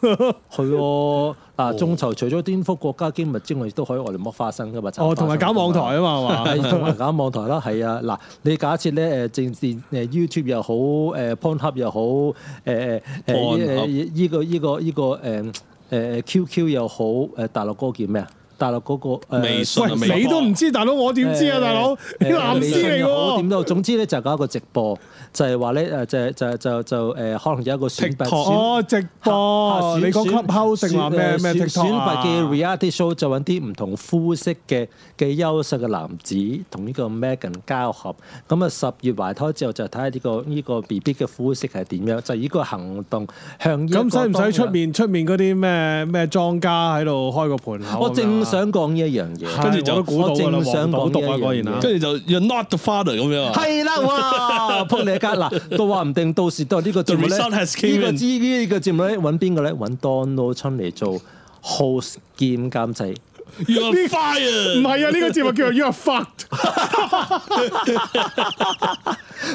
[SPEAKER 4] 哦
[SPEAKER 6] 係喎，嗱眾籌除咗顛覆國家機密之外，亦都可以我哋剝花生噶嘛。
[SPEAKER 4] 哦，同埋搞網台啊嘛，係嘛？
[SPEAKER 6] 係同埋搞網台啦，係啊，嗱，你假設咧誒正電誒 YouTube 又好，誒 PornHub 又好，誒誒誒
[SPEAKER 5] Pornhub
[SPEAKER 6] 依依個依個依個誒誒 QQ 又好，誒大陸嗰個叫咩啊？大陸嗰個誒
[SPEAKER 5] 微信啊微博
[SPEAKER 4] 喂，你都唔知，大佬我點知啊，大佬你藍
[SPEAKER 6] 微
[SPEAKER 4] 絲
[SPEAKER 6] 信
[SPEAKER 4] 嚟
[SPEAKER 6] 又好點
[SPEAKER 4] 喎。
[SPEAKER 6] 都好，總之咧就搞一個直播，就係話咧誒就就就就誒可能有一個選拔
[SPEAKER 5] TikTok
[SPEAKER 6] 選
[SPEAKER 4] 哦，直播
[SPEAKER 6] 嚇
[SPEAKER 4] 哦你
[SPEAKER 6] 嚇
[SPEAKER 4] 講
[SPEAKER 6] 選
[SPEAKER 4] clubhouse 定話咩
[SPEAKER 6] 選
[SPEAKER 4] 咩
[SPEAKER 6] 選
[SPEAKER 4] TikTok
[SPEAKER 6] 選拔嘅
[SPEAKER 4] 啊？
[SPEAKER 6] reality show 就揾啲唔同膚色嘅嘅優秀嘅男子同呢個 Megan 交合，咁啊十月懷胎之後就睇下呢個呢個 B B 嘅膚色係點樣，就以呢個行動向呢一個
[SPEAKER 4] 咁使唔使
[SPEAKER 6] 方向
[SPEAKER 4] 出？面出面嗰啲咩咩莊家喺度開個盤口咁樣啊？
[SPEAKER 6] 我正想講呢一樣嘢，
[SPEAKER 4] 跟
[SPEAKER 5] 跟
[SPEAKER 4] 住就
[SPEAKER 5] 住就
[SPEAKER 4] 都估到㗎啦，
[SPEAKER 6] 我
[SPEAKER 4] 黃
[SPEAKER 6] 正想
[SPEAKER 4] 賭
[SPEAKER 6] 講
[SPEAKER 4] 毒
[SPEAKER 6] 呢
[SPEAKER 4] 啊，
[SPEAKER 6] 一樣
[SPEAKER 4] 果然啊
[SPEAKER 6] 嘢。
[SPEAKER 5] 跟住就 You're not the father 咁樣啊。
[SPEAKER 6] 係啦， 哇！撲你一家嗱，都話唔定到時都係呢個節目咧，
[SPEAKER 5] The result has came
[SPEAKER 6] 呢個
[SPEAKER 5] in
[SPEAKER 6] 知呢個節目咧揾邊個咧？揾 Donald Trump 嚟做 host 兼監製。
[SPEAKER 5] You're
[SPEAKER 4] 唔
[SPEAKER 5] fire。
[SPEAKER 4] 係啊，呢個節目叫做 You're Fucked。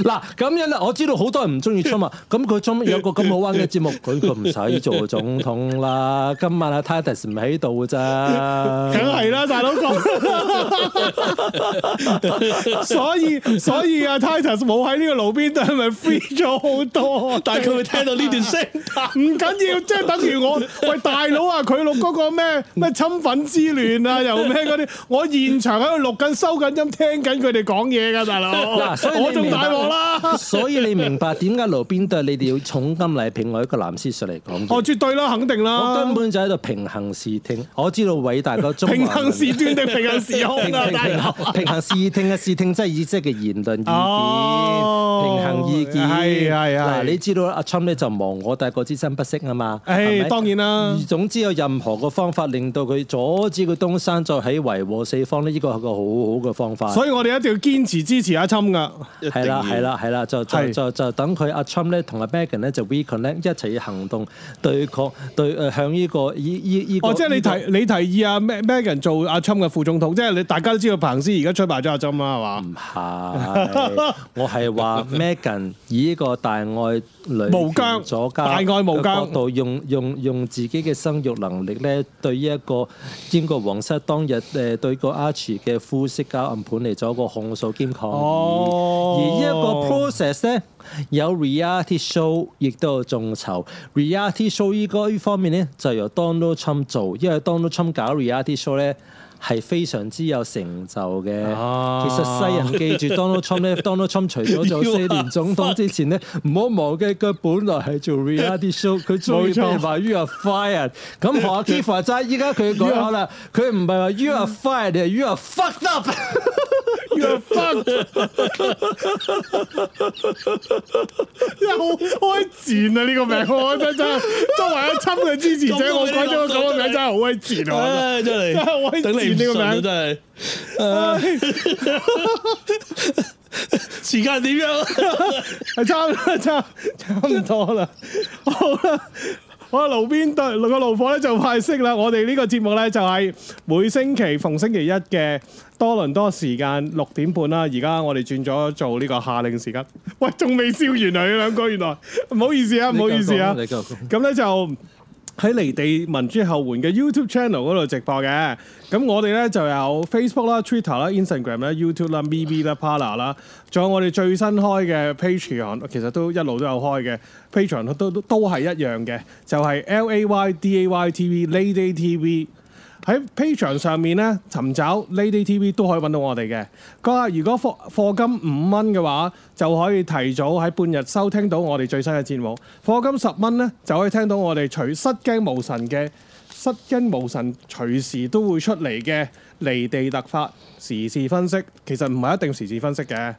[SPEAKER 6] 嗱咁樣啦，我知道好多人唔中意 Trump 啊，咁佢 Trump 有個咁好玩嘅節目，佢佢唔使做總統啦。 今晚阿 Titus 唔喺度咋，
[SPEAKER 4] 梗係啦，大佬講。 所以所以啊，Titus 冇喺呢個路邊度，係咪 free 咗好多？
[SPEAKER 5] 但係佢會聽到呢段聲，
[SPEAKER 4] 唔緊要，即係等於我喂大佬啊，佢錄嗰個咩咩侵粉之亂啊，又咩嗰啲，我現場喺度錄緊、收緊音、聽緊佢哋講嘢㗎，大佬
[SPEAKER 6] 嗱，所以。你
[SPEAKER 4] 我仲
[SPEAKER 6] 明白
[SPEAKER 4] 大鑊啦！
[SPEAKER 6] 所以你明白點解路邊對你哋要重金禮聘我一個男思想嚟講
[SPEAKER 4] 我啊
[SPEAKER 6] 嘢？
[SPEAKER 4] 絕對啦，肯定
[SPEAKER 6] 我
[SPEAKER 4] 啦
[SPEAKER 6] 根。本就喺度平衡視聽，我知道偉大嘅中華
[SPEAKER 4] 平
[SPEAKER 6] 民
[SPEAKER 4] 衡
[SPEAKER 6] 族
[SPEAKER 4] 時段定平衡時空
[SPEAKER 6] 平
[SPEAKER 4] 啊，
[SPEAKER 6] 平
[SPEAKER 4] 大
[SPEAKER 6] 平
[SPEAKER 4] 佬。
[SPEAKER 6] 衡平衡視聽嘅啊視聽，即係意即嘅言論意見，
[SPEAKER 4] 哦
[SPEAKER 6] 平衡意見。
[SPEAKER 4] 係係係
[SPEAKER 6] 嗱，你知道阿 Trump 咧就亡我大國之心不息啊嘛。係
[SPEAKER 4] 誒，
[SPEAKER 6] 咪
[SPEAKER 4] 當然啦
[SPEAKER 6] 而。總之有任何個方法令到佢阻止佢東山再起維和四方呢，呢個係個好好嘅方法。
[SPEAKER 4] 所以我哋一定要堅持支持阿侵㗎。
[SPEAKER 6] 係啦，係啦，係啦，就就
[SPEAKER 4] 係
[SPEAKER 6] 就就等佢阿 Trump 咧同阿 Megan 咧就 reconnect 一齊行動對抗對誒向呢個依依依個
[SPEAKER 4] 哦，即係你
[SPEAKER 6] 呢個
[SPEAKER 4] 提你提議阿 Me- Megan 做阿侵嘅副
[SPEAKER 6] 嗯
[SPEAKER 4] 總統，即係你大家都知道彭斯而家出賣咗阿侵啦，係嘛？
[SPEAKER 6] 唔係，我係話 Megan 以呢個大愛女
[SPEAKER 4] 無疆
[SPEAKER 6] 左家
[SPEAKER 4] 大愛無疆
[SPEAKER 6] 嘅角度，用用用自己嘅生育能力咧，對呢一個英國皇室當日誒對個 Archie 嘅膚色交暗盤嚟咗一個控訴兼抗議。
[SPEAKER 4] 哦
[SPEAKER 6] 而呢一個 process 咧有 reality show，亦都有眾籌。reality show 呢個呢方面咧就由 Donald Trump 做，因為 Donald Trump 搞 reality show 咧。係非常之有成就嘅。
[SPEAKER 4] 啊
[SPEAKER 6] 其實世人記 住 Donald Trump 咧，Donald Trump 除咗做四年
[SPEAKER 4] 哎
[SPEAKER 6] 總
[SPEAKER 4] 啊
[SPEAKER 6] 統之前咧，唔好忘記佢本來係做 reality show，佢中意
[SPEAKER 4] 冇錯
[SPEAKER 6] 被話 you are fired。咁 學阿 Keith 話齋，依家佢改口啦，佢唔係話 you are fired，係 you are fucked up。
[SPEAKER 4] 好好賤啊！呢個名我真真作為阿侵嘅支持者，我改咗個咁嘅名真 係好鬼賤啊！
[SPEAKER 5] 唉，真
[SPEAKER 4] 真係威
[SPEAKER 5] 係頂你唔
[SPEAKER 4] 賤呢
[SPEAKER 5] 順
[SPEAKER 4] 個
[SPEAKER 5] 啊！
[SPEAKER 4] 名
[SPEAKER 5] 真係，唉 時間點樣？啊
[SPEAKER 4] 係差唔多差差唔多啦，好啦。我路邊對個爐火咧就快熄啦！我哋呢個節目咧就係每星期逢星期一嘅多倫多時間六點半啦。而家我哋轉咗做呢個夏令時間。喂，仲未笑完啊！你兩個原來唔好意思 啊，唔好意思啊。
[SPEAKER 6] 你繼續講
[SPEAKER 4] 咁咧就喺離地民主後援嘅 YouTube channel 嗰度直播嘅。咁我哋咧就有 Facebook 啦、Twitter 啦、Instagram 啦、YouTube 啦、MeWe 啦、Pala 啦，仲有我哋最新開嘅 Patreon，其實都一路都有開嘅 Patreon 都都都係一樣嘅，就係、L A Y D A Y T V Lady T V。喺 Patreon 上面咧尋找 Lady TV 都可以揾到我哋嘅。嗰下如果課課金五蚊嘅話，就可以提早喺半日收聽到我哋最新嘅節目。課金十蚊咧，就可以聽到我哋隨失驚無神嘅失驚無神，隨時都會出嚟嘅離地特發時事分析。其實唔係一定時事分析嘅。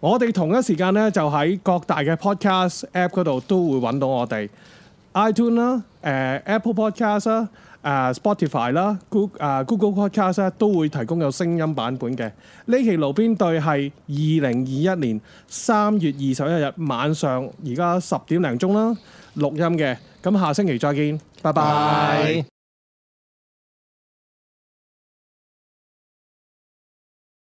[SPEAKER 4] 我哋同一時間咧，就喺各大嘅 podcast app 嗰度都會揾到我哋。iTune 啦、誒 Apple Podcast 啦、誒 Spotify 啦、Google 誒 Google Podcast 啦，都會提供有聲音版本嘅。呢期路邊對係二零二一年三月二十一日晚上，而家十點零鐘啦，錄音嘅。咁下星期再見，拜拜。